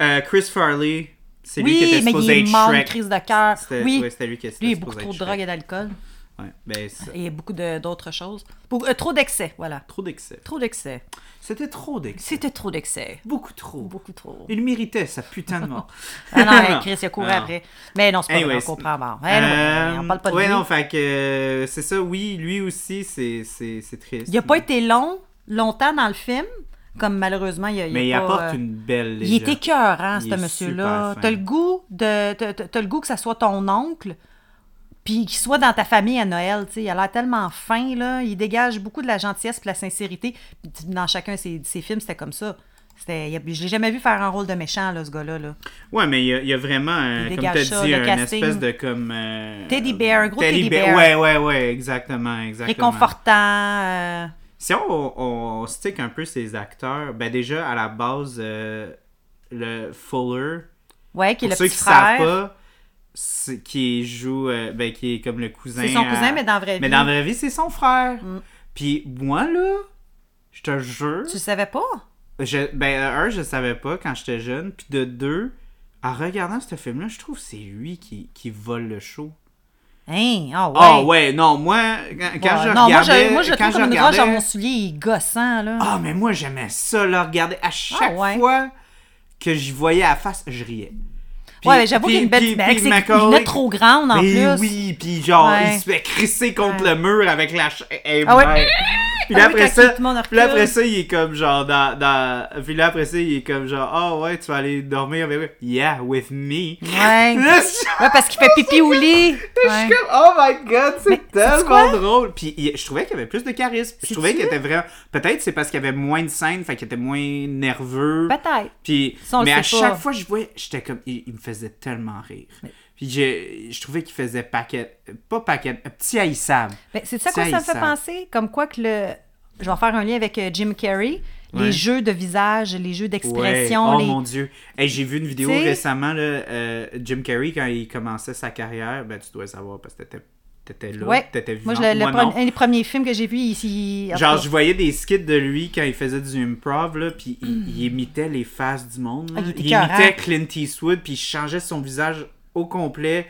Speaker 2: Euh, Chris Farley, c'est lui qui
Speaker 1: Oui,
Speaker 2: était
Speaker 1: mais il
Speaker 2: supposé
Speaker 1: est
Speaker 2: être
Speaker 1: mort d'une
Speaker 2: Shrek.
Speaker 1: crise de cœur.
Speaker 2: C'était-
Speaker 1: Oui.
Speaker 2: ouais, c'était lui qui était
Speaker 1: Lui, il a
Speaker 2: supposé
Speaker 1: beaucoup
Speaker 2: être
Speaker 1: trop de
Speaker 2: Shrek.
Speaker 1: drogue et d'alcool.
Speaker 2: Ouais, ben, c'est
Speaker 1: Et beaucoup de- d'autres choses. Beaucoup- euh, trop d'excès, voilà.
Speaker 2: trop d'excès.
Speaker 1: Trop d'excès.
Speaker 2: C'était trop d'excès.
Speaker 1: C'était trop d'excès.
Speaker 2: Beaucoup trop.
Speaker 1: Beaucoup trop.
Speaker 2: Il méritait sa putain de mort.
Speaker 1: [LAUGHS] Ah
Speaker 2: [LAUGHS]
Speaker 1: non, hey, Chris, il a couru
Speaker 2: Non.
Speaker 1: après. Mais non, c'est pas
Speaker 2: Anyways.
Speaker 1: vrai, on comprend mort. Hey, non,
Speaker 2: Euh,
Speaker 1: on parle pas de
Speaker 2: ouais,
Speaker 1: lui.
Speaker 2: non, fait que euh, c'est ça, oui, lui aussi, c'est c'est- c'est triste.
Speaker 1: Il a pas été long, longtemps dans le film, comme malheureusement, il a, il a
Speaker 2: Mais il
Speaker 1: pas,
Speaker 2: apporte
Speaker 1: euh,
Speaker 2: une belle
Speaker 1: Il
Speaker 2: légende.
Speaker 1: est écœurant,
Speaker 2: Il est
Speaker 1: ce monsieur-là.
Speaker 2: super fin.
Speaker 1: T'as le goût de. t'as- T'as t'as le goût que ça soit ton oncle, puis qu'il soit dans ta famille à Noël, tu sais. Il a l'air tellement fin, là. Il dégage beaucoup de la gentillesse et de la sincérité. Puis t- dans chacun de ses, de ses films, c'était comme ça. C'était, il a- je l'ai jamais vu faire un rôle de méchant, là, ce gars-là. là.
Speaker 2: Ouais, mais il y a, il y a vraiment, un,
Speaker 1: Il
Speaker 2: comme
Speaker 1: dégage
Speaker 2: t'as
Speaker 1: ça,
Speaker 2: dit,
Speaker 1: le
Speaker 2: un
Speaker 1: casting.
Speaker 2: espèce de comme... euh,
Speaker 1: Teddy bear, un gros teddy bear.
Speaker 2: Ouais, ouais, ouais, exactement, exactement.
Speaker 1: Réconfortant. euh,
Speaker 2: Si on, on stick un peu ces acteurs, ben déjà, à la base, euh, le Fuller,
Speaker 1: Ouais, qui est
Speaker 2: pour
Speaker 1: le
Speaker 2: ceux
Speaker 1: petit
Speaker 2: qui
Speaker 1: frère.
Speaker 2: savent pas, c'est- qui joue, euh, ben, qui est comme le cousin.
Speaker 1: C'est son
Speaker 2: à-
Speaker 1: cousin, mais dans la vraie
Speaker 2: Mais
Speaker 1: vie. Mm.
Speaker 2: dans la vraie vie, c'est son frère. Puis moi, là, je te jure...
Speaker 1: Tu le savais pas?
Speaker 2: Je, ben, euh, un, je savais pas quand j'étais jeune. Puis de deux, en regardant ce film-là, je trouve que c'est lui qui, qui vole le show.
Speaker 1: Hein? Ah ouais.
Speaker 2: Ah ouais, non, moi, quand, quand
Speaker 1: Ouais.
Speaker 2: je
Speaker 1: non, moi,
Speaker 2: regardais...
Speaker 1: je, moi, je le
Speaker 2: quand
Speaker 1: trouve comme une roche
Speaker 2: regardais-
Speaker 1: dans mon soulier, il est gossant, là.
Speaker 2: Ah, mais moi, j'aimais ça, le regarder. À chaque
Speaker 1: Ah, ouais.
Speaker 2: fois que j'y voyais à la face, je riais. Puis-
Speaker 1: ouais, mais j'avoue
Speaker 2: puis-
Speaker 1: qu'il y a une belle
Speaker 2: puis-
Speaker 1: petite-
Speaker 2: puis
Speaker 1: avec ses
Speaker 2: Macaulay-
Speaker 1: lunettes trop grandes, en
Speaker 2: Mais
Speaker 1: plus.
Speaker 2: oui, puis genre,
Speaker 1: Ouais.
Speaker 2: il se fait crisser contre le mur avec la chaîne.
Speaker 1: Ah ouais.
Speaker 2: Puis là,
Speaker 1: Ah oui,
Speaker 2: après
Speaker 1: quand
Speaker 2: ça,
Speaker 1: tout le monde
Speaker 2: puis là,
Speaker 1: recule.
Speaker 2: après ça, il est comme genre dans, dans... Puis là, après ça, il est comme genre, ah ouais, tu vas aller dormir avec moi. Yeah, with me. [LAUGHS]
Speaker 1: Ouais.
Speaker 2: Là, je-
Speaker 1: Ouais, parce qu'il fait pipi au
Speaker 2: [LAUGHS]
Speaker 1: lit.
Speaker 2: je
Speaker 1: Ouais.
Speaker 2: suis comme, oh my god, c'est
Speaker 1: sais-tu quoi?
Speaker 2: tellement drôle. Puis il- je trouvais qu'il y avait plus de charisme. Je trouvais
Speaker 1: Sais-tu?
Speaker 2: qu'il était vraiment. Peut-être c'est parce qu'il y avait moins de scènes, fait qu'il était moins nerveux.
Speaker 1: Peut-être.
Speaker 2: Puis,
Speaker 1: Ça, on le
Speaker 2: mais
Speaker 1: sait
Speaker 2: à chaque
Speaker 1: pas.
Speaker 2: fois, je voyais, j'étais comme, il, il me faisait tellement rire. Puis je, je trouvais qu'il faisait paquet, pas paquet, un petit haïssable.
Speaker 1: Ben, c'est ça
Speaker 2: Petit
Speaker 1: quoi ça me fait
Speaker 2: haïssable.
Speaker 1: penser? Comme quoi que le. Je vais faire un lien avec euh, Jim Carrey. Les
Speaker 2: Ouais.
Speaker 1: jeux de visage, les jeux
Speaker 2: Ouais.
Speaker 1: d'expression.
Speaker 2: Oh
Speaker 1: les...
Speaker 2: mon dieu. Hey, J'ai vu une vidéo
Speaker 1: T'sais-
Speaker 2: récemment, là, euh, Jim Carrey, quand il commençait sa carrière, ben tu dois le savoir parce que t'étais, t'étais là,
Speaker 1: Ouais.
Speaker 2: t'étais vivant.
Speaker 1: Moi, je le- le
Speaker 2: Moi,
Speaker 1: pre-
Speaker 2: non.
Speaker 1: un des premiers films que j'ai vu ici. en
Speaker 2: Genre,
Speaker 1: tout
Speaker 2: je voyais des skits de lui quand il faisait du improv, là, puis il, il imitait les faces du monde. là.
Speaker 1: Hmm. Ah, il était
Speaker 2: il
Speaker 1: écœurant.
Speaker 2: imitait Clint Eastwood, puis il changeait son visage au complet.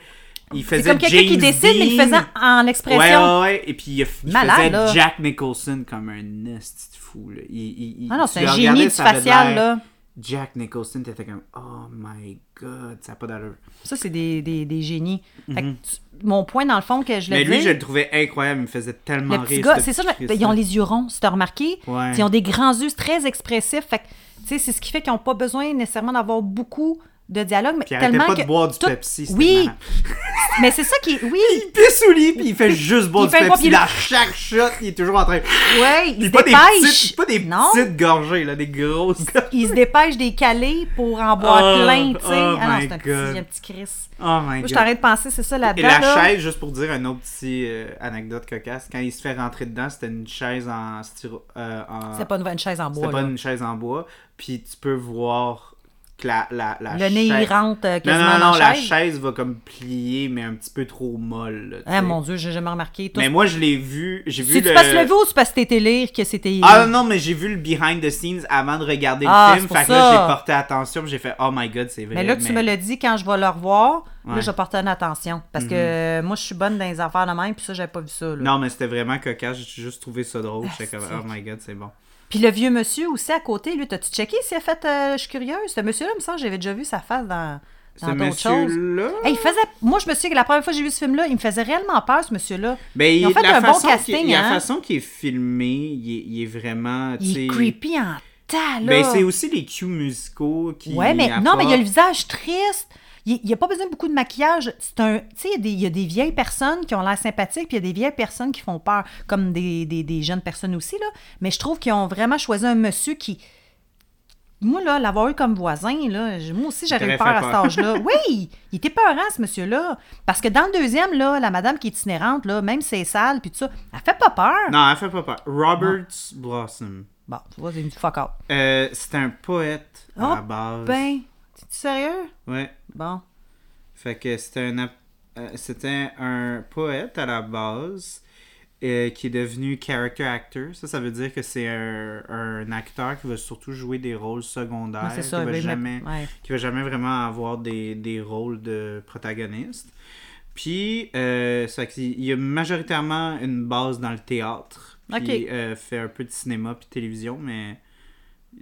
Speaker 2: Il faisait
Speaker 1: C'est comme quelqu'un qui
Speaker 2: James
Speaker 1: décide, mais il le
Speaker 2: Dean.
Speaker 1: faisait en expression.
Speaker 2: Ouais, oh. ouais, ouais. Et puis il, f- il
Speaker 1: Malade,
Speaker 2: faisait
Speaker 1: là.
Speaker 2: Jack Nicholson comme un nasty de fou. Là. Il, il- il-
Speaker 1: Ah non,
Speaker 2: tu
Speaker 1: c'est
Speaker 2: le
Speaker 1: un
Speaker 2: regardais,
Speaker 1: génie du
Speaker 2: ça avait
Speaker 1: facial,
Speaker 2: l'air-
Speaker 1: là.
Speaker 2: Jack Nicholson, t'étais comme Oh my god, ça n'a pas d'allure.
Speaker 1: Ça, c'est des, des, des génies. Fait que tu- mon point, dans le fond, que je le
Speaker 2: Mm-hmm. Mais lui,
Speaker 1: dis,
Speaker 2: je le trouvais incroyable. Il me faisait tellement
Speaker 1: le
Speaker 2: rire.
Speaker 1: petit
Speaker 2: ce
Speaker 1: gars, c'est ça,
Speaker 2: petit
Speaker 1: mais ils ont
Speaker 2: Christ-là.
Speaker 1: les yeux ronds, si t'as remarqué.
Speaker 2: Ouais.
Speaker 1: Ils ont des grands yeux très expressifs. Fait que, tu sais, c'est ce qui fait qu'ils n'ont pas besoin nécessairement d'avoir beaucoup de dialogue. Mais
Speaker 2: Puis il arrêtait
Speaker 1: tellement
Speaker 2: pas
Speaker 1: que
Speaker 2: de boire du
Speaker 1: tout-
Speaker 2: Pepsi. c'était
Speaker 1: Oui,
Speaker 2: malade.
Speaker 1: [LAUGHS] mais c'est ça qui est.
Speaker 2: [LAUGHS]
Speaker 1: Oui,
Speaker 2: Il pisse au lit, puis il
Speaker 1: [LAUGHS]
Speaker 2: fait juste boire
Speaker 1: Il
Speaker 2: du
Speaker 1: fait boire,
Speaker 2: Pepsi.
Speaker 1: puis il-
Speaker 2: Dans chaque shot, il est toujours en train.
Speaker 1: ouais, ils
Speaker 2: Puis
Speaker 1: se
Speaker 2: pas des,
Speaker 1: dépêchent.
Speaker 2: petites, pas des
Speaker 1: non,
Speaker 2: petites gorgées, là,
Speaker 1: [LAUGHS]
Speaker 2: des grosses gorgées.
Speaker 1: ils se dépêchent des calés pour en boire
Speaker 2: Oh,
Speaker 1: plein, tu sais.
Speaker 2: oh
Speaker 1: ah non,
Speaker 2: my
Speaker 1: c'est un petit,
Speaker 2: God.
Speaker 1: un petit Chris.
Speaker 2: Oh my
Speaker 1: Moi, je
Speaker 2: god.
Speaker 1: t'arrête de penser, c'est ça
Speaker 2: Et
Speaker 1: là-dedans.
Speaker 2: la
Speaker 1: là.
Speaker 2: chaise, juste pour dire une autre petite euh, anecdote cocasse, quand il se fait rentrer dedans, c'était une chaise en styro. euh, en-
Speaker 1: C'était pas une, une chaise en bois.
Speaker 2: C'était pas
Speaker 1: là.
Speaker 2: une chaise en bois. Puis tu peux voir que la, la, la
Speaker 1: Le nez, il
Speaker 2: chaise-
Speaker 1: rentre euh,
Speaker 2: Non,
Speaker 1: quasiment
Speaker 2: non, non,
Speaker 1: dans
Speaker 2: la
Speaker 1: la
Speaker 2: chaise.
Speaker 1: chaise.
Speaker 2: va comme plier, mais un petit peu trop molle. là, tu
Speaker 1: Ah,
Speaker 2: sais.
Speaker 1: mon Dieu, j'ai jamais remarqué. Toi,
Speaker 2: Mais moi, je l'ai vu. J'ai vu
Speaker 1: si tu
Speaker 2: le-
Speaker 1: passes le vous ou tu passes tes lire que c'était.
Speaker 2: Ah non, non, mais j'ai vu le behind the scenes avant de regarder
Speaker 1: Ah,
Speaker 2: le
Speaker 1: c'est
Speaker 2: film.
Speaker 1: pour
Speaker 2: Fait que là,
Speaker 1: ça.
Speaker 2: j'ai porté attention. puis J'ai fait, oh my god, c'est vrai.
Speaker 1: mais là, tu me l'as dit quand je vais le revoir. Là,
Speaker 2: Ouais. Mhm.
Speaker 1: je vais porter une attention. Parce que euh, moi, je suis bonne dans les affaires de même, puis ça, j'avais pas vu ça. là.
Speaker 2: Non, mais c'était vraiment cocasse. J'ai juste trouvé ça drôle. J'étais comme,
Speaker 1: Ah, c'est-
Speaker 2: oh my god, c'est bon.
Speaker 1: Puis le vieux monsieur aussi à côté, lui, t'as-tu checké s'il a fait. euh, je suis curieuse. Ce monsieur-là, il me semble, que j'avais déjà vu sa face dans
Speaker 2: Ce
Speaker 1: dans d'autres choses.
Speaker 2: monsieur-là.
Speaker 1: Hey, il faisait... Moi, je me souviens que la première fois que j'ai vu ce film-là, il me faisait réellement peur, ce monsieur-là.
Speaker 2: Ben,
Speaker 1: Ils ont
Speaker 2: il-
Speaker 1: fait
Speaker 2: la
Speaker 1: un bon
Speaker 2: façon qu'il-
Speaker 1: casting,
Speaker 2: La
Speaker 1: hein.
Speaker 2: façon qu'il est filmé, il est, il est vraiment. tu
Speaker 1: Il est
Speaker 2: sais,
Speaker 1: creepy en tas, là.
Speaker 2: Ben, c'est aussi les cues musicaux qui.
Speaker 1: Ouais, mais non,
Speaker 2: apportent-
Speaker 1: mais il a le visage triste. Il n'y a pas besoin de beaucoup de maquillage. C'est un, tu sais, il y a des- il y, a des vieilles personnes qui ont l'air sympathiques, puis il y a des vieilles personnes qui font peur, comme des, des- des jeunes personnes aussi, là. Mais je trouve qu'ils ont vraiment choisi un monsieur qui... Moi, là, l'avoir eu comme voisin, là, j- moi aussi, j'aurais eu
Speaker 2: t'aurait
Speaker 1: peur
Speaker 2: fait
Speaker 1: à cet
Speaker 2: peur. [LAUGHS]
Speaker 1: âge-là. Oui! Il était peurant, ce monsieur-là. Parce que dans le deuxième, là, la madame qui est itinérante, là, même si elle est sale, puis tout ça, elle fait pas peur.
Speaker 2: Non, elle fait pas peur. Robert Blossom.
Speaker 1: Bon, tu vois, c'est une fuck out.
Speaker 2: Euh, c'est un poète à
Speaker 1: Oh,
Speaker 2: la base.
Speaker 1: Ben, t'es-tu sérieux?
Speaker 2: Ouais.
Speaker 1: Bon.
Speaker 2: Fait que c'était un, ap- euh, c'était un poète à la base euh, qui est devenu character actor. Ça, ça veut dire que c'est un, un acteur qui va surtout jouer des rôles secondaires.
Speaker 1: Ouais, c'est ça,
Speaker 2: qui, va
Speaker 1: ben, il met-
Speaker 2: jamais,
Speaker 1: ouais.
Speaker 2: qui va jamais vraiment avoir des, des rôles de protagoniste. Puis, euh, ça fait qu'il- il y a majoritairement une base dans le théâtre. Puis,
Speaker 1: Ok.
Speaker 2: euh, fait un peu de cinéma puis de télévision, mais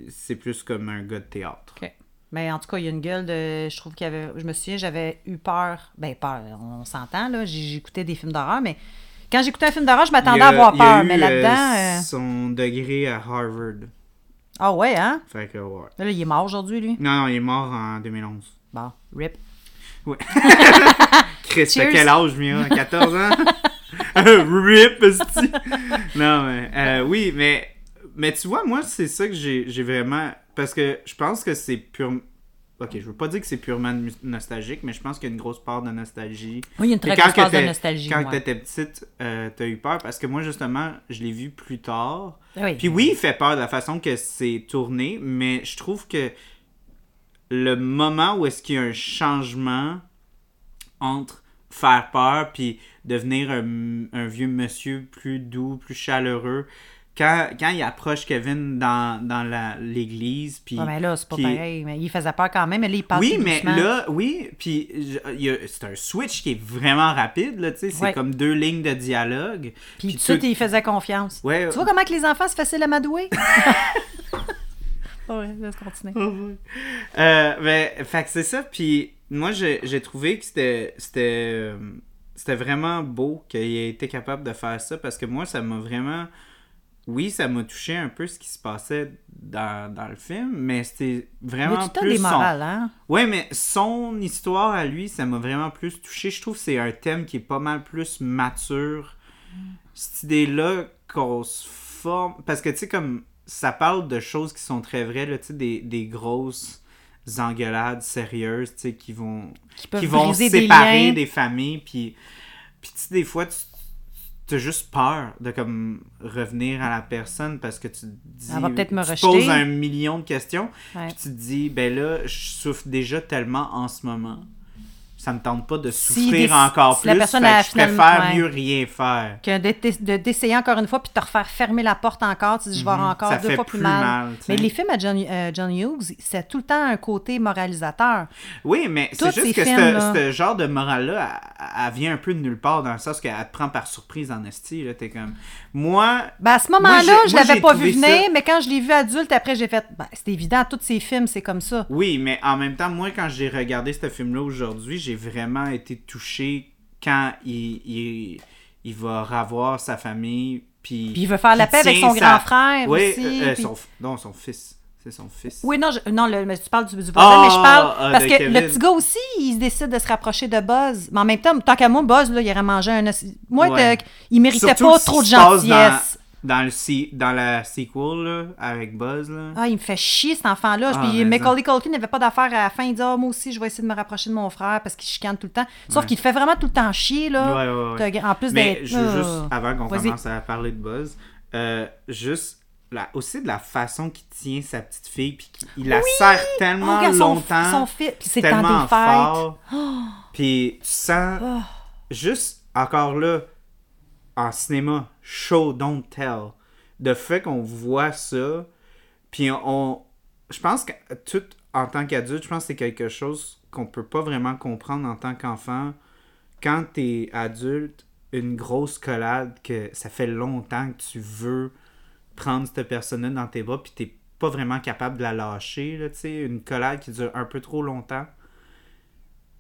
Speaker 2: c'est plus comme un gars de théâtre.
Speaker 1: OK. Mais en tout cas, il y a une gueule de. Je trouve qu'il y avait. Je me souviens, j'avais eu peur. Ben, peur, on s'entend, là. J'ai- J'écoutais des films d'horreur, mais quand j'écoutais un film d'horreur, je
Speaker 2: Il
Speaker 1: m'attendais
Speaker 2: a-
Speaker 1: à avoir
Speaker 2: il a
Speaker 1: peur.
Speaker 2: eu,
Speaker 1: mais
Speaker 2: euh,
Speaker 1: là-dedans. euh,
Speaker 2: Son degré à Harvard.
Speaker 1: Ah ouais, hein?
Speaker 2: Fait que, ouais.
Speaker 1: Là, il est mort aujourd'hui, lui.
Speaker 2: Non, non, il est mort en 2011.
Speaker 1: Bon, rip.
Speaker 2: Chris, t'as
Speaker 1: Cheers.
Speaker 2: quel âge, Mia? 14 ans? [LAUGHS] RIP, esti. Non, mais... euh, oui, mais... Mais tu vois, moi, c'est ça que j'ai j'ai vraiment... Parce que je pense que c'est pure... Ok, je veux pas dire que c'est purement mu- nostalgique, mais je pense qu'il y a une grosse part de nostalgie.
Speaker 1: Oui, il y a une très
Speaker 2: Et quand
Speaker 1: grosse
Speaker 2: que
Speaker 1: part de
Speaker 2: t'es-
Speaker 1: nostalgie,
Speaker 2: Quand
Speaker 1: ouais.
Speaker 2: t'étais petite, euh, t'as eu peur. Parce que moi, justement, je l'ai vu plus tard.
Speaker 1: Ah Oui.
Speaker 2: Puis oui, il fait peur de la façon que c'est tourné, mais je trouve que le moment où est-ce qu'il y a un changement entre faire peur puis devenir un, un vieux monsieur plus doux, plus chaleureux, quand, quand il approche Kevin dans, dans la- l'église, puis...
Speaker 1: Ouais, Ah, mais ben là, c'est pas
Speaker 2: puis-
Speaker 1: pareil. Mais il faisait peur quand même, mais là, il passe
Speaker 2: oui,
Speaker 1: tout
Speaker 2: mais
Speaker 1: doucement.
Speaker 2: là, oui, puis je- il y a- c'est un switch qui est vraiment rapide, là, tu sais, c'est
Speaker 1: Ouais.
Speaker 2: comme deux lignes de dialogue.
Speaker 1: Puis tout de
Speaker 2: tu-
Speaker 1: suite, il faisait confiance.
Speaker 2: Ouais.
Speaker 1: Tu vois comment que les enfants, c'est facile à
Speaker 2: [LAUGHS]
Speaker 1: madouer? ouais, laisse continuer.
Speaker 2: Euh, ben, fait que c'est ça. Puis moi, j'ai j'ai trouvé que c'était c'était euh, c'était vraiment beau qu'il ait été capable de faire ça parce que moi, ça m'a vraiment. Oui, ça m'a touché un peu ce qui se passait dans, dans le film, mais c'était
Speaker 1: Il y a
Speaker 2: vraiment
Speaker 1: tout le temps
Speaker 2: plus
Speaker 1: des
Speaker 2: son-
Speaker 1: morales, hein?
Speaker 2: Ouais, mais son histoire à lui, ça m'a vraiment plus touché. Je trouve que c'est un thème qui est pas mal plus mature. Cette idée-là qu'on se forme. Parce que, tu sais, comme ça parle de choses qui sont très vraies, là, tu sais, des, des grosses engueulades sérieuses, tu sais, qui vont, qui
Speaker 1: peuvent
Speaker 2: vont
Speaker 1: briser des
Speaker 2: séparer
Speaker 1: liens.
Speaker 2: des, familles. Puis, puis tu sais, des fois, tu as juste peur de comme revenir à la personne parce que tu te dis
Speaker 1: Elle va peut-être me
Speaker 2: tu te
Speaker 1: rejeter.
Speaker 2: poses un million de questions
Speaker 1: Ouais.
Speaker 2: puis tu te dis, ben là, je souffre déjà tellement en ce moment. Ça me tente pas de
Speaker 1: Si
Speaker 2: souffrir
Speaker 1: des-
Speaker 2: encore
Speaker 1: si
Speaker 2: plus.
Speaker 1: la personne
Speaker 2: fait que
Speaker 1: a
Speaker 2: je
Speaker 1: finalement-
Speaker 2: préfère
Speaker 1: ouais.
Speaker 2: mieux rien faire.
Speaker 1: que de t'ess- de- d'essayer encore une fois puis de te refaire fermer la porte encore, tu dis je vais avoir encore
Speaker 2: Mhm. Ça
Speaker 1: deux
Speaker 2: fait
Speaker 1: fois plus,
Speaker 2: plus
Speaker 1: mal.
Speaker 2: mal, tu sais.
Speaker 1: Mais les films à John, euh, John Hughes, c'est tout le temps un côté moralisateur.
Speaker 2: Oui, mais c'est
Speaker 1: Tous
Speaker 2: juste
Speaker 1: ces
Speaker 2: que
Speaker 1: films,
Speaker 2: ce
Speaker 1: là.
Speaker 2: ce genre de morale-là, elle, elle vient un peu de nulle part, dans le sens qu'elle te prend par surprise en esti. Là, t'es comme, moi...
Speaker 1: Ben, à ce
Speaker 2: Moi,
Speaker 1: moment-là,
Speaker 2: j'ai-
Speaker 1: je
Speaker 2: moi,
Speaker 1: l'avais
Speaker 2: j'ai
Speaker 1: pas
Speaker 2: trouvé
Speaker 1: vu venir,
Speaker 2: ça-
Speaker 1: mais quand je l'ai vu adulte, après j'ai fait ben, c'est évident, tous ces films, c'est comme ça.
Speaker 2: Oui, mais en même temps, moi, quand j'ai regardé ce film-là aujourd'hui, j'ai vraiment été touché quand il, il, il va revoir sa famille, puis...
Speaker 1: Puis il veut faire la
Speaker 2: qu'il
Speaker 1: paix avec
Speaker 2: tient
Speaker 1: son grand frère
Speaker 2: Oui,
Speaker 1: aussi,
Speaker 2: euh,
Speaker 1: puis-
Speaker 2: son f- non, son fils. C'est son fils.
Speaker 1: Oui, non, je- non le- mais tu parles du, du voisin,
Speaker 2: Ah,
Speaker 1: mais je parle
Speaker 2: ah,
Speaker 1: parce
Speaker 2: de
Speaker 1: que
Speaker 2: Kevin.
Speaker 1: le petit gars aussi, il décide de se rapprocher de Buzz. Mais en même temps, tant qu'à moi, Buzz, là, il aurait mangé un... os- Moi,
Speaker 2: Ouais.
Speaker 1: t'as- il méritait
Speaker 2: Surtout
Speaker 1: pas
Speaker 2: ce
Speaker 1: trop de
Speaker 2: qui se passe
Speaker 1: gentillesse.
Speaker 2: Dans, dans, le, si- dans la sequel, là, avec Buzz, là.
Speaker 1: Ah, il me fait chier cet enfant-là.
Speaker 2: Ah,
Speaker 1: Puis
Speaker 2: mais
Speaker 1: Macaulay Culkin n'avait pas d'affaire à la fin. Il dit Ah, moi aussi, je vais essayer de me rapprocher de mon frère parce qu'il chicane tout le temps. Sauf qu'il te fait vraiment tout le temps chier, là.
Speaker 2: Ouais, ouais, ouais.
Speaker 1: T'as- En plus
Speaker 2: Mais
Speaker 1: d'être.
Speaker 2: je veux
Speaker 1: Ah.
Speaker 2: juste, avant qu'on
Speaker 1: Vas-y.
Speaker 2: commence à parler de Buzz, euh, juste la- aussi de la façon qu'il tient sa petite fille, puis qu'il la serre tellement longtemps,
Speaker 1: Oh, Son, son fils, puis c'est dans
Speaker 2: tellement
Speaker 1: des fêtes. Oh!
Speaker 2: fort, puis tu sens juste encore là en cinéma, show don't tell, de fait qu'on voit ça, puis on, je pense que tout en tant qu'adulte, je pense que c'est quelque chose qu'on peut pas vraiment comprendre en tant qu'enfant. Quand t'es adulte, une grosse collade que ça fait longtemps que tu veux prendre cette personne-là dans tes bras, puis t'es pas vraiment capable de la lâcher, là, tu sais, une collade qui dure un peu trop longtemps.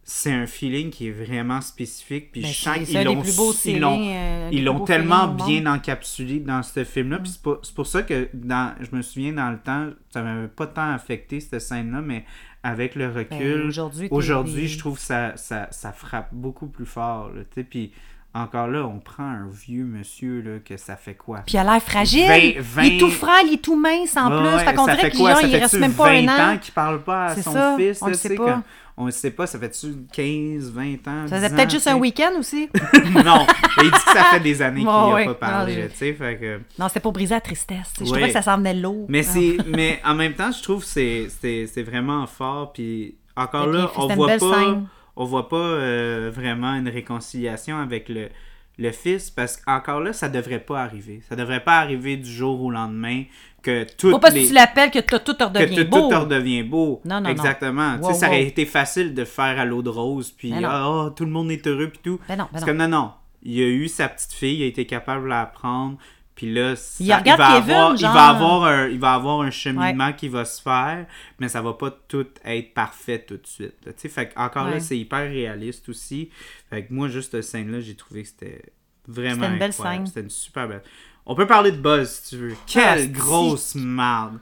Speaker 2: C'est un feeling qui est vraiment spécifique, puis
Speaker 1: Ben,
Speaker 2: je sens
Speaker 1: c'est- c'est
Speaker 2: qu'ils
Speaker 1: un des
Speaker 2: l'ont
Speaker 1: plus beaux
Speaker 2: ils l'ont-
Speaker 1: feelings, euh, des
Speaker 2: ils
Speaker 1: plus
Speaker 2: l'ont
Speaker 1: beaux
Speaker 2: tellement
Speaker 1: feelings au
Speaker 2: bien
Speaker 1: monde.
Speaker 2: encapsulé dans ce film-là. Puis c'est pour, c'est pour ça que dans, je me souviens dans le temps, ça m'avait pas tant affecté cette scène-là, mais avec le recul,
Speaker 1: Ben, aujourd'hui, t'es-
Speaker 2: aujourd'hui,
Speaker 1: t'es-
Speaker 2: je trouve que ça, ça, ça frappe beaucoup plus fort. Là, tu sais. puis encore là, on prend un vieux monsieur là, que ça fait quoi?
Speaker 1: Puis il a l'air fragile.
Speaker 2: Vingt- vingt-
Speaker 1: Il est tout frêle, il est tout mince en
Speaker 2: Ouais,
Speaker 1: plus.
Speaker 2: ouais,
Speaker 1: fait qu'on
Speaker 2: ça
Speaker 1: dirait
Speaker 2: fait
Speaker 1: que
Speaker 2: quoi?
Speaker 1: genre,
Speaker 2: Ça
Speaker 1: il
Speaker 2: fait-tu
Speaker 1: reste même pas un
Speaker 2: 20
Speaker 1: an.
Speaker 2: ans qu'il parle pas à
Speaker 1: C'est
Speaker 2: son
Speaker 1: ça,
Speaker 2: fils.
Speaker 1: on le
Speaker 2: là, tu
Speaker 1: sait
Speaker 2: sais,
Speaker 1: pas.
Speaker 2: comme- On le sait pas, ça fait-tu 15, 20 ans?
Speaker 1: Ça
Speaker 2: 10
Speaker 1: faisait peut-être
Speaker 2: ans,
Speaker 1: juste
Speaker 2: tu
Speaker 1: un
Speaker 2: sais?
Speaker 1: week-end aussi.
Speaker 2: [LAUGHS] non, mais il dit que ça fait des années qu'il
Speaker 1: [LAUGHS] Ouais, ouais.
Speaker 2: n'y a
Speaker 1: Ah,
Speaker 2: pas parlé.
Speaker 1: Non,
Speaker 2: là, tu sais, fait que...
Speaker 1: non, c'était pour briser la tristesse. Je
Speaker 2: Ouais.
Speaker 1: trouvais que ça s'en venait lourd.
Speaker 2: Mais,
Speaker 1: Ah.
Speaker 2: c'est, mais en même temps, je trouve que c'est, c'est, c'est vraiment fort. Puis encore
Speaker 1: C'était bien
Speaker 2: là,
Speaker 1: fait,
Speaker 2: on
Speaker 1: c'était une
Speaker 2: voit,
Speaker 1: belle
Speaker 2: pas,
Speaker 1: scène.
Speaker 2: on voit pas euh, vraiment une réconciliation avec le, le fils parce qu'encore là, ça devrait pas arriver. Ça devrait pas arriver du jour au lendemain que tout
Speaker 1: Faut pas que
Speaker 2: les,
Speaker 1: tu l'appelles que t'as- tout te
Speaker 2: que
Speaker 1: redevient
Speaker 2: tout,
Speaker 1: beau.
Speaker 2: tout redevient beau.
Speaker 1: Non, non, non.
Speaker 2: Exactement. Tu sais,
Speaker 1: Wow,
Speaker 2: ça aurait
Speaker 1: wow.
Speaker 2: été facile de faire à l'eau de rose, puis
Speaker 1: Ben non.
Speaker 2: ah, ah, tout le monde est heureux, puis tout.
Speaker 1: Ben non, ben
Speaker 2: Parce
Speaker 1: non.
Speaker 2: que non, non. Il a eu sa petite fille, il a été capable de la prendre, puis là, ça-
Speaker 1: Il regarde
Speaker 2: va
Speaker 1: Kevin,
Speaker 2: avoir, il,
Speaker 1: genre-
Speaker 2: va avoir un, il va avoir un cheminement qui va se faire, mais ça va pas tout être parfait tout de suite. là. Tu sais, fait que encore là,
Speaker 1: Ouais.
Speaker 2: c'est hyper réaliste aussi. Fait que moi, juste cette scène-là, j'ai trouvé que c'était vraiment
Speaker 1: C'était une belle scène. Ah,
Speaker 2: incroyable. C'était une super belle. On peut parler de Buzz si tu veux. Quelle
Speaker 1: si.
Speaker 2: grosse merde!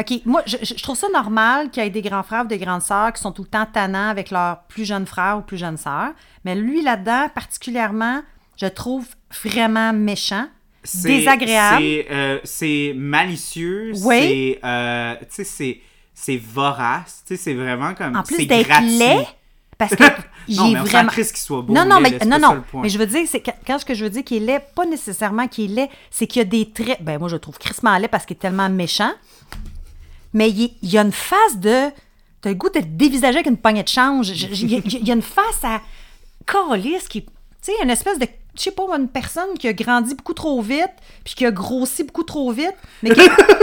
Speaker 1: OK, moi, je, je- je trouve ça normal qu'il y ait des grands frères ou des grandes sœurs qui sont tout le temps tannants avec leurs plus jeunes frères ou plus jeunes sœurs. Mais lui, là-dedans, particulièrement, je le trouve vraiment méchant,
Speaker 2: C'est-
Speaker 1: désagréable.
Speaker 2: C'est euh, c'est malicieux.
Speaker 1: Oui.
Speaker 2: C'est, euh, tu sais, c'est c'est vorace. Tu sais, c'est vraiment comme.
Speaker 1: En plus
Speaker 2: c'est
Speaker 1: d'être
Speaker 2: gratuit. [LAUGHS]
Speaker 1: laid, parce que il
Speaker 2: non,
Speaker 1: est
Speaker 2: mais on s'en
Speaker 1: vraiment...
Speaker 2: crisse qu'il soit beau.
Speaker 1: Non, non,
Speaker 2: laid,
Speaker 1: mais
Speaker 2: là, c'est
Speaker 1: non,
Speaker 2: pas ça le
Speaker 1: non.
Speaker 2: point.
Speaker 1: Mais je veux dire, c'est que- quand ce que je veux dire qu'il est laid, pas nécessairement qu'il est laid, c'est qu'il y a des traits. Ben moi, je le trouve crissement laid parce qu'il est tellement méchant. Mais il, est- il y a une face de. T'as le goût de le dévisager avec une poignée de change. Je- je- Il y a- il y a une face à. Calice qui. Tu sais, une espèce de. Je sais pas, une personne qui a grandi beaucoup trop vite, puis qui a grossi beaucoup trop vite, mais, qui-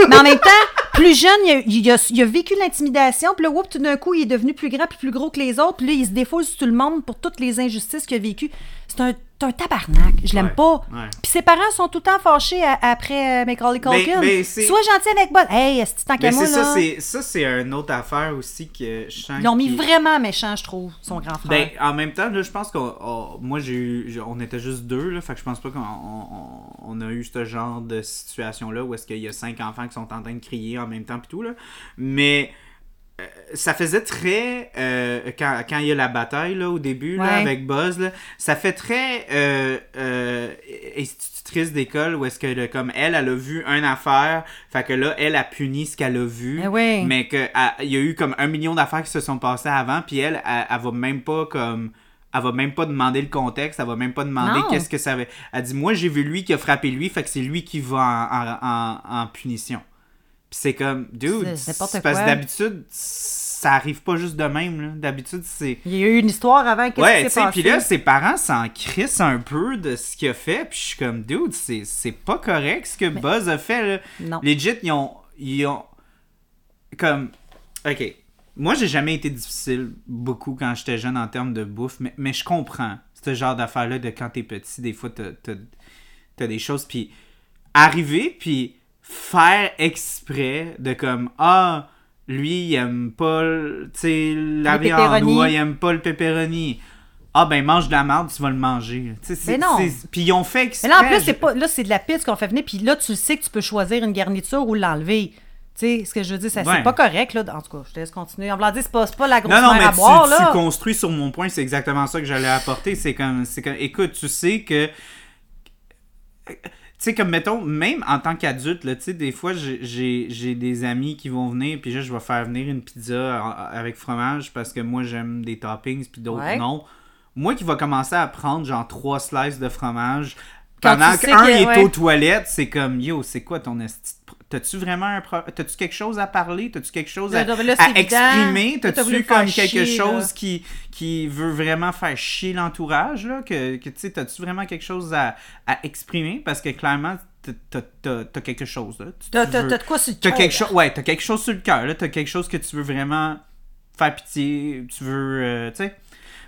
Speaker 1: mais en même temps, plus jeune, il a, il a- il a vécu l'intimidation, puis là, whoop, tout d'un coup, il est devenu plus grand, puis plus gros que les autres, puis là, il se défoule sur tout le monde pour toutes les injustices qu'il a vécues. C'est un, c'est un tabarnak, je l'aime
Speaker 2: Ouais,
Speaker 1: pas.
Speaker 2: ouais.
Speaker 1: Puis ses parents sont tout le temps fâchés à- après euh, Macaulay
Speaker 2: Mais-
Speaker 1: Culkin.
Speaker 2: mais c'est-
Speaker 1: Sois gentil avec Bud. Hey, est-ce que tu tant
Speaker 2: Mais
Speaker 1: qu'à moi,
Speaker 2: Ben, c'est ça,
Speaker 1: là?
Speaker 2: c'est ça, c'est une autre affaire aussi que je sens.
Speaker 1: Ils l'ont mis
Speaker 2: qui-
Speaker 1: vraiment méchant, je trouve, son grand frère.
Speaker 2: Ben, en même temps, là, je pense qu'on. on- moi, j'ai eu. j'ai- On était juste deux, là. Fait que je pense pas qu'on on, on a eu ce genre de situation-là où est-ce qu'il y a cinq enfants qui sont en train de crier en même temps, pis tout, là. Mais. euh, Ça faisait très. euh, quand, quand il y a la bataille, là, au début, là,
Speaker 1: Ouais.
Speaker 2: avec Buzz, là, ça fait très euh, euh, institutrice d'école où est-ce que, là, comme elle, elle a vu une affaire, fait que là, elle a puni ce qu'elle a vu.
Speaker 1: Eh oui.
Speaker 2: Mais que ah, il y a eu comme un million d'affaires qui se sont passées avant, puis elle, elle, elle va même pas comme elle va même pas demander le contexte, elle va même pas demander
Speaker 1: Non.
Speaker 2: qu'est-ce que ça avait. Elle dit moi j'ai vu lui qui a frappé lui, fait que c'est lui qui va en, en- en- en punition. Puis c'est comme dude,
Speaker 1: C'est- c'est n'importe
Speaker 2: parce que
Speaker 1: quoi.
Speaker 2: d'habitude ça arrive pas juste de même là. D'habitude c'est
Speaker 1: Il y a eu une histoire avant, qu'est-ce
Speaker 2: Ouais,
Speaker 1: qui
Speaker 2: tu
Speaker 1: s'est
Speaker 2: sais,
Speaker 1: passé?
Speaker 2: puis là, ses parents s'en crissent un peu de ce qu'il a fait, puis je suis comme, dude, c'est c'est pas correct ce que Buzz a fait, là.
Speaker 1: Non.
Speaker 2: Legit, ils ont, ils ont, comme, ok, moi, j'ai jamais été difficile beaucoup quand j'étais jeune en termes de bouffe, mais, mais je comprends ce genre d'affaire-là de quand t'es petit, des fois, t'as- t'as t'as des choses, puis arriver, puis faire exprès de comme, ah... Lui, il aime pas, le- tu sais, la
Speaker 1: Les
Speaker 2: viande, ou
Speaker 1: pepperoni.
Speaker 2: ah, il aime pas le pepperoni. Ah ben mange de la merde, tu vas le manger. Tu sais, c'est-
Speaker 1: Mais non.
Speaker 2: c'est- Puis ils ont fait exprès.
Speaker 1: Mais là, en plus, c'est
Speaker 2: je-
Speaker 1: pas. Là, c'est de la pizza qu'on fait venir, puis là, tu le sais que tu peux choisir une garniture ou l'enlever. Tu sais, ce que je veux dire, ça,
Speaker 2: Ouais.
Speaker 1: c'est pas correct, là. En tout cas, je te laisse continuer. En voulant dire, c'est pas, c'est pas la grosse
Speaker 2: Non, non,
Speaker 1: mère
Speaker 2: mais
Speaker 1: à
Speaker 2: tu,
Speaker 1: boire,
Speaker 2: tu
Speaker 1: là.
Speaker 2: construis sur mon point, c'est exactement ça que j'allais apporter. C'est comme, c'est comme, écoute, tu sais que. Tu sais, comme, mettons, même en tant qu'adulte, là, tu sais, des fois, j'ai- j'ai j'ai des amis qui vont venir, puis là, je vais faire venir une pizza en- avec fromage parce que moi, j'aime des toppings, puis d'autres
Speaker 1: Ouais.
Speaker 2: non. Moi qui va commencer à prendre, genre, trois slices de fromage
Speaker 1: Quand
Speaker 2: Pendant
Speaker 1: tu sais
Speaker 2: qu'un
Speaker 1: que-
Speaker 2: il est
Speaker 1: ouais.
Speaker 2: aux toilettes, c'est comme Yo, c'est quoi ton esti de pro- T'as-tu vraiment un pro- T'as-tu quelque chose à parler? T'as-tu quelque chose à,
Speaker 1: Là, Ben là, c'est
Speaker 2: à
Speaker 1: évident.
Speaker 2: exprimer?
Speaker 1: Là, t'as voulu
Speaker 2: T'as-tu
Speaker 1: le faire
Speaker 2: comme quelque
Speaker 1: chier, là.
Speaker 2: chose qui, qui veut vraiment faire chier l'entourage? là? Que, que, tu sais, t'as-tu vraiment quelque chose à, à exprimer? Parce que clairement, t'as- t'as- t'as t'as quelque chose. là. Tu-
Speaker 1: T'as
Speaker 2: tu
Speaker 1: t'as-
Speaker 2: veux-
Speaker 1: t'as de quoi sur le
Speaker 2: T'as
Speaker 1: cœur.
Speaker 2: quelque chose, ouais, t'as quelque chose sur le cœur, là. T'as quelque chose que tu veux vraiment faire pitié, tu veux, euh, tu sais.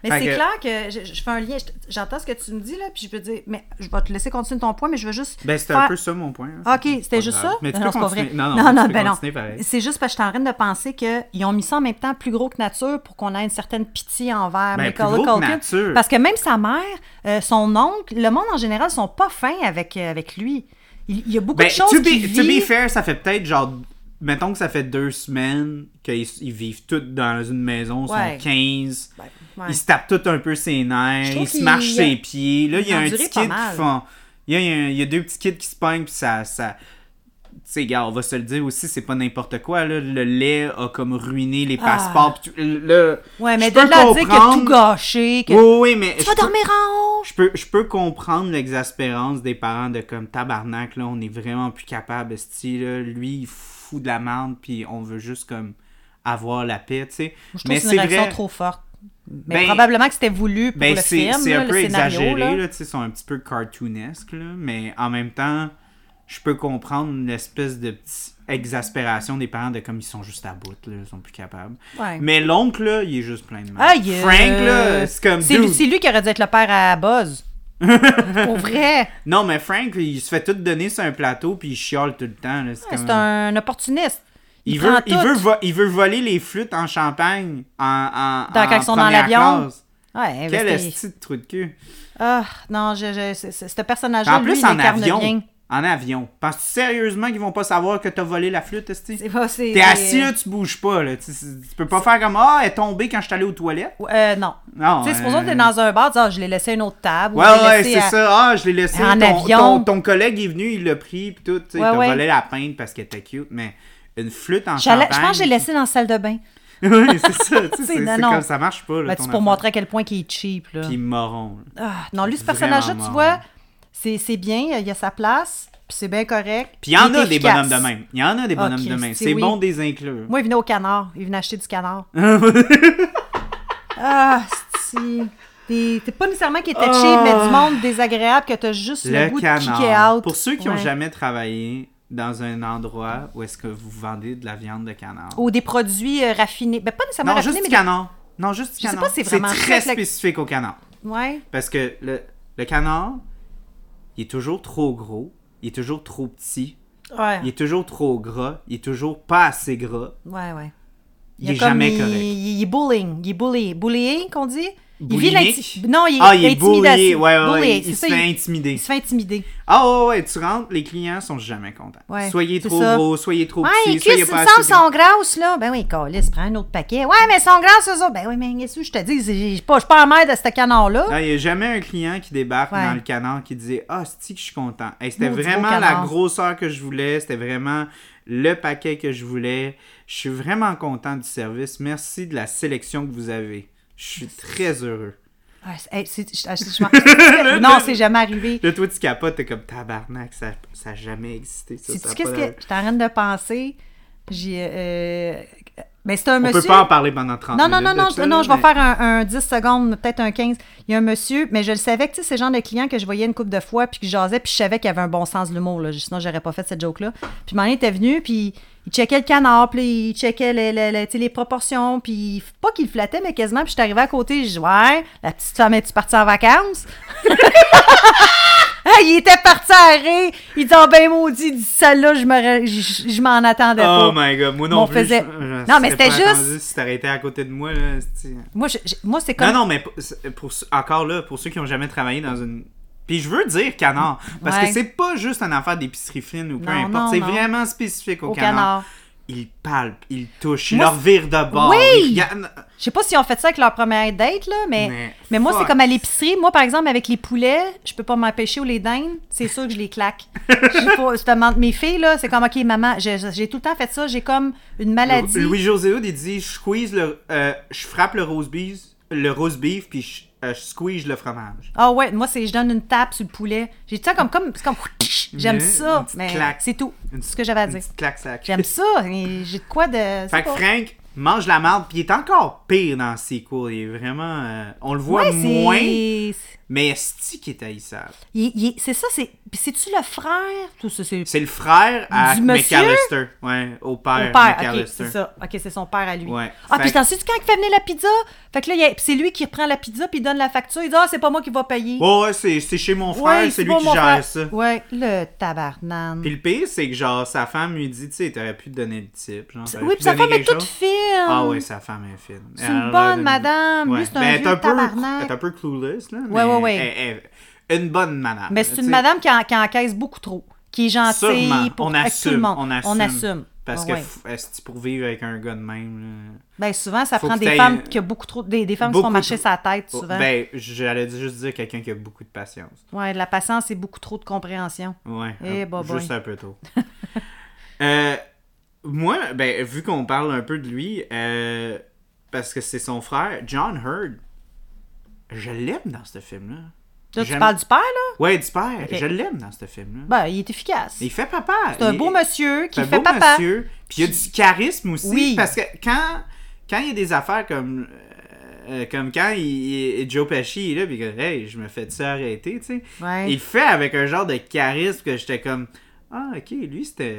Speaker 1: Mais
Speaker 2: Fait
Speaker 1: c'est
Speaker 2: que-
Speaker 1: clair que je, je fais un lien. Je- J'entends ce que tu me dis, là, puis je peux dire, mais je vais te laisser continuer ton point, mais je veux juste.
Speaker 2: Ben, c'était
Speaker 1: faire- Ah,
Speaker 2: un peu ça mon point. hein.
Speaker 1: OK,
Speaker 2: C'est pas
Speaker 1: c'était juste
Speaker 2: grave.
Speaker 1: ça? Ah
Speaker 2: Mais tu
Speaker 1: non,
Speaker 2: peux
Speaker 1: c'est pas
Speaker 2: continuer.
Speaker 1: vrai.
Speaker 2: Non, non,
Speaker 1: non,
Speaker 2: tu
Speaker 1: non,
Speaker 2: peux
Speaker 1: ben non.
Speaker 2: continuer pareil.
Speaker 1: C'est juste parce que j'étais en train de penser qu'ils ont mis ça en même temps plus gros que nature pour qu'on ait une certaine pitié envers
Speaker 2: Ben,
Speaker 1: Nicolas
Speaker 2: plus gros que
Speaker 1: Culkin.
Speaker 2: nature.
Speaker 1: Parce que même sa mère, euh, son oncle, le monde en général sont pas fins avec, euh, avec lui. Il, il y a beaucoup
Speaker 2: Ben,
Speaker 1: de choses
Speaker 2: to,
Speaker 1: qui
Speaker 2: be, to be
Speaker 1: vivent.
Speaker 2: fair, ça fait peut-être genre. Mettons que ça fait deux semaines qu'ils ils vivent tous dans une maison, ils
Speaker 1: Ouais.
Speaker 2: sont 15.
Speaker 1: Ben, ouais.
Speaker 2: Ils se tapent tous un peu ses
Speaker 1: Je
Speaker 2: nerfs,
Speaker 1: trouve
Speaker 2: ils se
Speaker 1: qu'il-
Speaker 2: marchent ses pieds. Là, il
Speaker 1: Il
Speaker 2: y a
Speaker 1: a
Speaker 2: un
Speaker 1: enduré
Speaker 2: petit
Speaker 1: pas
Speaker 2: kid
Speaker 1: mal.
Speaker 2: qui font. Il y, a, un- il y a deux petits kids qui se pognent, puis ça. ça... Tu sais, gars, on va se le dire aussi, c'est pas n'importe quoi. Là. Le lait a comme ruiné les passeports. puis tout- là,
Speaker 1: Ah. Ouais, mais
Speaker 2: je
Speaker 1: de
Speaker 2: peux
Speaker 1: là à dire que tout
Speaker 2: comprendre-
Speaker 1: gâché, que
Speaker 2: Oui, oui, mais.
Speaker 1: tu
Speaker 2: je
Speaker 1: vas
Speaker 2: peux-
Speaker 1: dormir en haut.
Speaker 2: je peux, je peux comprendre l'exaspérance des parents de comme tabarnak, là, on est vraiment plus capable, esti, là, lui, il fout de la merde, puis on veut juste comme avoir la paix, tu sais.
Speaker 1: Je trouve que c'est une réaction trop forte. Mais
Speaker 2: Ben,
Speaker 1: probablement que c'était voulu pour
Speaker 2: ben,
Speaker 1: le
Speaker 2: c'est
Speaker 1: film,
Speaker 2: c'est
Speaker 1: là,
Speaker 2: un
Speaker 1: le
Speaker 2: peu
Speaker 1: scénario.
Speaker 2: exagéré,
Speaker 1: là.
Speaker 2: là, tu sais, ils sont un petit peu cartoonesques, là, mais en même temps, je peux comprendre l'espèce de petite exaspération des parents de comme ils sont juste à bout, là, ils sont plus capables.
Speaker 1: Ouais.
Speaker 2: Mais l'oncle, là, il est juste plein de mal.
Speaker 1: Aïe, euh,
Speaker 2: Frank, là, c'est comme...
Speaker 1: C'est lui,
Speaker 2: dude,
Speaker 1: c'est lui qui aurait dû être le père à
Speaker 2: [LAUGHS]
Speaker 1: Buzz. pour vrai.
Speaker 2: Non, mais Frank, il se fait tout donner sur un plateau puis il chiale tout le temps. là. C'est
Speaker 1: C'est
Speaker 2: comme-
Speaker 1: un opportuniste.
Speaker 2: il,
Speaker 1: prend
Speaker 2: veut, il,
Speaker 1: tout.
Speaker 2: veut vo- il veut voler les flûtes en champagne en, en,
Speaker 1: Dans-
Speaker 2: en
Speaker 1: quand ils sont dans
Speaker 2: première
Speaker 1: l'avion.
Speaker 2: classe.
Speaker 1: Ouais,
Speaker 2: Quel
Speaker 1: parce que-
Speaker 2: esti de trou de cul.
Speaker 1: Ah, non, je, je, c'est- c'est- ce personnage-là,
Speaker 2: En
Speaker 1: lui,
Speaker 2: plus,
Speaker 1: il
Speaker 2: en
Speaker 1: incarne
Speaker 2: avion.
Speaker 1: bien.
Speaker 2: En avion. Penses-tu sérieusement qu'ils vont pas savoir que t'as volé la flûte, esti?
Speaker 1: C'est pas- c'est-
Speaker 2: T'es assis là, tu bouges pas. Là. Tu, tu peux pas faire comme Ah, elle est tombée quand je suis allé aux toilettes.
Speaker 1: Ouais, euh, non.
Speaker 2: Non,
Speaker 1: Tu sais, c'est pour ça que
Speaker 2: euh,
Speaker 1: t'es dans un bar, tu dis, ah, je l'ai laissé à une autre table. ou
Speaker 2: Ouais,
Speaker 1: je l'ai
Speaker 2: ouais,
Speaker 1: laissé
Speaker 2: c'est
Speaker 1: à-
Speaker 2: ça. Ah, je l'ai laissé.
Speaker 1: En
Speaker 2: ton,
Speaker 1: avion.
Speaker 2: Ton, ton collègue est venu, il l'a pris, pis tout. tu sais,
Speaker 1: Ouais,
Speaker 2: t'as
Speaker 1: ouais.
Speaker 2: volé la peinte parce qu'elle était cute, mais une flûte en
Speaker 1: J'allais-
Speaker 2: champagne.
Speaker 1: Je pense que j'ai laissé dans la salle de bain.
Speaker 2: [LAUGHS] oui, c'est ça. tu sais,
Speaker 1: [LAUGHS] C'est-
Speaker 2: c'est
Speaker 1: non,
Speaker 2: c'est
Speaker 1: non.
Speaker 2: comme ça marche pas. Là,
Speaker 1: Ben,
Speaker 2: ton
Speaker 1: c'est pour
Speaker 2: affaire.
Speaker 1: montrer à quel point qu'il est cheap. Là.
Speaker 2: Puis moron. là.
Speaker 1: Ah, non, lui, ce
Speaker 2: Vraiment
Speaker 1: personnage-là, tu
Speaker 2: mort.
Speaker 1: vois, c'est c'est bien, il a sa place, puis c'est bien correct.
Speaker 2: Puis il y en
Speaker 1: il est
Speaker 2: a des
Speaker 1: efficace.
Speaker 2: bonhommes de même. Il y en a des bonhommes de même.
Speaker 1: Christy,
Speaker 2: C'est
Speaker 1: oui.
Speaker 2: bon de les inclure.
Speaker 1: Moi, il venait au canard. Il venait acheter du
Speaker 2: [LAUGHS]
Speaker 1: canard. ah, si. C'est pas nécessairement qu'il était cheap,
Speaker 2: Ah.
Speaker 1: mais du monde désagréable que t'as juste le, goût
Speaker 2: Le
Speaker 1: de kicker
Speaker 2: canard.
Speaker 1: out.
Speaker 2: Pour ceux qui n'ont
Speaker 1: Ouais.
Speaker 2: jamais travaillé dans un endroit où est-ce que vous vendez de la viande de canard.
Speaker 1: Ou des produits euh, raffinés. Ben, pas nécessairement
Speaker 2: non,
Speaker 1: raffinés,
Speaker 2: juste du
Speaker 1: mais. des-
Speaker 2: canard. Non, juste du
Speaker 1: Je sais
Speaker 2: canard.
Speaker 1: pas si c'est vraiment
Speaker 2: très
Speaker 1: ça, le-
Speaker 2: spécifique au canard.
Speaker 1: Ouais.
Speaker 2: Parce que le, le canard, il est toujours trop gros. Il est toujours trop petit.
Speaker 1: Ouais.
Speaker 2: Il est toujours trop gras. Il est toujours pas assez gras.
Speaker 1: Ouais, ouais.
Speaker 2: Il,
Speaker 1: y a
Speaker 2: est
Speaker 1: comme-
Speaker 2: jamais
Speaker 1: il,
Speaker 2: correct.
Speaker 1: Il, est bullying. Il est bully. Bullying, qu'on dit? Il vit
Speaker 2: Boulimique?
Speaker 1: l'inti- Non, il est
Speaker 2: Ah, il est
Speaker 1: intimidation.
Speaker 2: bullié. Ouais, ouais,
Speaker 1: Bully,
Speaker 2: ouais.
Speaker 1: c'est
Speaker 2: Il se
Speaker 1: ça,
Speaker 2: fait
Speaker 1: il-
Speaker 2: intimider.
Speaker 1: il se fait intimider.
Speaker 2: Ah ouais, ouais, tu rentres, les clients sont jamais contents.
Speaker 1: Ouais,
Speaker 2: soyez
Speaker 1: c'est
Speaker 2: trop
Speaker 1: ça.
Speaker 2: gros, soyez trop
Speaker 1: Ouais, les
Speaker 2: petits,
Speaker 1: cuisses,
Speaker 2: soyez
Speaker 1: il me
Speaker 2: pas
Speaker 1: semble,
Speaker 2: assez gros.
Speaker 1: sont grasses, là. Ben oui, Calis, prends un autre paquet. Ouais, mais elles sont grasses, eux autres. Ben oui, mais qu'est-ce que je te dis? c'est- Je suis pas, je suis pas en merde de ce canard-là.
Speaker 2: Non, Il n'y a jamais un client qui débarque
Speaker 1: Ouais.
Speaker 2: dans le canard qui dit Ah, c'est que je suis content. Hey, c'était
Speaker 1: Maudit beau
Speaker 2: vraiment la
Speaker 1: canard.
Speaker 2: grosseur que je voulais, c'était vraiment le paquet que je voulais. Je suis vraiment content du service. Merci de la sélection que vous avez. Je suis très heureux.
Speaker 1: Ouais, Ah, c'est- hey, c'est- je- je- je m'en-
Speaker 2: [LAUGHS]
Speaker 1: non, c'est jamais arrivé.
Speaker 2: Là, toi, tu capotes, t'es comme tabarnak, ça n'a jamais existé. Ça, ça a
Speaker 1: Sais-tu
Speaker 2: pas
Speaker 1: qu'est-ce
Speaker 2: d'allure.
Speaker 1: que. Je t'arrête de penser. J'ai. euh, ben, c'est un
Speaker 2: On
Speaker 1: monsieur.
Speaker 2: peut pas en parler pendant 30
Speaker 1: Non, non,
Speaker 2: minutes.
Speaker 1: non, non,
Speaker 2: de ça,
Speaker 1: je- non,
Speaker 2: là,
Speaker 1: je vais
Speaker 2: mais-
Speaker 1: faire un, un 10 secondes, peut-être un 15. Il y a un monsieur, mais je le savais que tu sais, c'est le genre de client que je voyais une couple de fois, puis que je jasais, puis je savais qu'il avait un bon sens de l'humour, là. Sinon, j'aurais pas fait cette joke-là. Puis Mané était venu, puis il checkait le canard, puis il checkait le- le- le- tu sais, les proportions, puis pas qu'il flattait, mais quasiment. Puis je suis arrivée à côté, je dis Ouais, la petite femme, es-tu partie en vacances? [LAUGHS] Ah, il était parti à rire. Il dit, oh ben maudit, il dit ça là, je me- je je m'en attendais pas.
Speaker 2: Oh my god, moi non
Speaker 1: On
Speaker 2: plus.
Speaker 1: faisait-
Speaker 2: je- je
Speaker 1: Non, mais
Speaker 2: serais
Speaker 1: c'était
Speaker 2: pas
Speaker 1: juste-
Speaker 2: attendu Si t'arrêtais à côté de moi, là. c'est-
Speaker 1: Moi, je- je- moi c'est comme.
Speaker 2: Non, non, mais pour- c'est- pour, ceux- encore là, pour ceux qui ont jamais travaillé dans une. Puis je veux dire canard, parce
Speaker 1: Ouais.
Speaker 2: que c'est pas juste une affaire d'épicerie fine ou peu
Speaker 1: Non, non,
Speaker 2: importe. C'est
Speaker 1: non.
Speaker 2: vraiment spécifique au,
Speaker 1: Au
Speaker 2: canard.
Speaker 1: canard.
Speaker 2: Ils palpent, ils touchent, ils
Speaker 1: Moi,
Speaker 2: leur virent de bord.
Speaker 1: Oui!
Speaker 2: ils regardent-
Speaker 1: Je sais pas si on fait ça avec leur première date, là, mais, mais,
Speaker 2: Mais
Speaker 1: moi, c'est
Speaker 2: fuck.
Speaker 1: comme à l'épicerie. Moi, par exemple, avec les poulets, je peux pas m'empêcher ou les dindes, c'est sûr que je les
Speaker 2: [LAUGHS]
Speaker 1: claque. Je sais pas, je te demande- mes filles, là, c'est comme, OK, maman, j'ai j'ai tout le temps fait ça, j'ai comme une maladie.
Speaker 2: Louis-José Hood, il dit Je squeeze le. euh, je frappe le rose beef, le rose beef, puis je euh, je squeeze le fromage.
Speaker 1: Ah ouais, moi, c'est je donne une tape sur le poulet. J'ai dit ça comme. comme, c'est comme J'aime
Speaker 2: Une- une
Speaker 1: ça.
Speaker 2: petite
Speaker 1: Mais
Speaker 2: claque.
Speaker 1: c'est tout.
Speaker 2: Une
Speaker 1: C'est ce que j'avais à
Speaker 2: Une
Speaker 1: dire.
Speaker 2: petite claque sac.
Speaker 1: J'aime ça. et J'ai de quoi de.
Speaker 2: Fait
Speaker 1: c'est
Speaker 2: que
Speaker 1: pas-
Speaker 2: Frank mange la marde, puis il est encore pire dans ses cours. Il est vraiment. euh, on le voit
Speaker 1: Ouais, c'est-
Speaker 2: moins,
Speaker 1: c'est-
Speaker 2: mais est-ce qui est haïssable?
Speaker 1: il- il- C'est ça, c'est. Puis c'est-tu le frère? Tout ça, c'est.
Speaker 2: C'est le frère à
Speaker 1: Du monsieur?
Speaker 2: McAllister. Ouais, au père,
Speaker 1: Mon père, ok,
Speaker 2: McAllister.
Speaker 1: c'est ça. Ok, c'est son père à lui.
Speaker 2: Ouais.
Speaker 1: Ah,
Speaker 2: Fait
Speaker 1: puis
Speaker 2: que-
Speaker 1: t'en sais-tu quand il fait venir la pizza? Fait que là, il y a- puis c'est lui qui reprend la pizza puis il donne la facture. Il dit, ah, c'est pas moi qui va payer.
Speaker 2: Ouais, ouais, c'est c'est chez Oh, mon frère, c'est lui
Speaker 1: pas
Speaker 2: qui
Speaker 1: mon
Speaker 2: gère
Speaker 1: frère.
Speaker 2: ça.
Speaker 1: Ouais, le tabarnane.
Speaker 2: Puis le pire, c'est que genre, sa femme lui dit, tu sais, t'aurais pu te donner le type. Genre, t'aurais
Speaker 1: oui,
Speaker 2: pu
Speaker 1: puis sa
Speaker 2: donner
Speaker 1: femme est
Speaker 2: quelque
Speaker 1: toute
Speaker 2: chose.
Speaker 1: fine.
Speaker 2: Ah ouais, sa femme est fine.
Speaker 1: C'est
Speaker 2: Elle a
Speaker 1: une
Speaker 2: l'air
Speaker 1: bonne
Speaker 2: d'une- Ben,
Speaker 1: madame. Lui, c'est un
Speaker 2: elle est
Speaker 1: vieux
Speaker 2: peu,
Speaker 1: tabarnak.
Speaker 2: Elle est un peu clueless, là.
Speaker 1: Ouais,
Speaker 2: mais
Speaker 1: ouais, ouais.
Speaker 2: elle- elle- une bonne madame.
Speaker 1: Mais
Speaker 2: là,
Speaker 1: c'est
Speaker 2: tu
Speaker 1: une
Speaker 2: sais.
Speaker 1: madame qui, en- qui encaisse beaucoup trop, qui est gentille
Speaker 2: Sûrement.
Speaker 1: pour
Speaker 2: on,
Speaker 1: avec
Speaker 2: assume,
Speaker 1: tout le monde.
Speaker 2: on assume. Parce
Speaker 1: Ah
Speaker 2: que
Speaker 1: ouais.
Speaker 2: f- est-ce que pour vivre avec un gars de même, là,
Speaker 1: ben, souvent, ça
Speaker 2: faut
Speaker 1: prend
Speaker 2: que
Speaker 1: des
Speaker 2: t'aies-
Speaker 1: femmes qui ont beaucoup trop, des, des femmes qui se font
Speaker 2: Beaucoup
Speaker 1: marcher
Speaker 2: trop-
Speaker 1: sa tête
Speaker 2: oh,
Speaker 1: souvent.
Speaker 2: ben, j'allais juste dire quelqu'un qui a beaucoup de patience.
Speaker 1: Ouais, de la patience et beaucoup trop de compréhension.
Speaker 2: Ouais.
Speaker 1: Eh,
Speaker 2: un-
Speaker 1: bah,
Speaker 2: juste
Speaker 1: bah.
Speaker 2: un peu tôt. [LAUGHS] Euh, moi, ben, vu qu'on parle un peu de lui, euh, parce que c'est son frère, John Hurd, je l'aime dans ce film-là.
Speaker 1: Là, tu
Speaker 2: J'aime-
Speaker 1: parles du père, là?
Speaker 2: Ouais, du père.
Speaker 1: Ok.
Speaker 2: Je l'aime dans ce film-là.
Speaker 1: Ben, il est efficace.
Speaker 2: Il fait papa.
Speaker 1: C'est un
Speaker 2: Il-
Speaker 1: beau monsieur qui
Speaker 2: c'est un
Speaker 1: fait
Speaker 2: beau
Speaker 1: papa.
Speaker 2: monsieur. Puis il y a du charisme aussi.
Speaker 1: Oui.
Speaker 2: Parce que quand, quand il y a des affaires comme, euh, comme quand il, il- Joe Pesci est là, puis que, hey, je me fais de ça arrêter, tu sais.
Speaker 1: Ouais.
Speaker 2: Il le fait avec un genre de charisme que j'étais comme. Ah, ok, lui c'était.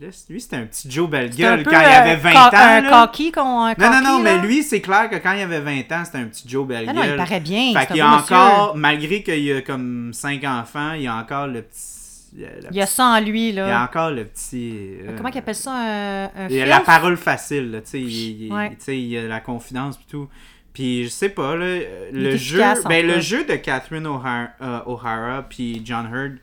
Speaker 2: là, c- Lui c'était un petit Joe
Speaker 1: C'est un
Speaker 2: Belgueule
Speaker 1: peu,
Speaker 2: quand il
Speaker 1: euh,
Speaker 2: avait 20
Speaker 1: ca-
Speaker 2: ans.
Speaker 1: Un
Speaker 2: là.
Speaker 1: coquille qu'on un
Speaker 2: Non, non, non,
Speaker 1: coquille,
Speaker 2: mais
Speaker 1: là. Ah
Speaker 2: lui, c'est clair que quand il avait 20 ans, c'était un petit Joe Belgueule.
Speaker 1: non, il paraît bien,
Speaker 2: Fait
Speaker 1: c'est un
Speaker 2: qu'il
Speaker 1: beau
Speaker 2: a
Speaker 1: monsieur.
Speaker 2: encore, malgré qu'il y a comme 5 enfants, il y a encore le petit. la
Speaker 1: Il y a ça en lui,
Speaker 2: il y a
Speaker 1: là.
Speaker 2: encore le petit. euh,
Speaker 1: Comment qu'il appelle ça? Un, un
Speaker 2: il y a
Speaker 1: filtre?
Speaker 2: la parole facile, là, tu sais, il, il-
Speaker 1: Ouais.
Speaker 2: tu sais, il y a la confidence et tout. Puis je sais pas, là, euh,
Speaker 1: Il est
Speaker 2: le jeu,
Speaker 1: efficace, en
Speaker 2: ben, le
Speaker 1: fait.
Speaker 2: jeu de Catherine O'Hara, euh, O'Hara puis John Hurd,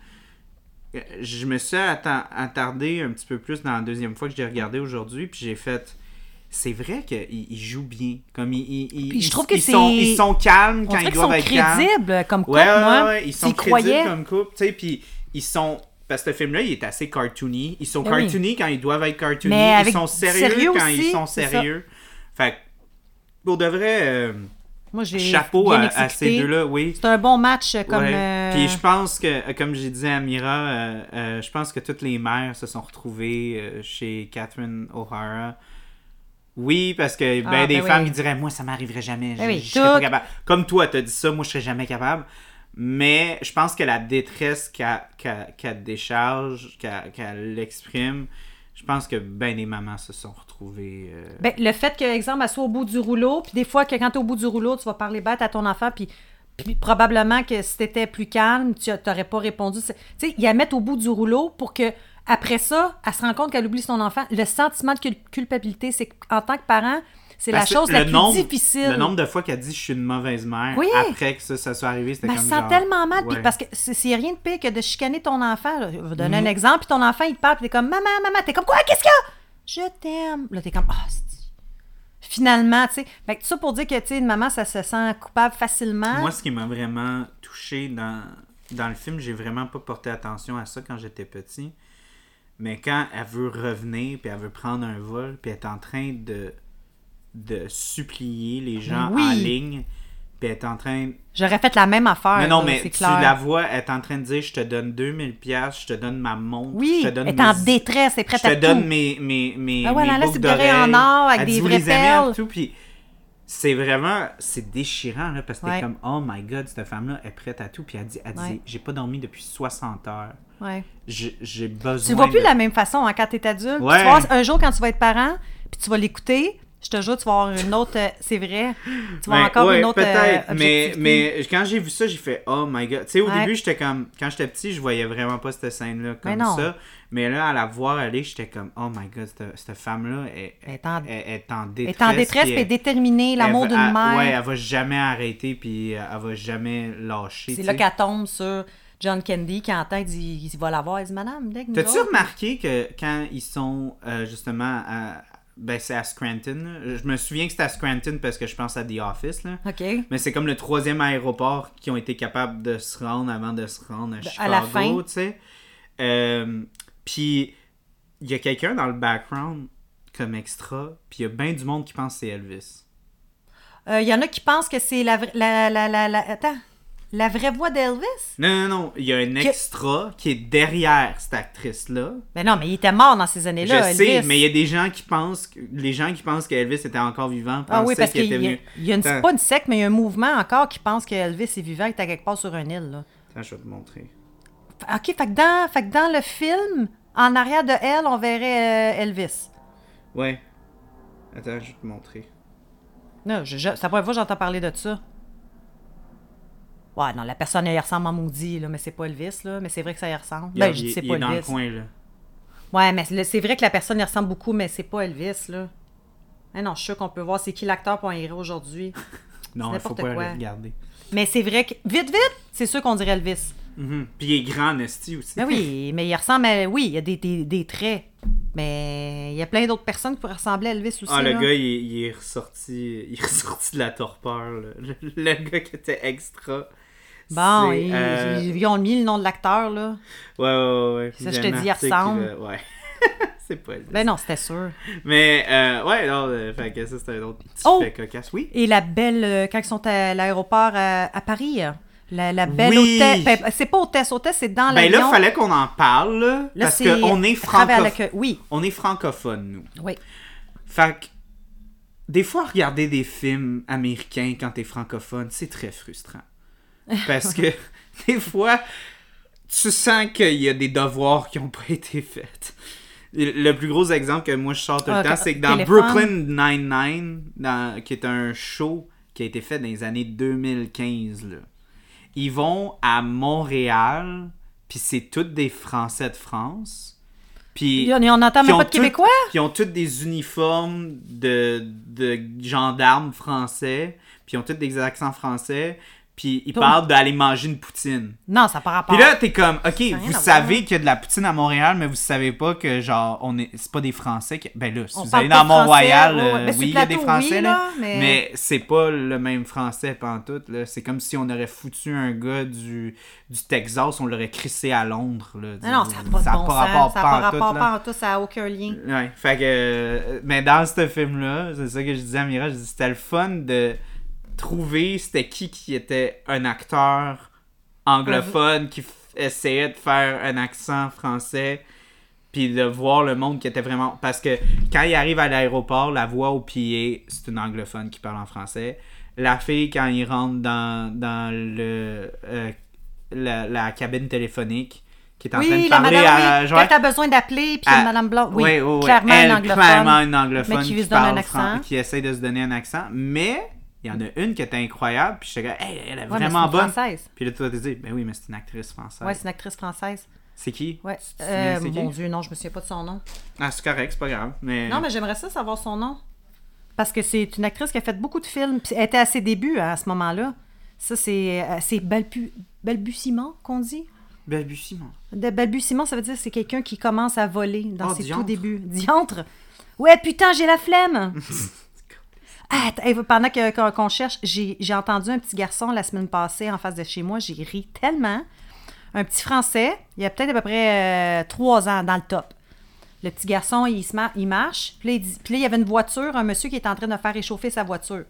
Speaker 2: euh, je me suis atta- attardé un petit peu plus dans la deuxième fois que j'ai regardé aujourd'hui, puis j'ai fait. C'est vrai qu'ils ils jouent bien. Comme ils, ils, ils-
Speaker 1: Puis je trouve
Speaker 2: ils
Speaker 1: que c'est-
Speaker 2: sont, ils sont calmes
Speaker 1: On
Speaker 2: quand
Speaker 1: dirait
Speaker 2: ils
Speaker 1: qu'ils sont
Speaker 2: doivent être calmes.
Speaker 1: crédibles euh, comme couple,
Speaker 2: Ouais, ouais,
Speaker 1: moi.
Speaker 2: ouais, ouais, ils sont
Speaker 1: S'ils
Speaker 2: crédibles
Speaker 1: croyaient.
Speaker 2: comme couple, tu sais, puis ils sont parce que ce film-là, il est assez cartoony. Ils sont
Speaker 1: Ben oui.
Speaker 2: cartoony quand ils doivent être cartoony.
Speaker 1: Mais
Speaker 2: ils
Speaker 1: avec
Speaker 2: sont
Speaker 1: du
Speaker 2: sérieux,
Speaker 1: sérieux
Speaker 2: quand
Speaker 1: aussi,
Speaker 2: ils sont
Speaker 1: c'est ça.
Speaker 2: sérieux. Fait que, pour de vrai, euh,
Speaker 1: Moi, j'ai
Speaker 2: chapeau à,
Speaker 1: bien
Speaker 2: à ces
Speaker 1: exécuté.
Speaker 2: deux-là, oui.
Speaker 1: C'est un bon match euh, comme.
Speaker 2: Ouais.
Speaker 1: euh,
Speaker 2: Puis je pense que, euh, comme j'ai dit à Mira, euh, euh, je pense que toutes les mères se sont retrouvées euh, chez Catherine O'Hara. Oui, parce que ben,
Speaker 1: Ah,
Speaker 2: des
Speaker 1: ben
Speaker 2: femmes
Speaker 1: oui.
Speaker 2: qui diraient Moi, ça m'arriverait jamais. Je,
Speaker 1: Ben oui,
Speaker 2: je serais pas
Speaker 1: toutes.
Speaker 2: capable. Comme toi, t'as dit ça, moi, je serais jamais capable. Mais je pense que la détresse qu'elle qu'elle- qu'elle décharge, qu'elle qu'elle exprime, je pense que ben des mamans se sont retrouvées. euh,
Speaker 1: ben, le fait que, exemple, elle soit au bout du rouleau, puis des fois, que quand t'es au bout du rouleau, tu vas parler bête à ton enfant, puis. puis probablement que si t'étais plus calme, tu t'aurais pas répondu. C'est- Tu sais, il la mettre au bout du rouleau pour que, après ça, elle se rende compte qu'elle oublie son enfant. Le sentiment de cul- culpabilité, c'est qu'en tant que parent, c'est la
Speaker 2: parce que
Speaker 1: chose la
Speaker 2: Ben, le
Speaker 1: plus
Speaker 2: nombre-
Speaker 1: difficile.
Speaker 2: Le nombre de fois qu'elle dit je suis une mauvaise mère
Speaker 1: Oui.
Speaker 2: après que ça, ça soit arrivé, c'était
Speaker 1: Mais elle
Speaker 2: comme
Speaker 1: se Ben, sent
Speaker 2: genre,
Speaker 1: tellement mal. puis
Speaker 2: ouais.
Speaker 1: parce que c'est c'est rien de pire que de chicaner ton enfant. là. Je vais vous donner
Speaker 2: Mm-hmm.
Speaker 1: un exemple. Puis ton enfant, il te parle. Puis t'es comme Maman, maman. T'es comme Quoi Qu'est-ce qu'il y a Je t'aime. Là, t'es comme Ah, c'est- Finalement, tu sais. Fait que ça pour dire que, tu sais, une maman, ça se sent coupable facilement.
Speaker 2: Moi, ce qui m'a vraiment touché dans, dans le film, j'ai vraiment pas porté attention à ça quand j'étais petit. Mais quand elle veut revenir, puis elle veut prendre un vol, puis elle est en train de, de supplier les gens
Speaker 1: Oui.
Speaker 2: en ligne, puis elle est en train.
Speaker 1: J'aurais fait la même affaire.
Speaker 2: Mais non,
Speaker 1: là,
Speaker 2: mais
Speaker 1: Ah, c'est
Speaker 2: tu
Speaker 1: clair.
Speaker 2: la vois, elle est en train de dire Je te donne 2000$, piastres, je te donne ma montre,
Speaker 1: Oui,
Speaker 2: je te donne
Speaker 1: elle est en
Speaker 2: mes-
Speaker 1: détresse, elle est prête
Speaker 2: je te
Speaker 1: à
Speaker 2: donne
Speaker 1: tout.
Speaker 2: mes, mes, mes,
Speaker 1: Ah ouais,
Speaker 2: mes
Speaker 1: elle a la
Speaker 2: boucles
Speaker 1: petite oreille en
Speaker 2: d'oreilles.
Speaker 1: or avec
Speaker 2: Elle
Speaker 1: des
Speaker 2: dit, vous
Speaker 1: vraies
Speaker 2: les aimez,
Speaker 1: perles.
Speaker 2: Tout, puis c'est vraiment, c'est déchirant, là, parce que t'es
Speaker 1: Ouais.
Speaker 2: comme, oh my god, cette femme-là est prête à tout. Puis elle dit, elle dit
Speaker 1: Ouais.
Speaker 2: j'ai pas dormi depuis 60 heures.
Speaker 1: Ouais.
Speaker 2: J'ai j'ai besoin
Speaker 1: Tu le vois plus
Speaker 2: de-
Speaker 1: de la même façon hein, quand t'es adulte. Puis
Speaker 2: Ouais.
Speaker 1: tu vas- un jour, quand tu vas être parent, puis tu vas l'écouter, je te jure, tu vas avoir une autre. euh, c'est vrai. Tu vas
Speaker 2: Ben,
Speaker 1: encore
Speaker 2: ouais,
Speaker 1: une autre. euh,
Speaker 2: peut-être, mais,
Speaker 1: objectivité.
Speaker 2: mais quand j'ai vu ça, j'ai fait oh my god. Tu sais, au
Speaker 1: Ouais.
Speaker 2: début, j'étais comme quand j'étais petit, je voyais vraiment pas cette scène-là comme
Speaker 1: Mais non.
Speaker 2: ça. Mais là, à la voir aller, j'étais comme oh my god, cette, cette femme-là est,
Speaker 1: Elle est en-
Speaker 2: est en
Speaker 1: Elle
Speaker 2: détresse.
Speaker 1: est en détresse,
Speaker 2: puis
Speaker 1: puis
Speaker 2: elle-
Speaker 1: elle est déterminée, l'amour
Speaker 2: Elle
Speaker 1: d'une
Speaker 2: va- elle-
Speaker 1: mère.
Speaker 2: Ouais, elle va jamais arrêter, puis euh, elle va jamais lâcher.
Speaker 1: c'est
Speaker 2: tu
Speaker 1: là
Speaker 2: sais.
Speaker 1: qu'elle tombe sur John Candy qui entend, il dit il va la voir, il dit Madame, dès que nous
Speaker 2: T'as-tu
Speaker 1: autres-
Speaker 2: remarqué que quand ils sont euh, justement à. Ben, c'est à Scranton. là. Je me souviens que c'était à Scranton parce que je pense à The Office. Là.
Speaker 1: OK.
Speaker 2: Mais c'est comme le troisième aéroport qui ont été capables de se rendre avant de se rendre à Chicago,
Speaker 1: la fin.
Speaker 2: tu sais. Euh, puis il y a quelqu'un dans le background comme extra, puis il y a bien du monde qui pense que c'est Elvis.
Speaker 1: Euh, Il y en a qui pensent que c'est la, vra- la, la, la, la- attends, la vraie voix d'Elvis.
Speaker 2: Non, non, non. Il y a un extra qui est derrière cette actrice-là.
Speaker 1: Mais non, mais il était mort dans ces
Speaker 2: Je
Speaker 1: années-là,
Speaker 2: sais,
Speaker 1: Elvis.
Speaker 2: mais il y a des gens qui pensent, que- les gens qui pensent qu'Elvis était encore vivant
Speaker 1: Ah oui,
Speaker 2: pensaient
Speaker 1: parce
Speaker 2: qu'il
Speaker 1: qu'il y
Speaker 2: était
Speaker 1: a,
Speaker 2: venu.
Speaker 1: il y a une, c'est
Speaker 2: Attends,
Speaker 1: pas une secte, mais il y a un mouvement encore qui pense que Elvis est vivant, il est à quelque part sur une île. Là.
Speaker 2: attends, je vais te montrer.
Speaker 1: F- OK, fait que, dans, fait que dans le film, en arrière de elle, on verrait euh, Elvis.
Speaker 2: Ouais. Attends, je vais te montrer.
Speaker 1: Non, je, je- c'est la première fois que j'entends parler de ça. Ouais, non, la personne, elle y ressemble en maudit, là, mais c'est pas Elvis, là. Mais c'est vrai que ça y ressemble. ben,
Speaker 2: Regarde,
Speaker 1: je dis
Speaker 2: il,
Speaker 1: c'est
Speaker 2: il
Speaker 1: pas
Speaker 2: est dans le
Speaker 1: Elvis.
Speaker 2: coin, là.
Speaker 1: Ouais, mais le- c'est vrai que la personne y ressemble beaucoup, mais c'est pas Elvis, là. Ah non, je suis sûr qu'on peut voir c'est qui l'acteur pour un héros
Speaker 2: [LAUGHS]
Speaker 1: aujourd'hui.
Speaker 2: Non, il faut
Speaker 1: n'importe
Speaker 2: pas le
Speaker 1: quoi.
Speaker 2: regarder.
Speaker 1: mais c'est vrai que. Vite, vite! C'est sûr qu'on dirait Elvis.
Speaker 2: Mhm. Puis il est grand, Nasty aussi.
Speaker 1: Mais Ben oui, mais il ressemble à. Oui, il y a des, des- des traits. Mais il y a plein d'autres personnes qui pourraient ressembler à Elvis aussi.
Speaker 2: Ah, le
Speaker 1: là.
Speaker 2: gars, il, est- il est ressorti, [LAUGHS] il est ressorti de la torpeur. là. Le, le gars qui était extra.
Speaker 1: Bon,
Speaker 2: C'est,
Speaker 1: ils,
Speaker 2: euh,
Speaker 1: ils- ils ont mis le nom de l'acteur, là.
Speaker 2: Ouais, ouais, ouais.
Speaker 1: Ça,
Speaker 2: J'ai
Speaker 1: je te
Speaker 2: un
Speaker 1: dis, il
Speaker 2: article,
Speaker 1: ressemble.
Speaker 2: euh, Ouais. [LAUGHS] c'est pas lui.
Speaker 1: Ben non, c'était sûr.
Speaker 2: Mais, euh, ouais, non, euh, fait que ça, c'était un autre petit
Speaker 1: Oh!
Speaker 2: fait cocasse. Oui.
Speaker 1: Et la belle, euh, quand ils sont à l'aéroport à, à Paris, hein, la, la belle
Speaker 2: Oui.
Speaker 1: hôtesse. ben, c'est pas hôtesse, hôtesse, c'est dans
Speaker 2: Ben là,
Speaker 1: l'avion.
Speaker 2: fallait qu'on en parle, là,
Speaker 1: Là,
Speaker 2: parce
Speaker 1: c'est
Speaker 2: qu'on est
Speaker 1: à travers
Speaker 2: francophone.
Speaker 1: l'accueil. Oui,
Speaker 2: On est francophone, nous.
Speaker 1: oui.
Speaker 2: Fait que, des fois, regarder des films américains quand t'es francophone, c'est très frustrant.
Speaker 1: [LAUGHS]
Speaker 2: Parce que, des fois, tu sens qu'il y a des devoirs qui ont pas été faits. Le plus gros exemple que moi je sors tout le
Speaker 1: Ah,
Speaker 2: temps,
Speaker 1: quand-
Speaker 2: c'est que dans
Speaker 1: téléphone.
Speaker 2: Brooklyn Nine-Nine, dans- qui est un show qui a été fait dans les années 2015, là, ils vont à Montréal, puis c'est toutes des Français de France. Puis
Speaker 1: Et on- et on n'entend
Speaker 2: qui
Speaker 1: même
Speaker 2: ont
Speaker 1: pas de
Speaker 2: toutes-
Speaker 1: Québécois?
Speaker 2: Qui ont tous des uniformes de, de gendarmes français, puis ils ont tous des accents français, puis ils
Speaker 1: Ton-
Speaker 2: parlent d'aller manger une poutine.
Speaker 1: Non, ça par rapport.
Speaker 2: Puis là, t'es comme, ok,
Speaker 1: rien
Speaker 2: vous
Speaker 1: à
Speaker 2: savez
Speaker 1: voir. hein.
Speaker 2: qu'il y a de la poutine à Montréal, mais vous savez pas que, genre, on est, c'est pas des Français. Qui... Ben là, si
Speaker 1: On
Speaker 2: vous
Speaker 1: parle
Speaker 2: allez
Speaker 1: pas
Speaker 2: dans
Speaker 1: de Français,
Speaker 2: Mont-Royal,
Speaker 1: ouais, ouais.
Speaker 2: euh,
Speaker 1: Ben, sur
Speaker 2: oui,
Speaker 1: le
Speaker 2: il y a des
Speaker 1: plateau,
Speaker 2: Français,
Speaker 1: oui,
Speaker 2: là,
Speaker 1: là,
Speaker 2: mais,
Speaker 1: mais-
Speaker 2: c'est pas le même Français, pantoute, là. C'est comme si on aurait foutu un gars du, du Texas, on l'aurait crissé à Londres, là.
Speaker 1: Ah non, ça n'a pas de bon sens. Ça n'a pas
Speaker 2: pantoute,
Speaker 1: rapport,
Speaker 2: là.
Speaker 1: pas en tout, ça n'a aucun lien.
Speaker 2: Ouais, fait que. euh, Mais dans ce film-là, c'est ça que je disais à Mira, je dis, c'était le fun de trouver c'était qui qui était un acteur anglophone qui f- essayait de faire un accent français, puis de voir le monde qui était vraiment. Parce que quand il arrive à l'aéroport, la voix au pied, c'est une anglophone qui parle en français. La fille, quand il rentre dans, dans le, euh, la, la cabine téléphonique, qui est en train de
Speaker 1: Oui, la
Speaker 2: parler
Speaker 1: madame,
Speaker 2: à Ah,
Speaker 1: oui.
Speaker 2: Joël-
Speaker 1: Quand t'as besoin d'appeler, puis il y a
Speaker 2: à-
Speaker 1: une madame blanche, Ah, oui,
Speaker 2: ouais, ouais, ouais.
Speaker 1: clairement
Speaker 2: Elle,
Speaker 1: un anglophone.
Speaker 2: clairement une anglophone
Speaker 1: mais qui
Speaker 2: qui,
Speaker 1: veut se donner
Speaker 2: parle
Speaker 1: un
Speaker 2: fran-
Speaker 1: accent.
Speaker 2: qui essaie de se donner un accent. Mais il y en a une qui était incroyable, puis je suis hey, elle est
Speaker 1: Ouais, mais
Speaker 2: vraiment
Speaker 1: c'est une
Speaker 2: bonne.
Speaker 1: Française.
Speaker 2: Puis là, toi, tu dis, ben oui, mais c'est une actrice française.
Speaker 1: Ouais, c'est une actrice française.
Speaker 2: c'est qui
Speaker 1: Ouais.
Speaker 2: Tu te souviens,
Speaker 1: Euh,
Speaker 2: c'est qui?
Speaker 1: mon Dieu, non, je me souviens pas de son nom.
Speaker 2: Ah, c'est correct, c'est pas grave. Mais...
Speaker 1: Non, mais j'aimerais ça savoir son nom. Parce que c'est une actrice qui a fait beaucoup de films. Puis elle était à ses débuts hein, à ce moment-là. Ça, c'est euh, c'est balbu- balbutiement qu'on dit.
Speaker 2: Balbutiement.
Speaker 1: De balbutiement, ça veut dire que c'est quelqu'un qui commence à voler dans
Speaker 2: Oh,
Speaker 1: ses
Speaker 2: diantre.
Speaker 1: tout débuts. Diantre! Ouais, putain, j'ai la
Speaker 2: [LAUGHS]
Speaker 1: flemme! Ah, t- hey, pendant que- qu'on qu'on cherche, j'ai j'ai entendu un petit garçon la semaine passée en face de chez moi. J'ai ri tellement. Un petit Français, il a peut-être à peu près euh, trois ans dans le top. Le petit garçon, il, se mar- il marche. Puis là, il dit- puis là, il y avait une voiture, un monsieur qui était en train de faire réchauffer sa voiture.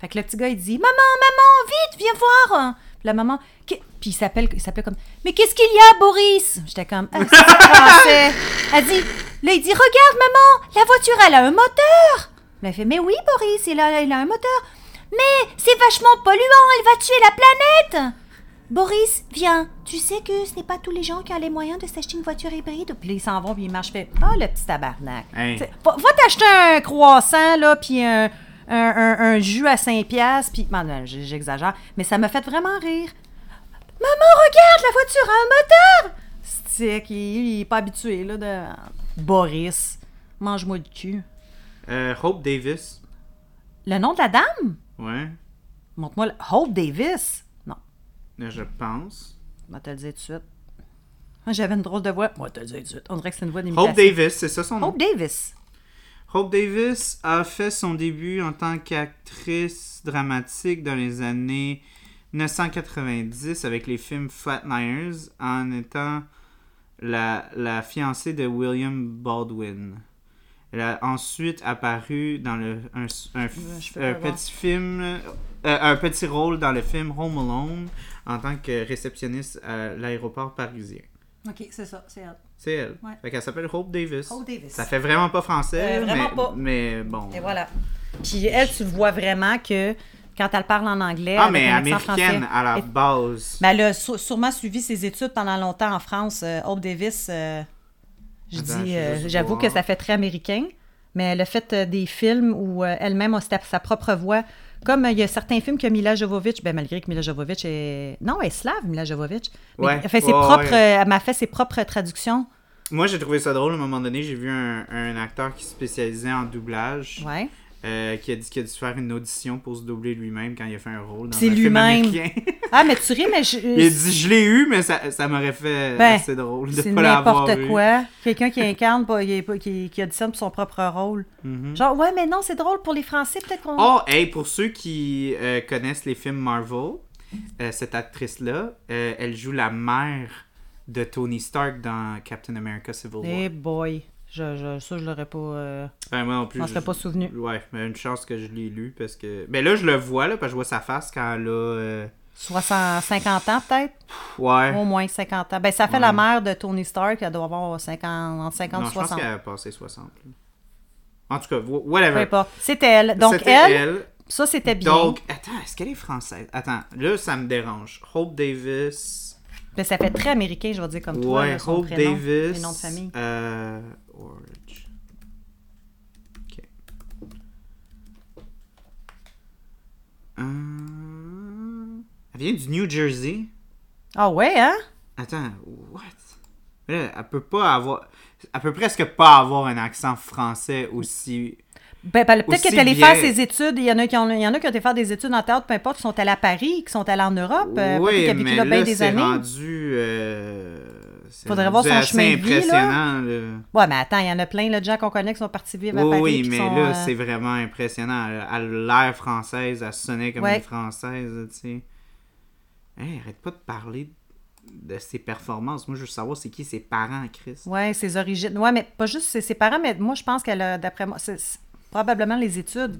Speaker 1: Fait que le petit gars, il dit Maman, maman, vite, viens voir Puis la maman, Qu'est- puis il s'appelle il s'appelait comme Mais qu'est-ce qu'il y a, Boris J'étais comme Ah, c'est français. Elle dit Là, il dit Regarde, maman, la voiture, elle a un moteur Là, elle fait Mais oui, Boris, il a, il a un moteur. Mais c'est vachement polluant, elle va tuer la planète Boris, viens. Tu sais que ce n'est pas tous les gens qui ont les moyens de s'acheter une voiture hybride. Puis là, ils s'en vont, puis ils marchent. Fait, ah, le petit tabarnak.
Speaker 2: Hey.
Speaker 1: Tu sais, Va, va t'acheter un croissant, là, puis un, un, un- un jus à 5 piastres, puis... Bon, non, j- j'exagère, mais ça m'a fait vraiment rire. Maman, regarde, la voiture a un moteur! C'est qu'il il est pas habitué, là, de... Boris, mange-moi le cul.
Speaker 2: Euh, Hope Davis.
Speaker 1: Le nom de la dame?
Speaker 2: Ouais,
Speaker 1: Montre-moi le... Hope Davis? Non,
Speaker 2: là, je pense.
Speaker 1: on va te le dire tout de suite. Moi, J'avais une drôle de voix. Moi, te le dire tout de suite. On dirait que c'est une voix d'imitation.
Speaker 2: Hope Davis, c'est ça son nom.
Speaker 1: Hope Davis.
Speaker 2: Hope Davis a fait son début en tant qu'actrice dramatique dans les années 1990 avec les films Flatliners en étant la, la fiancée de William Baldwin. Elle a ensuite apparu dans le, un, un f-
Speaker 1: je peux
Speaker 2: un
Speaker 1: pas voir.
Speaker 2: petit film, euh, un petit rôle dans le film Home Alone en tant que réceptionniste à l'aéroport parisien.
Speaker 1: OK, c'est ça, c'est elle.
Speaker 2: C'est elle.
Speaker 1: Ouais.
Speaker 2: Fait qu'elle s'appelle Hope Davis.
Speaker 1: Hope Davis.
Speaker 2: Ça fait vraiment pas français,
Speaker 1: Euh, vraiment
Speaker 2: mais,
Speaker 1: pas.
Speaker 2: mais bon.
Speaker 1: Et voilà. Puis elle, tu le vois vraiment que quand elle parle en anglais,
Speaker 2: Ah,
Speaker 1: avec
Speaker 2: mais
Speaker 1: un accent
Speaker 2: américaine
Speaker 1: français,
Speaker 2: à la
Speaker 1: elle-
Speaker 2: base.
Speaker 1: Ben, elle a su- sûrement suivi ses études pendant longtemps en France. Euh, Hope Davis, euh, je
Speaker 2: Attends,
Speaker 1: dis,
Speaker 2: je vais
Speaker 1: euh,
Speaker 2: juste
Speaker 1: j'avoue
Speaker 2: voir.
Speaker 1: que ça fait très américain, mais elle a fait euh, des films où euh, elle-même a sa, sa propre voix. Comme euh, il y a certains films que Mila Jovovich, ben, malgré que Mila Jovovich est. Non, elle est slave, Mila Jovovich. Mais
Speaker 2: Ouais.
Speaker 1: elle, fait ses
Speaker 2: Ouais,
Speaker 1: propres,
Speaker 2: ouais.
Speaker 1: euh, elle m'a fait ses propres traductions.
Speaker 2: Moi, j'ai trouvé ça drôle. À un moment donné, j'ai vu un, un acteur qui se spécialisait en doublage
Speaker 1: Ouais.
Speaker 2: euh, qui a dit qu'il a dû faire une audition pour se doubler lui-même quand il a fait un rôle dans un
Speaker 1: C'est
Speaker 2: film
Speaker 1: lui-même.
Speaker 2: américain. [LAUGHS]
Speaker 1: Ah, mais tu ris, mais je- euh,
Speaker 2: il a dit « Je l'ai eu, mais ça, ça m'aurait fait
Speaker 1: Ben,
Speaker 2: assez drôle de
Speaker 1: c'est
Speaker 2: pas l'avoir
Speaker 1: n'importe
Speaker 2: eu.
Speaker 1: quoi. Quelqu'un qui incarne, pas- qui, qui, qui auditionne pour son propre rôle.
Speaker 2: Mhm.
Speaker 1: Genre, ouais, mais non, c'est drôle pour les Français, peut-être qu'on.
Speaker 2: Oh, hey, pour ceux qui euh, connaissent les films Marvel, euh, cette actrice-là, euh, elle joue la mère de Tony Stark dans Captain America Civil War.
Speaker 1: Eh boy, je, je, ça je l'aurais pas, euh,
Speaker 2: Ben, moi non plus.
Speaker 1: je m'en serais
Speaker 2: je-
Speaker 1: pas souvenu.
Speaker 2: Ouais, mais une chance que je l'ai lu parce que. Mais là, je le vois, là, parce que je vois sa face quand elle a. euh,
Speaker 1: 60, 50 ans peut-être,
Speaker 2: Ouais.
Speaker 1: au moins 50 ans. Ben ça fait
Speaker 2: Hein? Ouais.
Speaker 1: la mère de Tony Stark, elle doit avoir 50, entre 50
Speaker 2: non, je pense
Speaker 1: 60.
Speaker 2: qu'elle a passé 60. là. En tout cas, wh-
Speaker 1: Peu
Speaker 2: whatever.
Speaker 1: importe. C'était elle. Donc
Speaker 2: C'était
Speaker 1: elle, ça c'était bien.
Speaker 2: Donc, attends, est-ce qu'elle est française? Attends, là, ça me dérange. Hope Davis.
Speaker 1: Mais ça fait très américain, je vais dire comme toi,
Speaker 2: ouais,
Speaker 1: là, son
Speaker 2: Hope
Speaker 1: prénom,
Speaker 2: Davis.
Speaker 1: les noms de famille.
Speaker 2: Euh. Orange. Ok. Euh, Elle vient du New Jersey.
Speaker 1: Ah ouais, hein?
Speaker 2: Attends, what? Là, elle peut pas avoir. Elle peut presque pas avoir un accent français aussi.
Speaker 1: Ben, ben, peut-être
Speaker 2: Aussi
Speaker 1: qu'elle est allée
Speaker 2: bien.
Speaker 1: faire ses études. Il y en a qui ont, il y en a qui ont été faire des études en théâtre, peu importe, qui sont allés à Paris, qui sont allés en Europe, euh, peut-être
Speaker 2: oui,
Speaker 1: qu'elle a vécu
Speaker 2: mais
Speaker 1: là bien
Speaker 2: là,
Speaker 1: des
Speaker 2: c'est
Speaker 1: années.
Speaker 2: rendu. Euh, c'est
Speaker 1: Faudrait
Speaker 2: rendu
Speaker 1: voir son
Speaker 2: assez
Speaker 1: chemin de vie, là.
Speaker 2: impressionnant, là.
Speaker 1: Ouais, mais attends, il y en a plein là, de gens qu'on connaît qui sont partis vivre à
Speaker 2: Oui,
Speaker 1: Paris.
Speaker 2: oui,
Speaker 1: puis
Speaker 2: mais
Speaker 1: sont,
Speaker 2: là,
Speaker 1: euh,
Speaker 2: c'est vraiment impressionnant. Elle elle a l'air française, elle sonnait comme
Speaker 1: Ouais.
Speaker 2: une française, là, tu sais. Hey, arrête pas de parler de ses performances. Moi, je veux savoir c'est qui ses parents, Chris.
Speaker 1: Oui, ses origines. Oui, mais pas juste ses, ses parents, mais moi, je pense qu'elle a, d'après moi, c'est c'est probablement les études.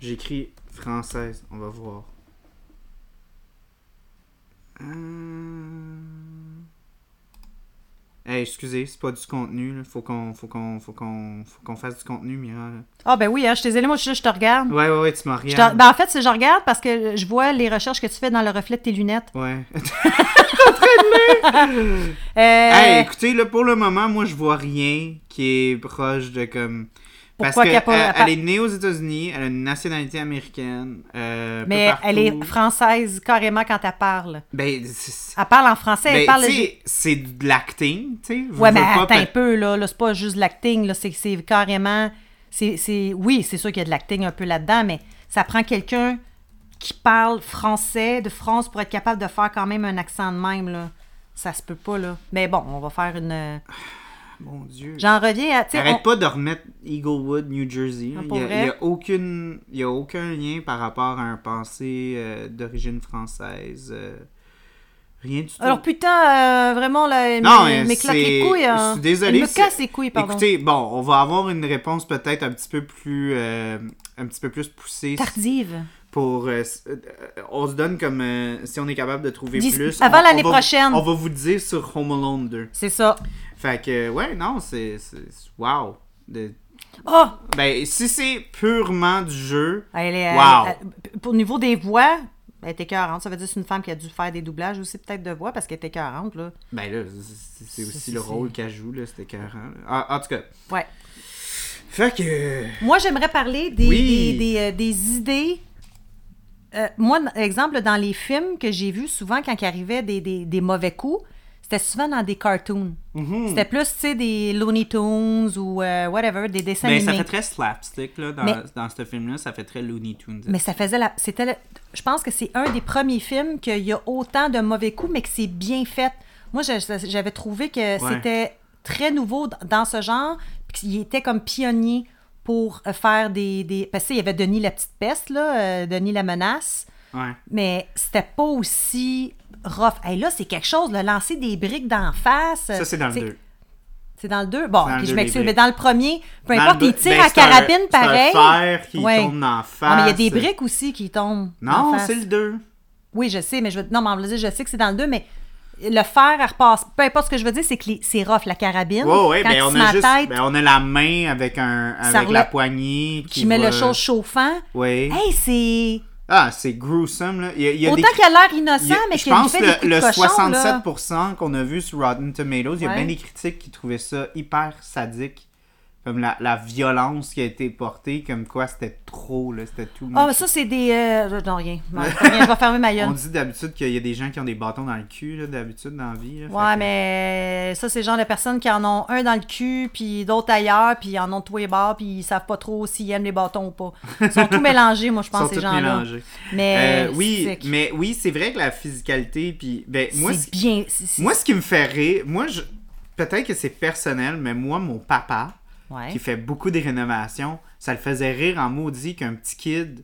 Speaker 2: J'écris française, on va voir. Euh... Hey, excusez, c'est pas du contenu, là. Faut qu'on faut qu'on faut qu'on faut qu'on fasse du contenu, Mira. là.
Speaker 1: Ah, ben oui, hein, je t'ai zélé, moi, je, suis là, je te regarde.
Speaker 2: Ouais, hein. ouais, ouais, tu m'as
Speaker 1: Je te-
Speaker 2: regardes.
Speaker 1: ben, en fait, c'est- je regarde parce que je vois les recherches que tu fais dans le reflet de tes lunettes.
Speaker 2: Ouais.
Speaker 1: Euh,
Speaker 2: hey, écoutez, là, pour le moment, moi, je vois rien qui est proche de comme. Parce
Speaker 1: Pourquoi
Speaker 2: que
Speaker 1: qu'elle a pas-
Speaker 2: elle,
Speaker 1: elle a-
Speaker 2: elle est née aux États-Unis, elle a une nationalité américaine. euh, peu
Speaker 1: mais elle est
Speaker 2: partout.
Speaker 1: française carrément quand elle parle.
Speaker 2: Ben, c'est-
Speaker 1: Elle parle en français, Ah, elle
Speaker 2: ben,
Speaker 1: parle.
Speaker 2: tu sais, c'est de l'acting, tu sais. Veux,
Speaker 1: Ouais,
Speaker 2: veux
Speaker 1: mais
Speaker 2: pas,
Speaker 1: attends
Speaker 2: peut-
Speaker 1: un peu, là. là, c'est pas juste de l'acting, là. C'est, c'est carrément. C'est, c'est- Oui, c'est sûr qu'il y a de l'acting un peu là-dedans, mais ça prend quelqu'un qui parle français de France pour être capable de faire quand même un accent de même, là. Ça se peut pas, là. Mais bon, on va faire une.
Speaker 2: Mon Dieu.
Speaker 1: J'en reviens à. tu sais,
Speaker 2: Arrête
Speaker 1: on-
Speaker 2: pas de remettre Eaglewood, New Jersey. là.
Speaker 1: Ah,
Speaker 2: Il
Speaker 1: pour
Speaker 2: n'y a,
Speaker 1: vrai?
Speaker 2: il y a aucune- il y a aucun lien par rapport à un pensée euh, d'origine française. euh, rien du tout.
Speaker 1: Alors putain, euh, vraiment, là,
Speaker 2: Non,
Speaker 1: elle
Speaker 2: mais
Speaker 1: me- m'éclate
Speaker 2: c'est-
Speaker 1: les couilles. hein.
Speaker 2: je suis désolé,
Speaker 1: Elle me
Speaker 2: c'est-
Speaker 1: casse les couilles, pardon.
Speaker 2: Écoutez, bon, on va avoir une réponse peut-être un petit peu plus, euh, un petit peu plus poussée
Speaker 1: Tardive.
Speaker 2: pour. euh, s- euh, on se donne comme euh, si on est capable de trouver
Speaker 1: Dis-
Speaker 2: plus.
Speaker 1: avant
Speaker 2: on- on
Speaker 1: l'année
Speaker 2: va-
Speaker 1: prochaine.
Speaker 2: On va vous dire sur Home Alone 2.
Speaker 1: C'est ça.
Speaker 2: Fait que ouais, non, c'est c'est- c'est- wow. De-
Speaker 1: Oh!
Speaker 2: Ben si c'est purement du jeu,
Speaker 1: Elle est, euh,
Speaker 2: Wow.
Speaker 1: elle- elle- pour le niveau des voix, elle est écœurante. Ça veut dire que c'est une femme qui a dû faire des doublages aussi, peut-être de voix, parce qu'elle est écœurante, là.
Speaker 2: Ben là, c'est- c'est aussi
Speaker 1: C'est-
Speaker 2: le
Speaker 1: c'est-
Speaker 2: rôle qu'elle joue, là, c'était écœurant. là. Ah, En, en tout cas.
Speaker 1: Ouais.
Speaker 2: Fait que.
Speaker 1: Moi, j'aimerais parler des,
Speaker 2: Oui.
Speaker 1: des, des, euh, des idées. Euh, moi, n- exemple, dans les films que j'ai vus, souvent, quand il arrivait des, des, des mauvais coups, c'était souvent dans des cartoons.
Speaker 2: Mhm.
Speaker 1: C'était plus, tu sais, des Looney Tunes ou euh, whatever, des dessins
Speaker 2: Ben ça
Speaker 1: animés.
Speaker 2: fait très slapstick, là, dans,
Speaker 1: Mais-
Speaker 2: dans ce film-là, ça fait très Looney Tunes.
Speaker 1: Mais ça faisait la. C'était. le- Je pense que c'est un des premiers films qu'il y a autant de mauvais coups, mais que c'est bien fait. Moi, je- j'avais trouvé que c'était très nouveau d- dans ce genre, puis qu'il était comme pionnier pour euh, faire des. des... Parce que, tu sais, il y avait Denis la petite peste, là, euh, Denis la menace,
Speaker 2: Ouais.
Speaker 1: mais c'était pas aussi rough. Hey, là, c'est quelque chose, là, lancer des briques d'en face.
Speaker 2: Ça, c'est dans le 2.
Speaker 1: C'est dans le 2? Bon,
Speaker 2: dans le
Speaker 1: puis je
Speaker 2: deux
Speaker 1: m'excuse,
Speaker 2: des
Speaker 1: mais
Speaker 2: briques.
Speaker 1: dans le premier, peu
Speaker 2: Dans
Speaker 1: importe,
Speaker 2: le
Speaker 1: ils
Speaker 2: deux-
Speaker 1: tirent
Speaker 2: ben,
Speaker 1: à
Speaker 2: c'est un-
Speaker 1: carabine
Speaker 2: c'est un
Speaker 1: pareil.
Speaker 2: fer qui
Speaker 1: Ouais.
Speaker 2: tombe en face.
Speaker 1: Ah, mais il y a des
Speaker 2: c'est-
Speaker 1: briques aussi qui tombent. en
Speaker 2: Non,
Speaker 1: face.
Speaker 2: c'est le 2.
Speaker 1: Oui, je sais, mais je veux... Non, mais on va dire, je sais que c'est dans le 2, mais le fer, elle repasse. Peu importe ce que je veux dire, c'est que les- c'est rough, la carabine.
Speaker 2: Ouais, ouais,
Speaker 1: Ah, quand
Speaker 2: ben,
Speaker 1: il
Speaker 2: on
Speaker 1: se met
Speaker 2: a
Speaker 1: à
Speaker 2: juste,
Speaker 1: tête,
Speaker 2: ben, on a la main avec un,
Speaker 1: Ça
Speaker 2: avec la
Speaker 1: relève-
Speaker 2: poignée
Speaker 1: qui met
Speaker 2: va-
Speaker 1: le chose chauffant.
Speaker 2: Ouais.
Speaker 1: Hey, c'est...
Speaker 2: Ah, c'est gruesome, là. Il y a, il y a
Speaker 1: Autant
Speaker 2: des...
Speaker 1: qu'il a l'air
Speaker 2: il y
Speaker 1: innocent,
Speaker 2: a-
Speaker 1: mais
Speaker 2: je
Speaker 1: qu'il lui
Speaker 2: pense
Speaker 1: fait
Speaker 2: que
Speaker 1: des coups
Speaker 2: le,
Speaker 1: de cochon, là.
Speaker 2: 67% qu'on a vu sur Rotten Tomatoes, il y a
Speaker 1: Ouais.
Speaker 2: bien des critiques qui trouvaient ça hyper sadique. Comme la, la violence qui a été portée, comme quoi c'était trop, là, c'était tout.
Speaker 1: Ah, mais ça, c'est des... euh, Non, rien. Non, rien, je vais fermer ma
Speaker 2: [LAUGHS] On
Speaker 1: gueule.
Speaker 2: dit d'habitude qu'il y a des gens qui ont des bâtons dans le cul, là, d'habitude, dans la vie. là. Fait
Speaker 1: Ouais,
Speaker 2: que-
Speaker 1: mais euh, ça, c'est le genre de personnes qui en ont un dans le cul, puis d'autres ailleurs, puis ils en ont de tous les bords, puis ils savent pas trop s'ils aiment les bâtons ou pas. Ils
Speaker 2: [LAUGHS]
Speaker 1: sont tout mélangés, moi, je
Speaker 2: Ils
Speaker 1: pense,
Speaker 2: sont
Speaker 1: ces
Speaker 2: tous
Speaker 1: gens-là.
Speaker 2: mélangés.
Speaker 1: Mais
Speaker 2: Euh, oui,
Speaker 1: c'est-
Speaker 2: mais oui, c'est vrai que la physicalité, puis ben, moi, ce-
Speaker 1: c'est bien. c'est- c'est-
Speaker 2: moi, ce qui me fait rire, moi, je... peut-être que c'est personnel, mais moi, mon papa,
Speaker 1: Ouais.
Speaker 2: qui fait beaucoup de rénovations, ça le faisait rire en maudit qu'un petit kid.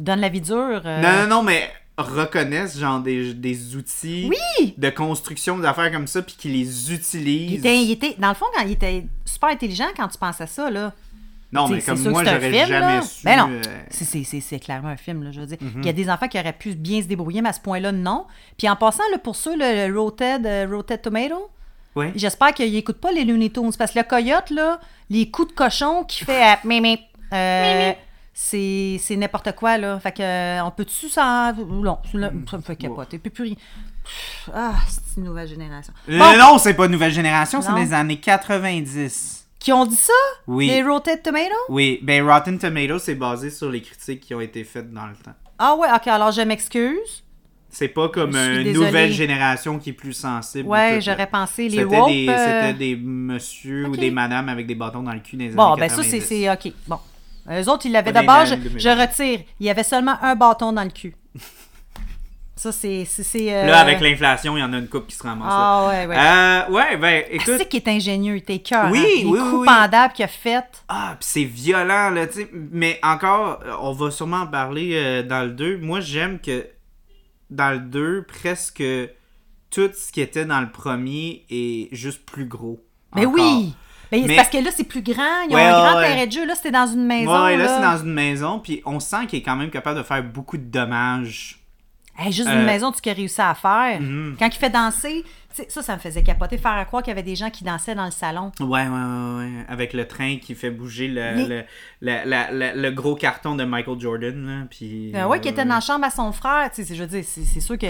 Speaker 1: Donne la vie dure. euh,
Speaker 2: Non, non, non, mais reconnaisse genre des, des outils
Speaker 1: Oui!
Speaker 2: de construction, des affaires comme ça, puis qu'il les utilise.
Speaker 1: Il était, il était- dans le fond, quand il était super intelligent quand tu penses à ça, là.
Speaker 2: Non,
Speaker 1: T'sais,
Speaker 2: mais
Speaker 1: c'est
Speaker 2: comme
Speaker 1: sûr
Speaker 2: moi,
Speaker 1: que c'est un
Speaker 2: j'aurais
Speaker 1: film,
Speaker 2: jamais
Speaker 1: là.
Speaker 2: su.
Speaker 1: Ben non.
Speaker 2: euh,
Speaker 1: C'est- C'est c'est- c'est clairement un film, là, je veux dire.
Speaker 2: Mm-hmm.
Speaker 1: Il y a des enfants qui auraient pu bien se débrouiller, mais à ce point-là, non. Puis en passant, là, pour ceux, le, le Roted, euh, Roted Tomato,
Speaker 2: ouais.
Speaker 1: j'espère qu'ils n'écoutent pas les Looney Tunes, parce que le coyote, là, les coups de cochon qu'il fait à... mim, mim, euh, c'est c'est n'importe quoi, là. Fait que, euh, on peut-tu s'en... Non, ça me fait capoter. Puis, puis, pff, ah, c'est une nouvelle génération.
Speaker 2: Euh,
Speaker 1: Bon,
Speaker 2: Non, c'est pas nouvelle génération, c'est
Speaker 1: Non.
Speaker 2: des années 90.
Speaker 1: qui ont dit ça?
Speaker 2: Oui.
Speaker 1: Les Roted Tomato?
Speaker 2: Oui, ben Rotten Tomatoes, c'est basé sur les critiques qui ont été faites dans le temps.
Speaker 1: Ah ouais, ok, alors je m'excuse.
Speaker 2: C'est pas comme
Speaker 1: Je suis
Speaker 2: une
Speaker 1: désolée.
Speaker 2: nouvelle génération qui est plus sensible.
Speaker 1: Ouais,
Speaker 2: ou tout, là.
Speaker 1: j'aurais pensé les
Speaker 2: C'était
Speaker 1: woke.
Speaker 2: des,
Speaker 1: euh,
Speaker 2: c'était des messieurs ou
Speaker 1: ok.
Speaker 2: des madames avec des bâtons dans le cul dans les
Speaker 1: Bon,
Speaker 2: années
Speaker 1: ben ça,
Speaker 2: 90.
Speaker 1: c'est- c'est OK. Bon. Eux autres, ils l'avaient
Speaker 2: Pas des
Speaker 1: d'abord. Je,
Speaker 2: naines, mais
Speaker 1: je
Speaker 2: bon.
Speaker 1: retire. Il y avait seulement un bâton dans le cul. Ça, c'est. c'est- c'est, euh,
Speaker 2: Là, avec l'inflation, il y en a une coupe qui se ramasse. là.
Speaker 1: Ah, ouais, ouais.
Speaker 2: Euh, ouais, ben,
Speaker 1: c'est
Speaker 2: écoute.
Speaker 1: Ah, qui est ingénieux, t'es cœur.
Speaker 2: Oui,
Speaker 1: Les
Speaker 2: oui,
Speaker 1: coups
Speaker 2: oui, oui.
Speaker 1: pendables qu'il a fait.
Speaker 2: Ah, pis c'est violent, là, tu sais. Mais encore, euh, on va sûrement en parler euh, dans le 2. Moi, j'aime que dans le 2, presque tout ce qui était dans le premier est juste plus gros.
Speaker 1: Mais
Speaker 2: Encore.
Speaker 1: oui! Mais Ben, c'est
Speaker 2: Ben Mais-
Speaker 1: parce que là, c'est plus grand. Ils ont
Speaker 2: Ouais,
Speaker 1: un grand
Speaker 2: ouais,
Speaker 1: terrain de jeu. Là, c'était dans une maison.
Speaker 2: Ouais, ouais, là,
Speaker 1: là.
Speaker 2: c'est dans une maison, puis on sent qu'il est quand même capable de faire beaucoup de dommages.
Speaker 1: Hey, juste
Speaker 2: Euh, Mm-hmm.
Speaker 1: une maison, tu as réussi à faire. Quand il fait danser, tu sais, ça, ça me faisait capoter. Faire à croire qu'il y avait des gens qui dansaient dans le salon.
Speaker 2: Ouais, ouais, ouais, ouais. Avec le train qui fait bouger le,
Speaker 1: Mais-
Speaker 2: le, la- la- la- le gros carton de Michael Jordan, là, puis... euh,
Speaker 1: Oui, Euh, qui était dans la chambre à son frère. Tu sais, c'est- je veux dire, c'est c'est sûr que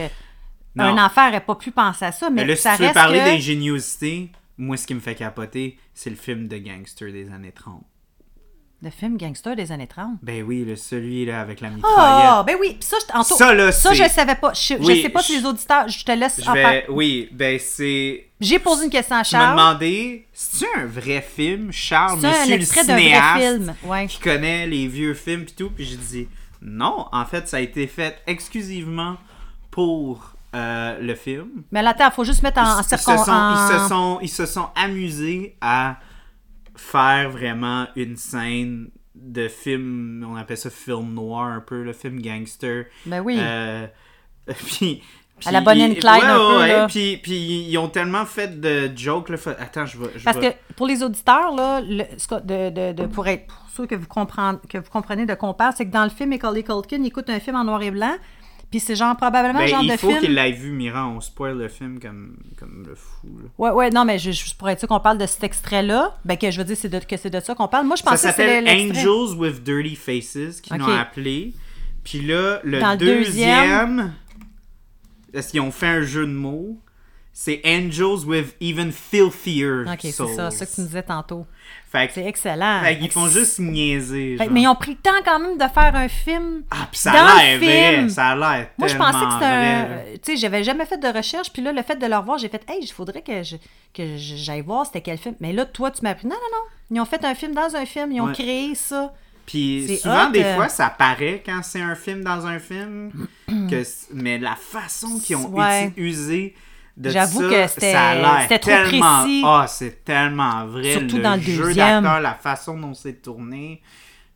Speaker 2: Non.
Speaker 1: un enfant n'aurait pas pu penser à ça, mais,
Speaker 2: Mais là, si
Speaker 1: ça
Speaker 2: tu veux
Speaker 1: reste
Speaker 2: parler
Speaker 1: que-
Speaker 2: d'ingéniosité, moi, ce qui me fait capoter, c'est le film de gangster des années 30.
Speaker 1: le film gangster des années 30.
Speaker 2: Ben oui, le celui, là, avec la mitraillette.
Speaker 1: Ah, ben oui, puis ça, je, en tout-
Speaker 2: Ça, là,
Speaker 1: ça,
Speaker 2: c'est-
Speaker 1: je le savais pas. Je, je
Speaker 2: Oui,
Speaker 1: sais pas si
Speaker 2: je-
Speaker 1: les auditeurs, je te laisse
Speaker 2: Je
Speaker 1: en
Speaker 2: vais...
Speaker 1: par-
Speaker 2: Oui, ben c'est...
Speaker 1: J'ai posé une question à
Speaker 2: Je
Speaker 1: ah.
Speaker 2: me
Speaker 1: Charles.
Speaker 2: demandais, c'est-tu un vrai film, Charles,
Speaker 1: C'est un
Speaker 2: monsieur le
Speaker 1: extrait d'un vrai
Speaker 2: cinéaste,
Speaker 1: film, ouais.
Speaker 2: qui connaît les vieux films et tout, puis j'ai dit, non, en fait, ça a été fait exclusivement pour euh, le film.
Speaker 1: Mais là, attends, faut juste mettre en, en
Speaker 2: ils,
Speaker 1: circon-
Speaker 2: se sont,
Speaker 1: en-
Speaker 2: ils, se sont, ils se sont amusés à faire vraiment une scène de film, on appelle ça film noir un peu, le film gangster.
Speaker 1: Ben oui.
Speaker 2: Euh, [LAUGHS] puis, puis
Speaker 1: À la Bonnie and
Speaker 2: ils-
Speaker 1: Clyde un peu, là.
Speaker 2: Puis, puis ils ont tellement fait de jokes. Là, fa- Attends, je vais... je
Speaker 1: Parce que
Speaker 2: vais-
Speaker 1: pour les auditeurs, là, le- ce que- de, de- de- pour être pour ceux que vous, comprenez, que vous comprenez de compare, c'est que dans le film, Macaulay Culkin écoute un film en noir et blanc, puis c'est genre probablement
Speaker 2: Ben,
Speaker 1: le genre
Speaker 2: il
Speaker 1: de
Speaker 2: faut
Speaker 1: film...
Speaker 2: qu'il l'ait vu, Mira. On spoil le film comme, comme le fou. là.
Speaker 1: Ouais, ouais, non, mais je, je pourrais être sûr qu'on parle de cet extrait-là. Ben, que je veux dire c'est de, que c'est de ça qu'on parle. Moi, je
Speaker 2: Ça
Speaker 1: pensais que c'était
Speaker 2: s'appelle
Speaker 1: l'extrait.
Speaker 2: Angels with Dirty Faces, qu'ils
Speaker 1: Ok.
Speaker 2: l'ont appelé. Puis là, le
Speaker 1: Dans le deuxième-
Speaker 2: deuxième, est-ce qu'ils ont fait un jeu de mots? C'est Angels with Even Filthier
Speaker 1: Ok, c'est
Speaker 2: Souls.
Speaker 1: ça, ça que tu me disais tantôt.
Speaker 2: Fait, que-
Speaker 1: C'est excellent.
Speaker 2: fait qu'ils font juste niaiser.
Speaker 1: Fait-
Speaker 2: genre.
Speaker 1: mais ils ont pris le temps quand même de faire un film.
Speaker 2: Ah, puis ça
Speaker 1: dans
Speaker 2: a
Speaker 1: le
Speaker 2: l'air vrai,
Speaker 1: film.
Speaker 2: ça a l'air
Speaker 1: Moi, je
Speaker 2: tellement
Speaker 1: pensais que c'était un.
Speaker 2: vrai, là.
Speaker 1: euh, Tu sais, j'avais jamais fait de recherche, puis là, le fait de le revoir, j'ai fait, hey, il faudrait que je- que je- j'aille voir c'était quel film. Mais là, toi, tu m'as appris. Non, non, non. Ils ont fait un film dans un film, ils ont
Speaker 2: Ouais.
Speaker 1: créé ça.
Speaker 2: Puis
Speaker 1: C'est
Speaker 2: souvent,
Speaker 1: hot,
Speaker 2: des
Speaker 1: euh.
Speaker 2: fois, ça paraît quand c'est un film dans un film, [CLEARS THROAT] que c- mais la façon qu'ils ont
Speaker 1: Ouais.
Speaker 2: uti- usé de
Speaker 1: J'avoue
Speaker 2: ça,
Speaker 1: que c'était-
Speaker 2: ça a l'air
Speaker 1: c'était trop
Speaker 2: tellement...
Speaker 1: précis.
Speaker 2: Ah, c'est tellement vrai.
Speaker 1: Surtout
Speaker 2: le
Speaker 1: dans le
Speaker 2: jeu
Speaker 1: deuxième.
Speaker 2: d'acteur, la façon dont c'est tourné.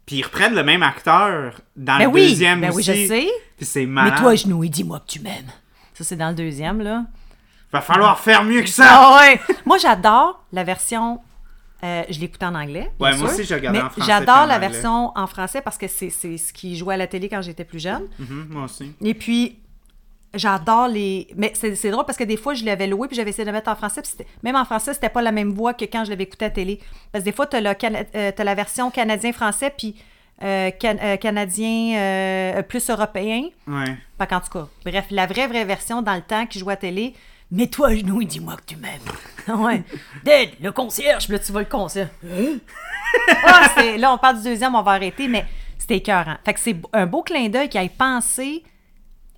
Speaker 2: Puis ils reprennent le même acteur dans
Speaker 1: Ben
Speaker 2: le
Speaker 1: oui,
Speaker 2: deuxième
Speaker 1: ben oui,
Speaker 2: aussi.
Speaker 1: je sais.
Speaker 2: Puis c'est
Speaker 1: Mais
Speaker 2: malade.
Speaker 1: toi, genoux, dis-moi que tu m'aimes. Ça, c'est dans le deuxième, là.
Speaker 2: Va falloir faire mieux que ça!
Speaker 1: Ah ouais. [LAUGHS] Moi, j'adore la version. euh, je l'écoutais en anglais. bien
Speaker 2: Ouais,
Speaker 1: sûr,
Speaker 2: moi aussi, j'ai regardé
Speaker 1: mais
Speaker 2: en français puis en
Speaker 1: J'adore la
Speaker 2: anglais.
Speaker 1: version en français parce que c'est c'est ce qui jouait à la télé quand j'étais plus jeune.
Speaker 2: Mhm, moi aussi.
Speaker 1: Et puis, j'adore les. Mais c'est c'est drôle parce que des fois, je l'avais loué puis j'avais essayé de le mettre en français. puis c'était- même en français, c'était pas la même voix que quand je l'avais écouté à télé. Parce que des fois, t'as le cana- euh, t'as la version canadien-français puis euh, can- euh, canadien euh, plus européen.
Speaker 2: Ouais.
Speaker 1: Pas qu'en tout cas. Bref, la vraie, vraie version dans le temps qui jouait à télé. Mets-toi à genoux et dis-moi que tu m'aimes. [LAUGHS] Ah ouais. Dead, le concierge. Puis là, tu vois le concierge.
Speaker 2: [LAUGHS]
Speaker 1: Hein? Ah, c'est- là, on parle du deuxième, on va arrêter, mais c'était écœurant. Fait que c'est un beau clin d'œil qu'ils aient pensé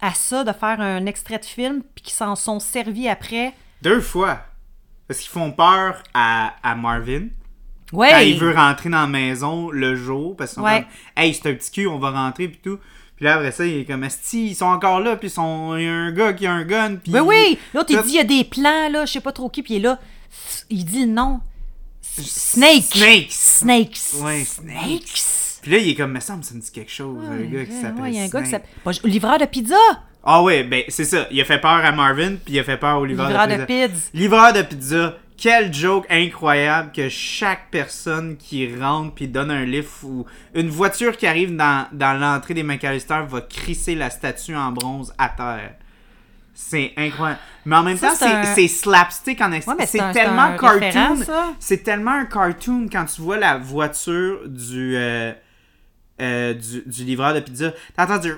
Speaker 1: à ça, de faire un extrait de film, puis qu'ils s'en sont servis après.
Speaker 2: Deux fois. Parce qu'ils font peur à, à Marvin. Quand
Speaker 1: Ouais.
Speaker 2: Ah, il veut rentrer dans la maison le jour, parce qu'on
Speaker 1: Ouais.
Speaker 2: comme, hey, c'est un petit cul, on va rentrer, puis tout. Puis là, après ça, il est comme, Asti, ils sont encore là, puis ils sont... il y a un gars qui a un gun, puis.
Speaker 1: Ben oui, l'autre, il
Speaker 2: Tout-
Speaker 1: dit, il y a des plans, là, je sais pas trop qui, puis il est là. Il dit le nom. Snake.
Speaker 2: Snakes!
Speaker 1: Snakes.
Speaker 2: Ouais, Snakes.
Speaker 1: Snakes.
Speaker 2: Puis là, il est comme, mais ça me, ça me dit quelque chose, un
Speaker 1: Ouais,
Speaker 2: gars qui s'appelle.
Speaker 1: ouais, il y a un gars qui
Speaker 2: Snake.
Speaker 1: s'appelle. Bon, je- livreur de pizza!
Speaker 2: Ah ouais, ben c'est ça. Il a fait peur à Marvin, puis il a fait peur au livreur,
Speaker 1: Livreur
Speaker 2: de
Speaker 1: de
Speaker 2: pizza.
Speaker 1: pizza.
Speaker 2: Livreur de pizza. Quel joke incroyable que chaque personne qui rentre puis donne un lift ou une voiture qui arrive dans, dans l'entrée des McAllister va crisser la statue en bronze à terre. C'est incroyable. Mais en même
Speaker 1: Ça,
Speaker 2: temps,
Speaker 1: c'est
Speaker 2: c'est
Speaker 1: un-
Speaker 2: c'est slapstick en extérieur.
Speaker 1: Ouais, mais c'est
Speaker 2: c'est
Speaker 1: un-
Speaker 2: tellement
Speaker 1: c'est un référent,
Speaker 2: cartoon.
Speaker 1: ça.
Speaker 2: C'est tellement un cartoon quand tu vois la voiture du, euh, euh, du, du livreur de pizza. T'entends du...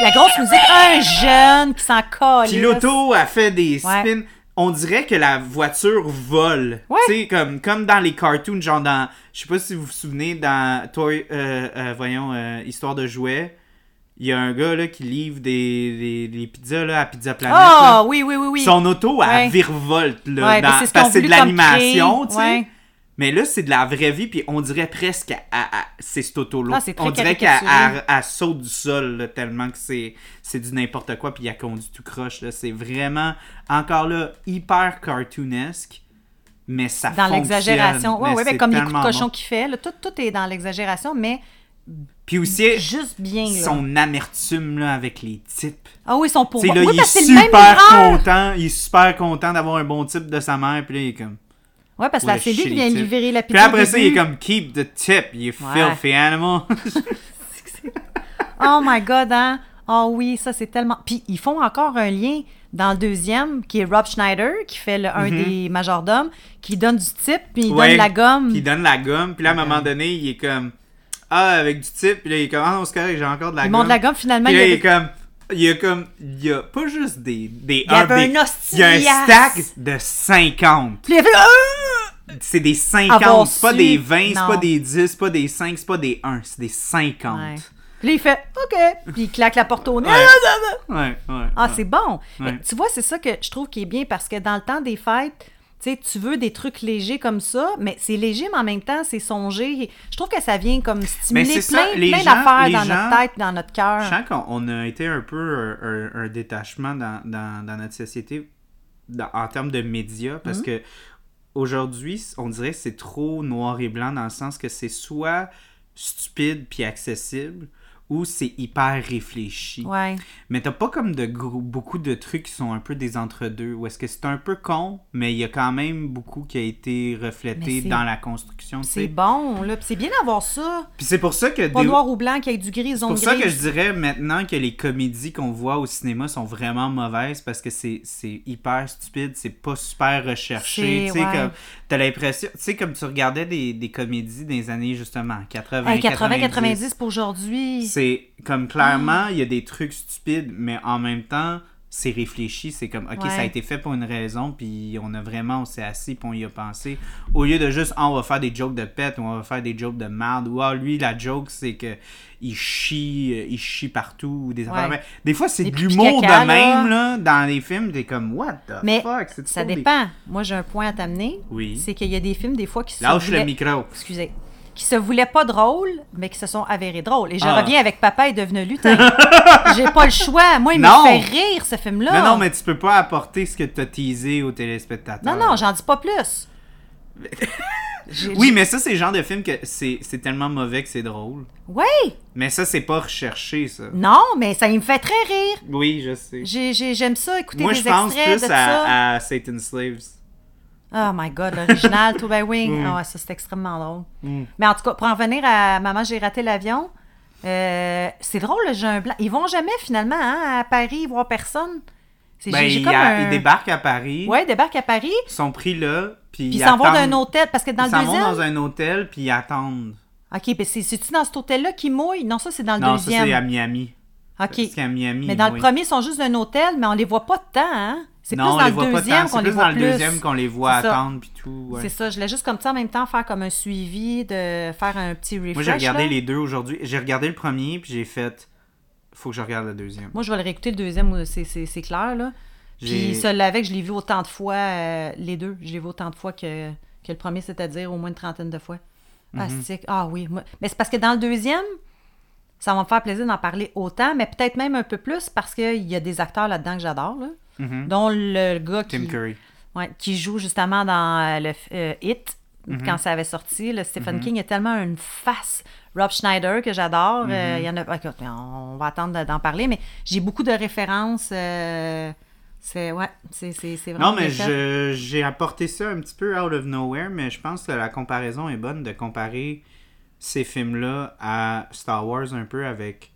Speaker 1: La grosse musique, un jeune qui s'en colle.
Speaker 2: Puis l'auto a fait des
Speaker 1: Ouais.
Speaker 2: spins. On dirait que la voiture vole.
Speaker 1: Ouais.
Speaker 2: Tu sais, comme, comme dans les cartoons, genre dans. Je sais pas si vous vous souvenez, dans Toy. euh, euh, voyons, euh, Histoire de jouets. Il y a un gars là, qui livre des, des, des pizzas là, à Pizza Planet.
Speaker 1: Ah,
Speaker 2: là.
Speaker 1: oui, oui, oui, oui.
Speaker 2: Son auto, elle
Speaker 1: Ouais.
Speaker 2: virevolte. Là,
Speaker 1: Ouais,
Speaker 2: dans-
Speaker 1: ben, c'est ce
Speaker 2: parce
Speaker 1: qu'on
Speaker 2: que c'est de
Speaker 1: voulait comme
Speaker 2: l'animation,
Speaker 1: créer,
Speaker 2: tu sais.
Speaker 1: ouais.
Speaker 2: Mais là, c'est de la vraie vie, puis on dirait presque à, à- à- c'est cet auto-là.
Speaker 1: Ah, c'est très
Speaker 2: on dirait qu'elle
Speaker 1: caricaturé.
Speaker 2: elle- elle saute du sol là, tellement que c'est, c'est du n'importe quoi, puis elle conduit tout croche. là. C'est vraiment, encore là, hyper cartoonesque, mais ça
Speaker 1: Dans
Speaker 2: fonctionne.
Speaker 1: l'exagération. Oui,
Speaker 2: mais
Speaker 1: oui,
Speaker 2: c'est
Speaker 1: ben, comme les coups de
Speaker 2: tellement
Speaker 1: cochon
Speaker 2: bon.
Speaker 1: qu'il fait, là, tout, tout est dans l'exagération, mais
Speaker 2: Puis aussi,
Speaker 1: juste bien. là.
Speaker 2: son amertume là, avec les types.
Speaker 1: Ah oui, ils sont pour
Speaker 2: Tu sais, là,
Speaker 1: oui,
Speaker 2: il est
Speaker 1: parce que c'est le même
Speaker 2: super
Speaker 1: livreur.
Speaker 2: content. Il est super content d'avoir un bon type de sa mère, puis là, il est comme...
Speaker 1: Ouais, parce que là, c'est lui qui vient livrer la pizza.
Speaker 2: Puis
Speaker 1: au
Speaker 2: après ça, il
Speaker 1: début.
Speaker 2: est comme keep the tip, you
Speaker 1: Ouais. [LAUGHS]
Speaker 2: filthy animal. [LAUGHS]
Speaker 1: Oh my God, hein? Ah oui, ça c'est tellement. Puis ils font encore un lien dans le deuxième, qui est Rob Schneider, qui fait le, un des majordomes, qui donne du type, puis il
Speaker 2: Mhm. Ouais.
Speaker 1: donne la gomme.
Speaker 2: Puis il donne la gomme, puis là, à un moment donné, il est comme Ah, avec du type, puis là, il est comme Ah, non, c'est correct, j'ai encore de la
Speaker 1: Il
Speaker 2: gomme.
Speaker 1: monte la gomme, finalement,
Speaker 2: Puis
Speaker 1: il
Speaker 2: là,
Speaker 1: y
Speaker 2: il
Speaker 1: a
Speaker 2: est comme Il y a comme Il y a pas juste des. des
Speaker 1: Il y avait
Speaker 2: des-
Speaker 1: un
Speaker 2: Il y a un
Speaker 1: hostillas.
Speaker 2: stack de 50.
Speaker 1: Puis il fait. Ah!
Speaker 2: C'est des
Speaker 1: Avoir
Speaker 2: 50, c'est pas
Speaker 1: su,
Speaker 2: des 20, c'est pas
Speaker 1: non.
Speaker 2: des 10, c'est pas des 5, c'est pas des 1, c'est des 50.
Speaker 1: Ouais. Puis là, il fait OK. Puis il claque la porte au nez.
Speaker 2: Ouais. Ouais, ouais.
Speaker 1: Ah,
Speaker 2: ouais.
Speaker 1: c'est bon.
Speaker 2: Ouais.
Speaker 1: Mais tu vois, c'est ça que je trouve qui est bien parce que dans le temps des fêtes, tu sais, tu veux des trucs légers comme ça, mais c'est léger, mais en même temps, c'est songé. Je trouve que ça vient comme stimuler
Speaker 2: Mais
Speaker 1: plein,
Speaker 2: c'est ça, les
Speaker 1: plein
Speaker 2: gens-
Speaker 1: d'affaires
Speaker 2: les
Speaker 1: dans
Speaker 2: gens-
Speaker 1: notre tête, dans notre cœur.
Speaker 2: Je sens qu'on on a été un peu un, un- un détachement dans, dans- dans notre société dans- en termes de médias
Speaker 1: Mhm.
Speaker 2: parce que aujourd'hui, on dirait que c'est trop noir et blanc dans le sens que c'est soit stupide puis accessible ou c'est hyper réfléchi.
Speaker 1: Ouais.
Speaker 2: Mais t'as pas comme de gros- beaucoup de trucs qui sont un peu des entre-deux où est-ce que c'est un peu con, mais il y a quand même beaucoup qui a été reflété
Speaker 1: Mais c'est-
Speaker 2: dans la construction. tu
Speaker 1: C'est
Speaker 2: sais.
Speaker 1: bon, là. Puis c'est bien d'avoir ça.
Speaker 2: Puis c'est pour ça que
Speaker 1: Pas
Speaker 2: des-
Speaker 1: noir ou blanc, qu'il y ait du gris, zone
Speaker 2: pour ça que je
Speaker 1: grise.
Speaker 2: dirais maintenant que les comédies qu'on voit au cinéma sont vraiment mauvaises parce que c'est c'est hyper stupide, c'est pas super recherché.
Speaker 1: C'est-
Speaker 2: Tu sais,
Speaker 1: ouais.
Speaker 2: comme- t'as l'impression, tu sais, comme tu regardais des, des comédies des années justement 80,
Speaker 1: Hey, 80,
Speaker 2: 90.
Speaker 1: 90 pour aujourd'hui.
Speaker 2: C'est comme clairement,
Speaker 1: Ah.
Speaker 2: il y a des trucs stupides, mais en même temps, c'est réfléchi. C'est comme, OK,
Speaker 1: Ouais.
Speaker 2: ça a été fait pour une raison, puis on a vraiment, on s'est assis, puis on y a pensé. Au lieu de juste, Ah, on va faire des jokes de pète, ou on va faire des jokes de merde, ou ah, lui, la joke, c'est que il chie, euh, il chie partout, ou des affaires.
Speaker 1: Ouais.
Speaker 2: Mais Des fois, c'est
Speaker 1: Des
Speaker 2: de
Speaker 1: pipis
Speaker 2: l'humour
Speaker 1: caca,
Speaker 2: de même, là, dans les films, t'es comme, What the
Speaker 1: Mais
Speaker 2: fuck? C'est
Speaker 1: ça
Speaker 2: toujours des-
Speaker 1: dépend. Moi, j'ai un point à t'amener.
Speaker 2: Oui.
Speaker 1: C'est qu'il y a des films, des fois, qui se
Speaker 2: Lâche le
Speaker 1: voulaient-
Speaker 2: micro.
Speaker 1: excusez, qui se voulaient pas drôles, mais qui se sont avérés drôles. Et je
Speaker 2: Ah.
Speaker 1: reviens avec Papa est devenu lutin.
Speaker 2: [LAUGHS]
Speaker 1: J'ai pas le choix. Moi, il
Speaker 2: Non.
Speaker 1: me fait rire, ce film-là.
Speaker 2: Non, non, mais tu peux pas apporter ce que t'as teasé aux téléspectateurs. [LAUGHS]
Speaker 1: Non, non, j'en dis pas plus. J'ai-
Speaker 2: Oui,
Speaker 1: j'ai-
Speaker 2: mais ça, c'est le genre de film que c'est c'est tellement mauvais que c'est drôle.
Speaker 1: Oui!
Speaker 2: Mais ça, c'est pas recherché, ça.
Speaker 1: Non, mais ça il me fait très rire.
Speaker 2: Oui, je sais.
Speaker 1: J'ai- j'ai- J'aime ça, écouter
Speaker 2: Moi,
Speaker 1: des
Speaker 2: je pense
Speaker 1: extraits
Speaker 2: plus
Speaker 1: de ça.
Speaker 2: à, à Satan's Slaves.
Speaker 1: Oh my God, l'original, tout ben
Speaker 2: [LAUGHS]
Speaker 1: oui.
Speaker 2: Mm.
Speaker 1: Ah ouais, ça, c'est extrêmement drôle. Mais en tout cas, pour en venir à Maman, j'ai raté l'avion, euh, c'est drôle, le un blanc. Ils vont jamais, finalement, hein, à Paris voir personne. C'est
Speaker 2: Ben,
Speaker 1: j'ai- j'ai
Speaker 2: il,
Speaker 1: comme
Speaker 2: a-
Speaker 1: un-
Speaker 2: il débarque à Paris,
Speaker 1: Ouais, ils débarquent à Paris,
Speaker 2: ils sont pris là, puis
Speaker 1: puis ils s'en vont
Speaker 2: attendent-
Speaker 1: d'un hôtel, parce que dans
Speaker 2: Ils s'en
Speaker 1: le
Speaker 2: vont
Speaker 1: deuxième...
Speaker 2: dans un hôtel, puis ils attendent.
Speaker 1: OK, ben c'est- c'est-tu dans cet hôtel-là qui mouille? Non, ça, c'est dans le
Speaker 2: Non, ça, c'est à
Speaker 1: deuxième.
Speaker 2: Miami.
Speaker 1: OK.
Speaker 2: Parce qu'à Miami,
Speaker 1: Mais dans
Speaker 2: oui.
Speaker 1: le premier, ils sont juste d'un hôtel, mais on les voit pas de temps, hein? C'est plus
Speaker 2: non, on
Speaker 1: dans
Speaker 2: les
Speaker 1: le
Speaker 2: voit pas
Speaker 1: deuxième
Speaker 2: tant.
Speaker 1: qu'on
Speaker 2: C'est
Speaker 1: les
Speaker 2: plus
Speaker 1: voit
Speaker 2: dans
Speaker 1: plus.
Speaker 2: le deuxième qu'on les voit
Speaker 1: C'est ça.
Speaker 2: attendre, puis tout. ouais.
Speaker 1: C'est ça, je voulais juste comme ça en même temps faire comme un suivi, de faire un petit refresh.
Speaker 2: Moi, j'ai regardé
Speaker 1: là.
Speaker 2: les deux aujourd'hui. J'ai regardé le premier, puis j'ai fait... Faut que je regarde le deuxième.
Speaker 1: Moi, je vais le réécouter le deuxième, euh, c'est- c'est c'est clair, là.
Speaker 2: J'ai-
Speaker 1: Puis celui-là avec, je l'ai vu autant de fois, euh, les deux, je l'ai vu autant de fois que, que le premier, c'est-à-dire au moins une trentaine de fois.
Speaker 2: Mm-hmm.
Speaker 1: Astique. Ah oui, moi- mais c'est parce que dans le deuxième, ça va me faire plaisir d'en parler autant, mais peut-être même un peu plus parce qu'il y a des acteurs là-dedans que j'adore, là.
Speaker 2: Mhm.
Speaker 1: dont le gars
Speaker 2: Tim
Speaker 1: qui,
Speaker 2: Curry.
Speaker 1: Ouais, qui joue justement dans euh, le f- euh, Hit,
Speaker 2: Mhm.
Speaker 1: quand ça avait sorti. le Stephen King a tellement une face. Rob Schneider, que j'adore. euh,
Speaker 2: Mhm.
Speaker 1: il y en a... écoute, on va attendre de- d'en parler, mais j'ai beaucoup de références. euh, c'est ouais, c'est c'est- c'est vraiment.
Speaker 2: Non, mais
Speaker 1: bien fait.
Speaker 2: je- j'ai apporté ça un petit peu out of nowhere, mais je pense que la comparaison est bonne de comparer ces films-là à Star Wars un peu avec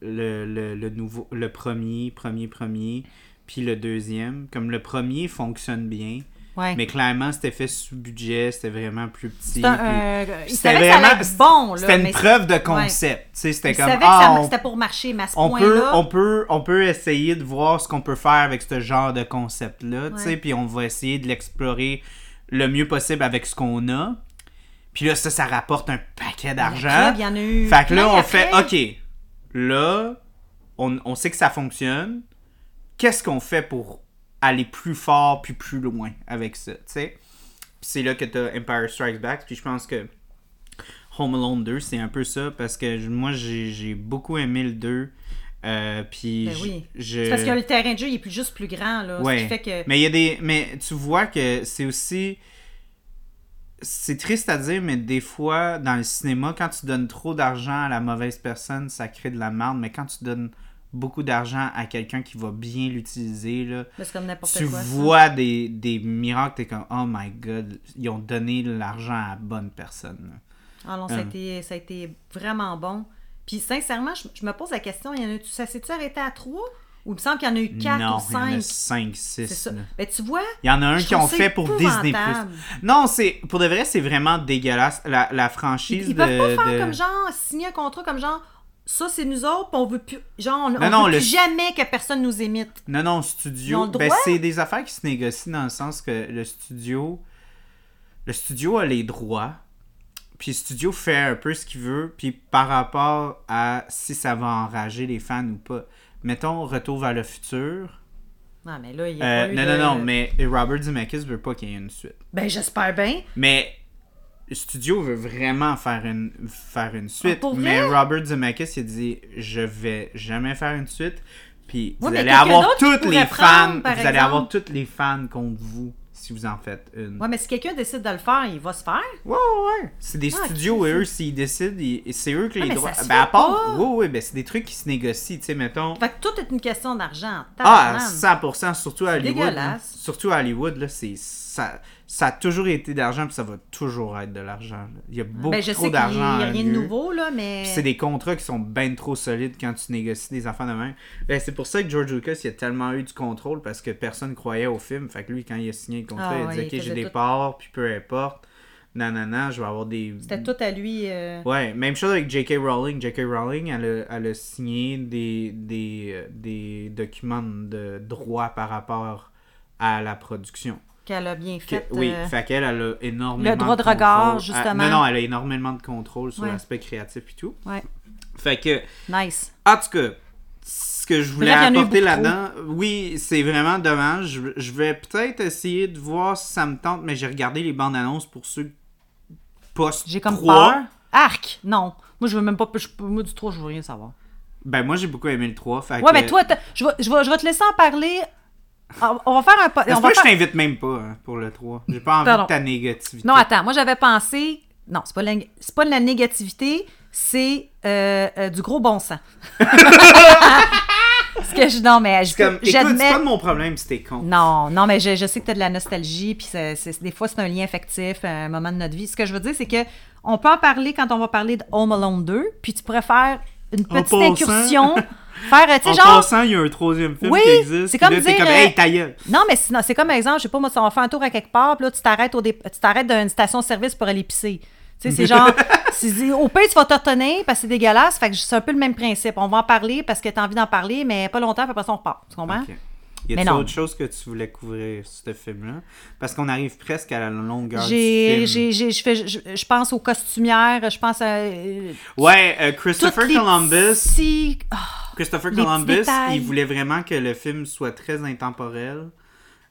Speaker 2: le, le, le nouveau, le premier, premier, premier, puis le deuxième. Comme le premier fonctionne bien,
Speaker 1: Ouais.
Speaker 2: mais clairement, c'était fait sous budget, c'était vraiment plus petit.
Speaker 1: C'est un-
Speaker 2: puis
Speaker 1: un- il savait
Speaker 2: c'était
Speaker 1: que ça allait
Speaker 2: vraiment-
Speaker 1: être bon. là,
Speaker 2: C'était une
Speaker 1: mais
Speaker 2: preuve de
Speaker 1: ouais.
Speaker 2: concept. tu sais, C'était
Speaker 1: Il
Speaker 2: comme,
Speaker 1: savait que
Speaker 2: ah,
Speaker 1: ça-
Speaker 2: on-
Speaker 1: c'était pour marcher, mais à ce
Speaker 2: on peut,
Speaker 1: point-là.
Speaker 2: on, peut, on peut essayer de voir ce qu'on peut faire avec ce genre de concept-là, tu sais,
Speaker 1: Ouais.
Speaker 2: puis on va essayer de l'explorer le mieux possible avec ce qu'on a. Puis là, ça, ça rapporte un paquet d'argent.
Speaker 1: club, il y en a eu
Speaker 2: Fait que là,
Speaker 1: plein
Speaker 2: on
Speaker 1: après.
Speaker 2: fait, OK, là, on, on sait que ça fonctionne. Qu'est-ce qu'on fait pour aller plus fort puis plus loin avec ça, tu sais? Puis c'est là que t'as Empire Strikes Back, puis je pense que Home Alone 2, c'est un peu ça, parce que je- moi, j'ai j'ai beaucoup aimé le 2. euh, puis
Speaker 1: Ben
Speaker 2: je-
Speaker 1: oui.
Speaker 2: je-
Speaker 1: C'est parce que le terrain de jeu, il est plus juste plus grand. Là,
Speaker 2: euh, Ouais.
Speaker 1: Ce qui fait que.
Speaker 2: Mais il y a des. Mais tu vois que c'est aussi. C'est triste à dire, mais des fois, dans le cinéma, quand tu donnes trop d'argent à la mauvaise personne, ça crée de la merde. Mais quand tu donnes beaucoup d'argent à quelqu'un qui va bien l'utiliser, là,
Speaker 1: Mais c'est comme n'importe
Speaker 2: tu
Speaker 1: quoi. ça.
Speaker 2: vois des, des miracles, t'es comme, oh my god, ils ont donné l'argent à la bonne personne. là.
Speaker 1: Ah non, ça,
Speaker 2: Hum.
Speaker 1: a été, ça a été vraiment bon. Puis sincèrement, je, je me pose la question, il y en a, ça s'est-tu arrêté à 3? Ou il me semble qu'il y en a eu 4
Speaker 2: non,
Speaker 1: ou
Speaker 2: il y en
Speaker 1: 5?
Speaker 2: a 5, 6.
Speaker 1: C'est ça. Mais tu vois,
Speaker 2: Il y en a un
Speaker 1: Je
Speaker 2: qui ont
Speaker 1: trouve ça
Speaker 2: fait pour Disney+.
Speaker 1: épouvantable.
Speaker 2: Non, c'est pour de vrai, c'est vraiment dégueulasse la, la franchise
Speaker 1: ils, ils
Speaker 2: de,
Speaker 1: peuvent pas faire
Speaker 2: de-
Speaker 1: comme genre, signer un contrat comme genre, ça c'est nous autres, puis on veut plus, genre, on, on
Speaker 2: non,
Speaker 1: veut
Speaker 2: le-
Speaker 1: plus jamais que personne nous imite.
Speaker 2: Non non,
Speaker 1: Ils ont
Speaker 2: studio,
Speaker 1: le
Speaker 2: ben
Speaker 1: droit?
Speaker 2: c'est des affaires qui se négocient dans le sens que le studio le studio a les droits. Puis le studio fait un peu ce qu'il veut, puis par rapport à si ça va enrager les fans ou pas. Mettons Retour vers le futur.
Speaker 1: Non, mais là, il y a
Speaker 2: Euh,
Speaker 1: pas eu
Speaker 2: non,
Speaker 1: de-
Speaker 2: non, non, mais Robert Zemeckis veut pas qu'il y ait une suite.
Speaker 1: Ben, j'espère bien.
Speaker 2: Mais le studio veut vraiment faire une, faire une suite.
Speaker 1: Ah, pour
Speaker 2: mais
Speaker 1: vrai?
Speaker 2: Robert Zemeckis, il a dit Je vais jamais faire une suite. Puis
Speaker 1: Ouais,
Speaker 2: vous
Speaker 1: mais
Speaker 2: allez
Speaker 1: quelqu'un
Speaker 2: avoir
Speaker 1: d'autre qui
Speaker 2: toutes
Speaker 1: pourrait
Speaker 2: les
Speaker 1: prendre,
Speaker 2: fans. Vous
Speaker 1: par
Speaker 2: allez
Speaker 1: exemple.
Speaker 2: avoir toutes les fans contre vous si vous en faites une.
Speaker 1: Ouais, mais si quelqu'un décide de le faire, il va se faire.
Speaker 2: Ouais, ouais, ouais. C'est des
Speaker 1: Ah,
Speaker 2: studios,
Speaker 1: ok,
Speaker 2: et eux, s'ils décident, ils- c'est eux qui
Speaker 1: Ah,
Speaker 2: les
Speaker 1: mais
Speaker 2: droits.
Speaker 1: ça se
Speaker 2: Ben, à
Speaker 1: fait
Speaker 2: part.
Speaker 1: pas.
Speaker 2: Oui, oui, ben, c'est des trucs qui se négocient. Tu sais, mettons.
Speaker 1: Fait que tout est une question d'argent.
Speaker 2: Ah,
Speaker 1: tabarnak.
Speaker 2: 100%, surtout à Hollywood.
Speaker 1: dégueulasse.
Speaker 2: là. Surtout à Hollywood, là, c'est ça, ça a toujours été de l'argent, puis ça va toujours être de l'argent. là. Il y a beaucoup
Speaker 1: Ben, je
Speaker 2: trop
Speaker 1: sais qu'il n'y
Speaker 2: d'argent.
Speaker 1: a
Speaker 2: en
Speaker 1: rien de
Speaker 2: lieu.
Speaker 1: nouveau, là, mais.
Speaker 2: Puis c'est des contrats qui sont bien trop solides quand tu négocies des enfants de même. Ben, c'est pour ça que George Lucas, il a tellement eu du contrôle parce que personne croyait au film. Fait que lui, quand il a signé le contrat,
Speaker 1: Ah
Speaker 2: il a
Speaker 1: ouais,
Speaker 2: dit
Speaker 1: il
Speaker 2: Ok, j'ai
Speaker 1: faisait
Speaker 2: des
Speaker 1: tout.
Speaker 2: parts, puis peu importe. Non, non, non, je vais avoir des.
Speaker 1: C'était tout à lui. euh,
Speaker 2: Ouais, même chose avec J.K. Rowling. J.K. Rowling, elle a, elle a signé des, des, euh, des documents de droit par rapport à la production.
Speaker 1: Qu'elle a bien
Speaker 2: Que-
Speaker 1: fait.
Speaker 2: oui,
Speaker 1: euh,
Speaker 2: fait qu'elle, elle a énormément
Speaker 1: le droit de
Speaker 2: contrôle.
Speaker 1: regard,
Speaker 2: Elle-
Speaker 1: justement.
Speaker 2: non, non, elle a énormément de contrôle sur
Speaker 1: Ouais.
Speaker 2: l'aspect créatif et tout.
Speaker 1: Ouais,
Speaker 2: Fait que,
Speaker 1: nice.
Speaker 2: en tout cas, ce que je voulais
Speaker 1: Bref, il y en a eu
Speaker 2: apporter
Speaker 1: beaucoup
Speaker 2: là-dedans, oui, c'est vraiment dommage. Je, je vais peut-être essayer de voir si ça me tente, mais j'ai regardé les bandes annonces pour ceux post
Speaker 1: J'ai comme
Speaker 2: 3.
Speaker 1: peur. Arc! Non. Moi, je veux même pas. je- moi, du 3, je veux rien savoir.
Speaker 2: Ben moi j'ai beaucoup aimé le 3. Fait
Speaker 1: Ouais,
Speaker 2: que-
Speaker 1: mais toi, t'as- je vais, je, vais, je vais te laisser en parler On, on va faire un... po-
Speaker 2: C'est
Speaker 1: on
Speaker 2: pas
Speaker 1: va
Speaker 2: que je
Speaker 1: faire-
Speaker 2: t'invite même pas hein, pour le 3. J'ai pas envie
Speaker 1: Pardon.
Speaker 2: de ta négativité.
Speaker 1: Non, attends, moi j'avais pensé. Non, c'est pas, la... c'est pas de la négativité, c'est euh, euh, du gros bon [LAUGHS] sens. Parce que je. Non, mais je-
Speaker 2: C'est comme, écoute, c'est
Speaker 1: j'admets.
Speaker 2: pas de mon problème si t'es con.
Speaker 1: Non, non, mais je, je sais que tu as de la nostalgie, puis c'est- c'est- des fois c'est un lien affectif, un moment de notre vie. Ce que je veux dire, c'est que on peut en parler quand on va parler de Home Alone 2, puis tu pourrais faire une
Speaker 2: En
Speaker 1: petite
Speaker 2: passant. [LAUGHS]
Speaker 1: incursion, faire, euh, tu
Speaker 2: En
Speaker 1: sais, genre,
Speaker 2: passant, il y a un troisième film
Speaker 1: Oui,
Speaker 2: qui existe.
Speaker 1: c'est
Speaker 2: puis
Speaker 1: comme
Speaker 2: là, t'es
Speaker 1: dire,
Speaker 2: comme,
Speaker 1: euh,
Speaker 2: hey, ta gueule.
Speaker 1: non, mais sinon, c'est comme exemple, je sais pas, moi, si on fait un tour à quelque part, puis là, tu t'arrêtes au dé- tu t'arrêtes d'une station-service pour aller pisser. Tu sais, c'est
Speaker 2: [LAUGHS]
Speaker 1: genre, tu dis, au pire, tu vas te retenir parce que c'est dégueulasse. Fait que c'est un peu le même principe. On va en parler parce que tu as envie d'en parler, mais pas longtemps, puis après ça, on repart. Tu comprends?
Speaker 2: Ok. Y
Speaker 1: Hein? Mais
Speaker 2: a-t-il
Speaker 1: non.
Speaker 2: autre chose que tu voulais couvrir sur ce film-là? Parce qu'on arrive presque à la longueur
Speaker 1: J'ai,
Speaker 2: du film.
Speaker 1: j'ai, j'ai- je, fais, je, je pense aux costumières, je pense à. euh,
Speaker 2: Ouais, euh, Christopher
Speaker 1: toutes les
Speaker 2: Columbus.
Speaker 1: petits- Ah,
Speaker 2: Christopher
Speaker 1: les petits
Speaker 2: Columbus,
Speaker 1: détails.
Speaker 2: il voulait vraiment que le film soit très intemporel.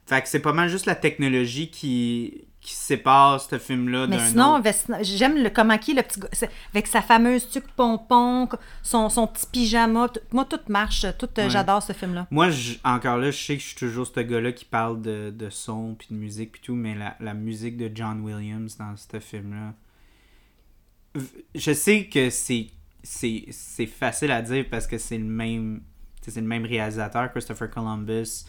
Speaker 2: Fait que c'est pas mal juste la technologie qui, qui sépare ce film-là
Speaker 1: mais
Speaker 2: d'un autre.
Speaker 1: sinon, Vesna- j'aime le, comment qui, le petit gars, c'est- avec sa fameuse tuque pompon, son, son petit pyjama. tout- moi, tout marche. Tout, euh,
Speaker 2: Ouais.
Speaker 1: J'adore ce film-là.
Speaker 2: Moi, je- encore là, je sais que je suis toujours ce gars-là qui parle de, de son puis de musique puis tout, mais la, la musique de John Williams dans ce film-là. V- Je sais que c'est c'est c'est facile à dire parce que c'est le même tu sais, c'est le même réalisateur Christopher Columbus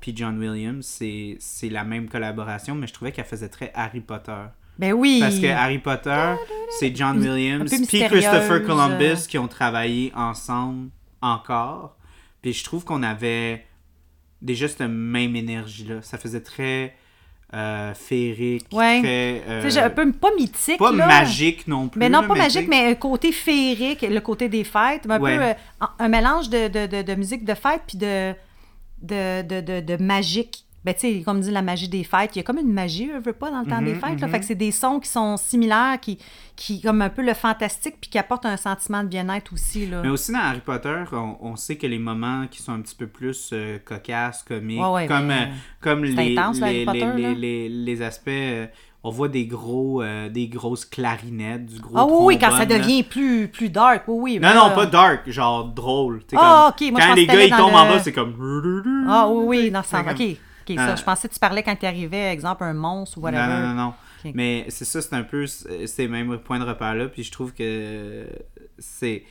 Speaker 2: puis John Williams c'est c'est la même collaboration mais je trouvais qu'elle faisait très Harry Potter
Speaker 1: Ben oui.
Speaker 2: parce que Harry Potter, c'est John Williams
Speaker 1: peu
Speaker 2: puis
Speaker 1: mystérieuse.
Speaker 2: Christopher Columbus qui ont travaillé ensemble encore. Puis je trouve qu'on avait déjà cette même énergie-là. Ça faisait très euh, féerique,
Speaker 1: Ouais.
Speaker 2: très... euh,
Speaker 1: Tu sais, j'ai un peu pas mythique.
Speaker 2: pas
Speaker 1: là.
Speaker 2: magique non plus.
Speaker 1: Mais
Speaker 2: là,
Speaker 1: non, pas
Speaker 2: tu sais.
Speaker 1: magique, mais un côté féerique, le côté des fêtes. mais Un
Speaker 2: Ouais.
Speaker 1: peu euh, un- un mélange de, de, de, de musique de fête puis de, de, de, de, de magique. Ben, tu sais, comme dit la magie des fêtes, il y a comme une magie, je veux pas, dans le temps des
Speaker 2: Mhm,
Speaker 1: fêtes. là. Fait que c'est des sons qui sont similaires, qui, qui comme un peu le fantastique, puis qui apportent un sentiment de bien-être aussi. Là.
Speaker 2: Mais aussi dans Harry Potter, on, on sait que les moments qui sont un petit peu plus euh, cocasses, comiques,
Speaker 1: Ouais, ouais,
Speaker 2: comme,
Speaker 1: mais,
Speaker 2: euh, comme les,
Speaker 1: intense, là,
Speaker 2: les,
Speaker 1: Harry
Speaker 2: les,
Speaker 1: Potter, là.
Speaker 2: les, les- les aspects, euh, on voit des gros euh, des grosses clarinettes, du gros
Speaker 1: Ah oui, oui, quand ça
Speaker 2: trombone, là.
Speaker 1: devient plus, plus dark, oui, oui.
Speaker 2: Non,
Speaker 1: ben
Speaker 2: non,
Speaker 1: là.
Speaker 2: pas dark, genre drôle. tu sais,
Speaker 1: Ah,
Speaker 2: comme-
Speaker 1: ok, moi, je
Speaker 2: quand
Speaker 1: pense
Speaker 2: les
Speaker 1: que
Speaker 2: gars ils
Speaker 1: t'allais dans
Speaker 2: tombent en
Speaker 1: le-
Speaker 2: bas, c'est comme.
Speaker 1: Ah oui, oui, dans ce sens.
Speaker 2: Fait
Speaker 1: OK,
Speaker 2: comme-
Speaker 1: ok, ça,
Speaker 2: Euh,
Speaker 1: je pensais que tu parlais quand il arrivait, exemple, un monstre ou whatever.
Speaker 2: Non, non, non, non.
Speaker 1: Ok.
Speaker 2: Mais c'est ça, c'est un peu c- ces mêmes points de repère-là. Puis je trouve que c'est.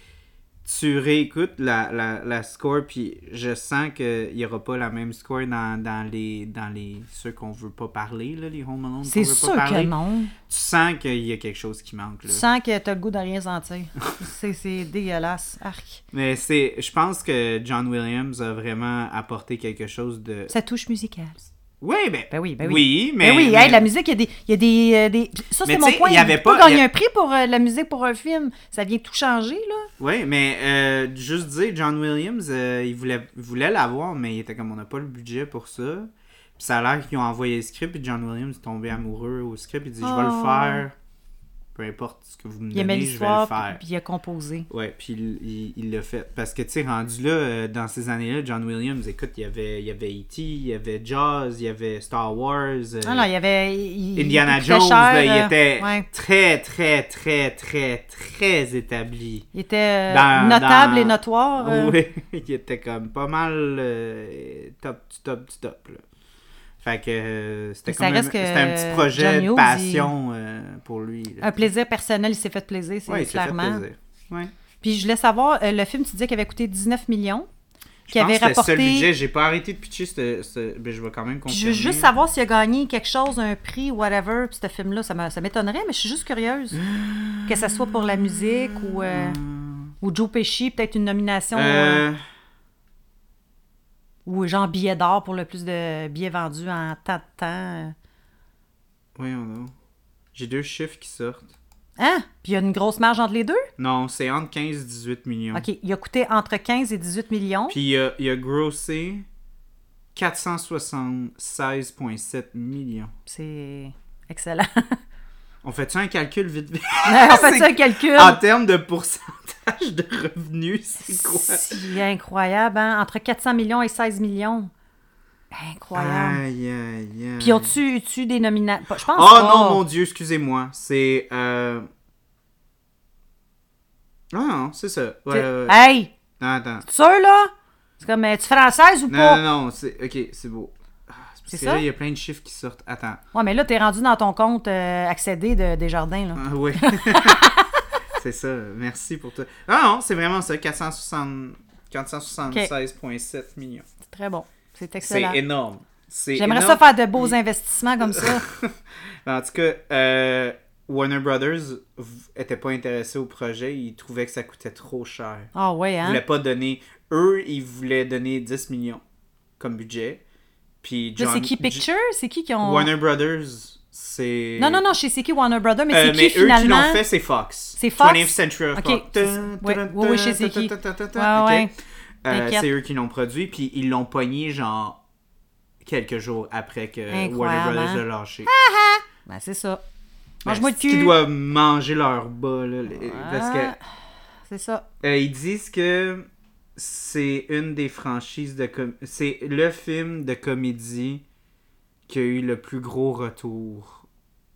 Speaker 2: Tu réécoutes la, la, la score, puis je sens qu'il n'y aura pas la même score dans, dans les dans les ceux qu'on veut pas parler, là, les Home Alone. qu'on
Speaker 1: C'est
Speaker 2: veut pas
Speaker 1: sûr que
Speaker 2: parler.
Speaker 1: non.
Speaker 2: Tu sens qu'il y a quelque chose qui manque. Là.
Speaker 1: Tu sens que t'as le goût de rien sentir. [LAUGHS] c'est, c'est dégueulasse. Arc.
Speaker 2: Mais c'est, je pense que John Williams a vraiment apporté quelque chose de.
Speaker 1: Ça touche musicale.
Speaker 2: Oui, ben,
Speaker 1: Ben oui, ben oui.
Speaker 2: oui, mais.
Speaker 1: Ben oui,
Speaker 2: mais-
Speaker 1: hey, la musique, il y a des. il y a des, euh, des- Ça,
Speaker 2: Mais
Speaker 1: c'est
Speaker 2: tu
Speaker 1: mon
Speaker 2: sais,
Speaker 1: point.
Speaker 2: il y avait
Speaker 1: peut
Speaker 2: pas- il
Speaker 1: gagner
Speaker 2: y a-
Speaker 1: un prix pour euh, de la musique pour un film. Ça vient tout changer, là.
Speaker 2: Oui, mais euh, juste dire, John Williams, euh, il voulait, il voulait l'avoir, mais il était comme on n'a pas le budget pour ça. Puis ça a l'air qu'ils ont envoyé le script, puis John Williams est tombé amoureux au script, il dit Je vais
Speaker 1: Oh.
Speaker 2: le faire, peu importe ce que vous me
Speaker 1: Il aimait
Speaker 2: donnez, je vais le
Speaker 1: l'histoire, puis-
Speaker 2: faire. Euh,
Speaker 1: puis il a composé.
Speaker 2: Ouais, puis il- il il l'a fait. Parce que, tu sais, rendu là, euh, dans ces années-là, John Williams, écoute, il y avait, il y avait E.T., il y avait Jaws, il y avait Star Wars. euh,
Speaker 1: Ah non, il y avait. il-
Speaker 2: Indiana
Speaker 1: il coûtait
Speaker 2: Jones,
Speaker 1: cher,
Speaker 2: là, il
Speaker 1: euh,
Speaker 2: était
Speaker 1: ouais.
Speaker 2: très, très, très, très, très établi.
Speaker 1: Il était euh,
Speaker 2: Dans-
Speaker 1: notable
Speaker 2: dans-
Speaker 1: et notoire. euh.
Speaker 2: Oui, [LAUGHS] il était comme pas mal euh, top du top du top. Là. Fait que euh, c'était
Speaker 1: Mais ça
Speaker 2: comme un,
Speaker 1: reste que
Speaker 2: c'était un petit projet
Speaker 1: John
Speaker 2: de
Speaker 1: Hughes,
Speaker 2: passion euh, pour lui. là.
Speaker 1: Un plaisir personnel, il s'est fait plaisir, Ah, c'est
Speaker 2: Ouais, il s'est fait
Speaker 1: clairement.
Speaker 2: plaisir. Ouais.
Speaker 1: Puis je voulais savoir, euh, le film, tu disais qu'il avait coûté 19 millions,
Speaker 2: Je
Speaker 1: qu'il
Speaker 2: pense
Speaker 1: avait
Speaker 2: que c'était
Speaker 1: rapporté.
Speaker 2: le seul budget. J'ai pas arrêté de pitcher ce... ce- ben, je vais quand même
Speaker 1: Puis
Speaker 2: confirmer.
Speaker 1: je veux juste savoir s'il a gagné quelque chose, un prix, whatever. Puis ce film-là, ça me- ça m'étonnerait, mais je suis juste curieuse. que ça soit pour la musique ou, euh, ou Joe Pesci, peut-être une nomination euh,
Speaker 2: Hmm. Euh,
Speaker 1: ou genre billet d'or pour le plus de billets vendus en tant de temps.
Speaker 2: Voyons donc. J'ai deux chiffres qui sortent.
Speaker 1: Hein? Puis il y a une grosse marge entre les deux?
Speaker 2: Non, c'est entre 15 et 18 millions.
Speaker 1: OK. Il a coûté entre 15 et 18 millions.
Speaker 2: Hmm. Puis il a, il a grossé 476,7 millions.
Speaker 1: C'est
Speaker 2: [LAUGHS]
Speaker 1: excellent.
Speaker 2: On fait-tu un calcul vite vite? [LAUGHS]
Speaker 1: On fait
Speaker 2: Ah, C'est-
Speaker 1: ça un calcul.
Speaker 2: En termes de pourcentage de revenus, c'est quoi?
Speaker 1: Ah. C'est incroyable, hein? Entre 400 millions et 16 millions. Incroyable.
Speaker 2: Aïe, aïe, aïe.
Speaker 1: Puis ont-tu eu des nominations? Je pense
Speaker 2: Oh
Speaker 1: pas.
Speaker 2: non, mon Dieu, excusez-moi. C'est. Euh... Ah non, c'est ça. Ouais, ouais, ouais.
Speaker 1: Hey!
Speaker 2: Non, attends.
Speaker 1: Sûr, là? C'est comme, es-tu française ou
Speaker 2: Non,
Speaker 1: pas?
Speaker 2: non, non, c'est. Ok, c'est beau.
Speaker 1: C'est
Speaker 2: Parce que
Speaker 1: ça?
Speaker 2: là, il y a plein de chiffres qui sortent. Attends.
Speaker 1: Ouais, mais là, t'es rendu dans ton compte euh, accédé de Desjardins, là.
Speaker 2: Ah, oui.
Speaker 1: [LAUGHS]
Speaker 2: [LAUGHS] c'est ça. Merci pour toi. Ah non, c'est vraiment ça. 460 476,7 millions.
Speaker 1: C'est très bon. C'est
Speaker 2: C'est
Speaker 1: excellent.
Speaker 2: énorme. C'est
Speaker 1: J'aimerais
Speaker 2: énorme.
Speaker 1: ça faire de beaux investissements comme ça.
Speaker 2: Ben, en tout cas, euh, Warner Brothers v- était pas intéressé au projet. Ils trouvaient que ça coûtait trop cher.
Speaker 1: Ah ouais,
Speaker 2: Ils
Speaker 1: hein?
Speaker 2: voulaient pas donner. Eux, ils voulaient donner 10 millions comme budget. Puis
Speaker 1: Là,
Speaker 2: John.
Speaker 1: c'est qui
Speaker 2: J-
Speaker 1: Picture? C'est qui qui ont...
Speaker 2: Warner Brothers, c'est.
Speaker 1: Non, non, non, chez c'est qui Warner Brothers, mais
Speaker 2: Euh,
Speaker 1: c'est
Speaker 2: mais
Speaker 1: qui
Speaker 2: eux qui
Speaker 1: finalement?
Speaker 2: l'ont fait, c'est Fox.
Speaker 1: C'est Fox?
Speaker 2: 20th Century
Speaker 1: Ok,
Speaker 2: Fox.
Speaker 1: c'est-
Speaker 2: Tun,
Speaker 1: ouais,
Speaker 2: tun,
Speaker 1: oui, oui,
Speaker 2: tun,
Speaker 1: je sais
Speaker 2: tun,
Speaker 1: qui.
Speaker 2: tun, tun, tun, tun,
Speaker 1: Ouais,
Speaker 2: ok.
Speaker 1: ouais.
Speaker 2: Euh,
Speaker 1: T'inquiète.
Speaker 2: c'est eux qui l'ont produit, puis ils l'ont pogné genre quelques jours après que Warner
Speaker 1: Incroyable,
Speaker 2: Brothers
Speaker 1: hein?
Speaker 2: l'a lâché.
Speaker 1: Ben, c'est ça.
Speaker 2: Ben,
Speaker 1: Mange-moi le
Speaker 2: c'est qu'ils
Speaker 1: cul.
Speaker 2: doivent manger leur bas, là, les- parce
Speaker 1: Ah.
Speaker 2: que
Speaker 1: C'est ça.
Speaker 2: euh, ils disent que c'est une des franchises de com- c'est le film de comédie qui a eu le plus gros retour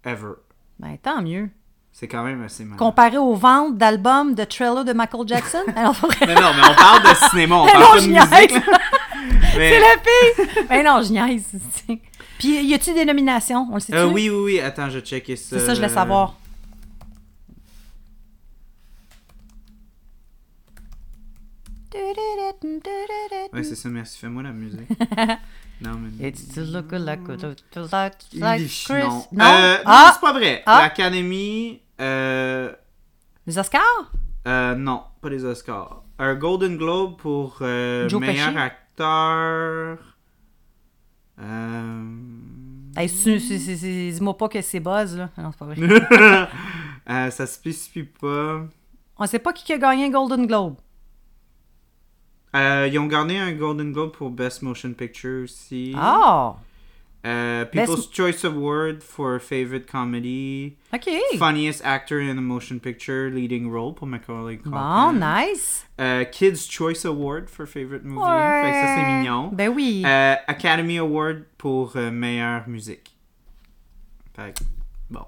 Speaker 2: ever.
Speaker 1: Ben, tant mieux.
Speaker 2: C'est quand même assez mal.
Speaker 1: Comparé aux ventes d'albums de Trello de Michael
Speaker 2: [LAUGHS]
Speaker 1: Jackson? Alors, faut-
Speaker 2: Non, non, mais on parle de cinéma,
Speaker 1: [LAUGHS]
Speaker 2: on
Speaker 1: non, je
Speaker 2: parle pas de
Speaker 1: niaise.
Speaker 2: musique. Mais-
Speaker 1: C'est la fille! [LAUGHS] Ben non, je niaise. tu sais. Puis, y a-tu des nominations? On le sait-tu?
Speaker 2: Euh, oui, Euh, oui, oui, attends, je vais checker ça.
Speaker 1: C'est ça, je voulais savoir.
Speaker 2: Ouais, c'est ça, merci, fais-moi
Speaker 1: [LAUGHS]
Speaker 2: la musique. non, mais.
Speaker 1: It's to look like- like
Speaker 2: Lich,
Speaker 1: Chris-
Speaker 2: Non,
Speaker 1: Non?
Speaker 2: Euh, non,
Speaker 1: ah!
Speaker 2: c'est pas vrai.
Speaker 1: Ah!
Speaker 2: L'Académie. Euh,
Speaker 1: Les Oscars?
Speaker 2: euh, non, pas les Oscars. Un Golden Globe pour euh,
Speaker 1: Joe
Speaker 2: meilleur
Speaker 1: Pesci?
Speaker 2: acteur. Euh... [LAUGHS]
Speaker 1: Hey, c'est- c'est- c'est- c'est- Dis-moi pas que c'est Buzz, là. Non, c'est pas vrai.
Speaker 2: [LAUGHS] euh, ça spécifie pas.
Speaker 1: On sait pas qui qui a gagné un Golden Globe.
Speaker 2: Euh, ils ont gagné un Golden Globe pour Best Motion Picture aussi.
Speaker 1: Ah!
Speaker 2: Euh,
Speaker 1: Best-
Speaker 2: People's Choice Award for Favorite Comedy.
Speaker 1: OK.
Speaker 2: Funniest Actor in a Motion Picture Leading Role pour Macaulay
Speaker 1: Bon,
Speaker 2: Culkin.
Speaker 1: nice.
Speaker 2: Euh, Kids Choice Award for Favorite Movie.
Speaker 1: Ouais.
Speaker 2: Fait que ça, c'est mignon.
Speaker 1: Ben oui.
Speaker 2: Euh, Academy Award pour euh, Meilleure Musique. Fait que, bon.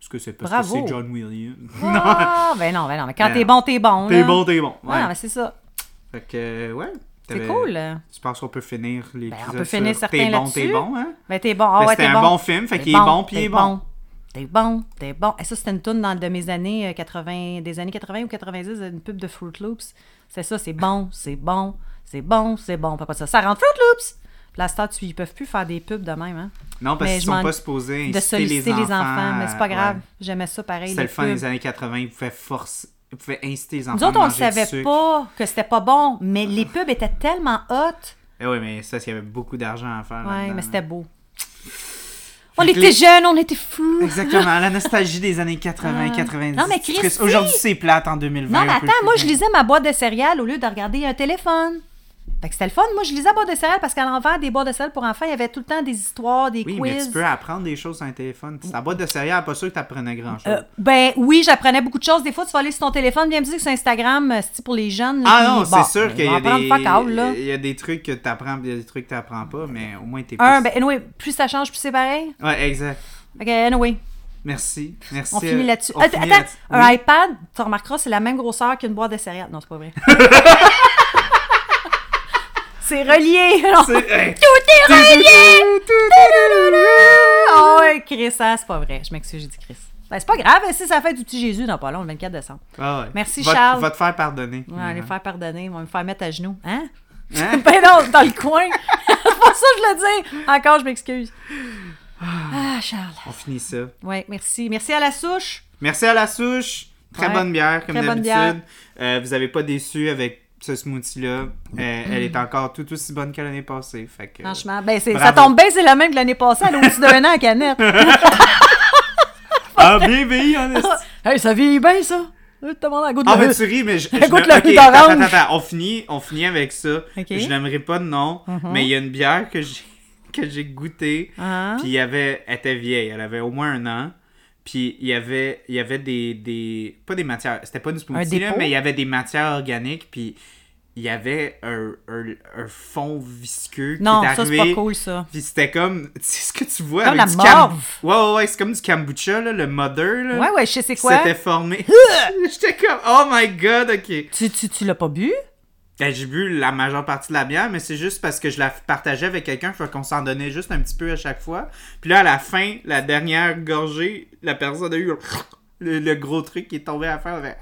Speaker 2: Est-ce que c'est parce
Speaker 1: Bravo.
Speaker 2: que c'est John Williams? [LAUGHS]
Speaker 1: Ah, ben non, ben non. Mais quand
Speaker 2: Ben
Speaker 1: t'es
Speaker 2: non.
Speaker 1: bon, t'es bon.
Speaker 2: T'es
Speaker 1: là.
Speaker 2: bon, t'es bon.
Speaker 1: Ouais,
Speaker 2: Ouais.
Speaker 1: non, mais c'est ça.
Speaker 2: Fait que, ouais.
Speaker 1: C'est
Speaker 2: t'avais-
Speaker 1: cool.
Speaker 2: Je pense qu'on peut finir les
Speaker 1: Ben, on peut finir certains
Speaker 2: T'es bon,
Speaker 1: là-dessus.
Speaker 2: t'es bon, hein?
Speaker 1: Ben t'es bon. Ah
Speaker 2: Ben,
Speaker 1: ouais,
Speaker 2: c'était
Speaker 1: t'es
Speaker 2: un
Speaker 1: bon.
Speaker 2: bon film, fait
Speaker 1: T'es
Speaker 2: qu'il est bon, puis il est
Speaker 1: t'es
Speaker 2: bon.
Speaker 1: T'es bon, t'es bon. Et ça, c'était une toune dans, de mes années euh, 80, des années 80 ou 90, une pub de Fruit Loops. C'est ça, c'est bon, c'est bon, c'est bon, c'est bon. Pas pas ça. Ça rentre Fruit Loops! Puis La star, tu, ils peuvent plus faire des pubs de même, hein?
Speaker 2: Non, parce
Speaker 1: Mais
Speaker 2: qu'ils
Speaker 1: je
Speaker 2: sont
Speaker 1: m'en-
Speaker 2: pas supposés
Speaker 1: De
Speaker 2: inciter
Speaker 1: solliciter les enfants, mais c'est
Speaker 2: à-
Speaker 1: pas grave.
Speaker 2: ouais.
Speaker 1: J'aimais ça pareil.
Speaker 2: C'était
Speaker 1: les
Speaker 2: le fun
Speaker 1: pubs.
Speaker 2: des années 80, ils pouvaient forcer, ils pouvaient inciter les enfants
Speaker 1: Nous autres, on
Speaker 2: à
Speaker 1: ne
Speaker 2: manger du
Speaker 1: savait
Speaker 2: sucre.
Speaker 1: pas que c'était pas bon, mais les pubs étaient tellement hot.
Speaker 2: Eh oui, mais ça, il y avait beaucoup d'argent à faire.
Speaker 1: Ouais,
Speaker 2: là-dedans,
Speaker 1: mais
Speaker 2: là.
Speaker 1: c'était beau. On
Speaker 2: que
Speaker 1: était
Speaker 2: les-
Speaker 1: jeunes, on était fous.
Speaker 2: Exactement, la nostalgie des années 80,
Speaker 1: Ah.
Speaker 2: 90.
Speaker 1: Non, mais
Speaker 2: c'est
Speaker 1: Christy!
Speaker 2: triste. Aujourd'hui, c'est plate en 2020.
Speaker 1: Non, mais
Speaker 2: on peut
Speaker 1: attends,
Speaker 2: plus
Speaker 1: moi,
Speaker 2: faire.
Speaker 1: je lisais ma boîte de céréales au lieu de regarder un téléphone. Fait que c'était le fun. Moi, je lisais la boîte de céréales parce qu'à l'envers des boîtes de céréales pour enfants, il y avait tout le temps des histoires, des
Speaker 2: Oui,
Speaker 1: quiz.
Speaker 2: mais tu peux apprendre des choses sur un téléphone. Ta boîte de céréales, pas sûr que t'apprenais grand-chose.
Speaker 1: Euh, ben oui, j'apprenais beaucoup de choses. Des fois, tu vas aller sur ton téléphone, viens me dire que c'est Instagram, euh, c'est pour les jeunes. là,
Speaker 2: ah
Speaker 1: puis
Speaker 2: non,
Speaker 1: bon, ben,
Speaker 2: c'est sûr
Speaker 1: on
Speaker 2: qu'il y
Speaker 1: va
Speaker 2: a
Speaker 1: en prendre fuck out, là.
Speaker 2: des... euh, il y a des trucs que t'apprends, puis il y a des trucs que t'apprends pas, mais au moins t'es
Speaker 1: Un,
Speaker 2: plus-
Speaker 1: ben anyway, plus ça change, plus c'est pareil.
Speaker 2: Ouais, exact.
Speaker 1: Fait que, anyway,
Speaker 2: Merci. Merci. euh,
Speaker 1: on finit là-dessus.
Speaker 2: on
Speaker 1: Attends,
Speaker 2: finit
Speaker 1: attends,
Speaker 2: là-dessus.
Speaker 1: un iPad, tu remarqueras, c'est la même grosseur qu'une boîte de céréales. Non, c'est pas vrai. c'est relié. non.
Speaker 2: C'est- hey.
Speaker 1: Tout est relié! Oh, ouais, Chris, hein, c'est pas vrai. Je m'excuse, j'ai dit Chris. Ben, c'est pas grave, si ça fait du petit Jésus dans pas long, le 24 décembre.
Speaker 2: Ah [LAUGHS] ouais.
Speaker 1: Merci,
Speaker 2: Va te-
Speaker 1: Charles.
Speaker 2: Va te faire pardonner.
Speaker 1: On va aller faire pardonner, ils vont me faire mettre à genoux. Hein? [LAUGHS]
Speaker 2: Hein?
Speaker 1: Ben non, dans le coin! c'est pour ça que je le dis! Encore, je m'excuse. Ah, Charles.
Speaker 2: On finit ça.
Speaker 1: Ouais, merci. Merci à la souche.
Speaker 2: Merci à la souche. Très
Speaker 1: Ouais.
Speaker 2: bonne bière, comme
Speaker 1: Très bonne
Speaker 2: d'habitude. Euh, vous avez pas déçu avec ce smoothie-là. Euh, Elle est encore tout aussi bonne que l'année passée. Fait que...
Speaker 1: Mm. Franchement, ben, c'est- ça
Speaker 2: Bravo.
Speaker 1: tombe bien, c'est la même que l'année passée, elle est au-dessus d'un
Speaker 2: [LAUGHS]
Speaker 1: an à canette.
Speaker 2: Ah, bébé,
Speaker 1: [LAUGHS]
Speaker 2: on est...
Speaker 1: hey, ça vieillit bien, ça. Euh, T'as demandé à goût de
Speaker 2: Ah,
Speaker 1: la
Speaker 2: ben
Speaker 1: rue.
Speaker 2: tu ris, mais je.
Speaker 1: Elle
Speaker 2: je
Speaker 1: goûte
Speaker 2: ne-
Speaker 1: la
Speaker 2: ok,
Speaker 1: rue
Speaker 2: attends,
Speaker 1: d'orange.
Speaker 2: Attends, attends, on finit, on finit avec ça.
Speaker 1: Ok. Mhm.
Speaker 2: Je n'aimerais pas de nom, mais il y a une bière que j'ai [LAUGHS] que j'ai goûtée.
Speaker 1: Ah.
Speaker 2: Puis il y avait, elle était vieille, elle avait au moins un an. Puis il y avait, il y avait des, des, pas des matières, c'était pas une smoothie là,
Speaker 1: dépôt?
Speaker 2: mais il y avait des matières organiques. Puis il y avait un, un- un fond visqueux
Speaker 1: Non,
Speaker 2: qui est
Speaker 1: ça, c'est
Speaker 2: arrivé.
Speaker 1: pas cool, ça.
Speaker 2: Puis c'était comme, [LAUGHS] tu sais ce que tu vois
Speaker 1: Comme
Speaker 2: avec
Speaker 1: la
Speaker 2: du cam-
Speaker 1: morve.
Speaker 2: Ouais, ouais, ouais, c'est comme du kombucha là, le mother là.
Speaker 1: Ouais, ouais, je sais c'est
Speaker 2: qui
Speaker 1: quoi. [LAUGHS]
Speaker 2: s'était formé. J'étais comme, oh my god, ok.
Speaker 1: Tu, tu, tu l'as pas bu?
Speaker 2: Ben, j'ai bu la majeure partie de la bière, mais c'est juste parce que je la partageais avec quelqu'un, faut qu'on s'en donnait juste un petit peu à chaque fois. Puis là, à la fin, la dernière gorgée, la personne a eu un [LAUGHS] le, le gros truc qui est tombé à faire. Fait,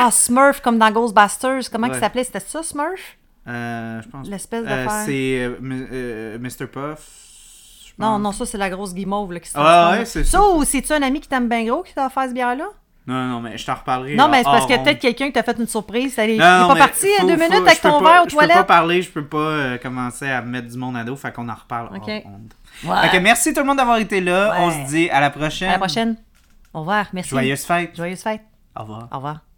Speaker 1: Ah, Smurf, comme dans Ghostbusters. Comment
Speaker 2: Ouais.
Speaker 1: il s'appelait? C'était ça, Smurf?
Speaker 2: Euh, je pense.
Speaker 1: L'espèce
Speaker 2: Euh,
Speaker 1: d'affaire.
Speaker 2: c'est euh, m- euh, Mr. Puff. je
Speaker 1: Non,
Speaker 2: pense.
Speaker 1: non, ça, c'est la grosse guimauve là, qui se
Speaker 2: Ah,
Speaker 1: transforme.
Speaker 2: ouais, c'est
Speaker 1: ça.
Speaker 2: ça.
Speaker 1: ou c'est-tu un ami qui t'aime bien gros qui t'a offert ce bière-là?
Speaker 2: Non, non, mais je t'en reparlerai.
Speaker 1: Non,
Speaker 2: en-
Speaker 1: mais c'est parce
Speaker 2: hors
Speaker 1: que
Speaker 2: onde.
Speaker 1: peut-être quelqu'un qui t'a fait une surprise. T'es t'es
Speaker 2: ah, Non, non,
Speaker 1: pas
Speaker 2: mais
Speaker 1: parti euh, hein,
Speaker 2: faut-
Speaker 1: deux
Speaker 2: faut-
Speaker 1: minutes avec
Speaker 2: je peux
Speaker 1: ton
Speaker 2: pas-
Speaker 1: verre aux
Speaker 2: Je peux pas
Speaker 1: toilettes?
Speaker 2: parler, je peux pas euh, commencer à mettre du monde à dos, fait qu'on en reparle. hors
Speaker 1: Ok.
Speaker 2: onde.
Speaker 1: Ouais.
Speaker 2: Fait que merci tout le monde d'avoir été là.
Speaker 1: Ouais.
Speaker 2: On se dit à la prochaine.
Speaker 1: À la prochaine. Au revoir. Merci.
Speaker 2: Joyeuse fête.
Speaker 1: Joyeuse fête.
Speaker 2: Au revoir.
Speaker 1: Au revoir.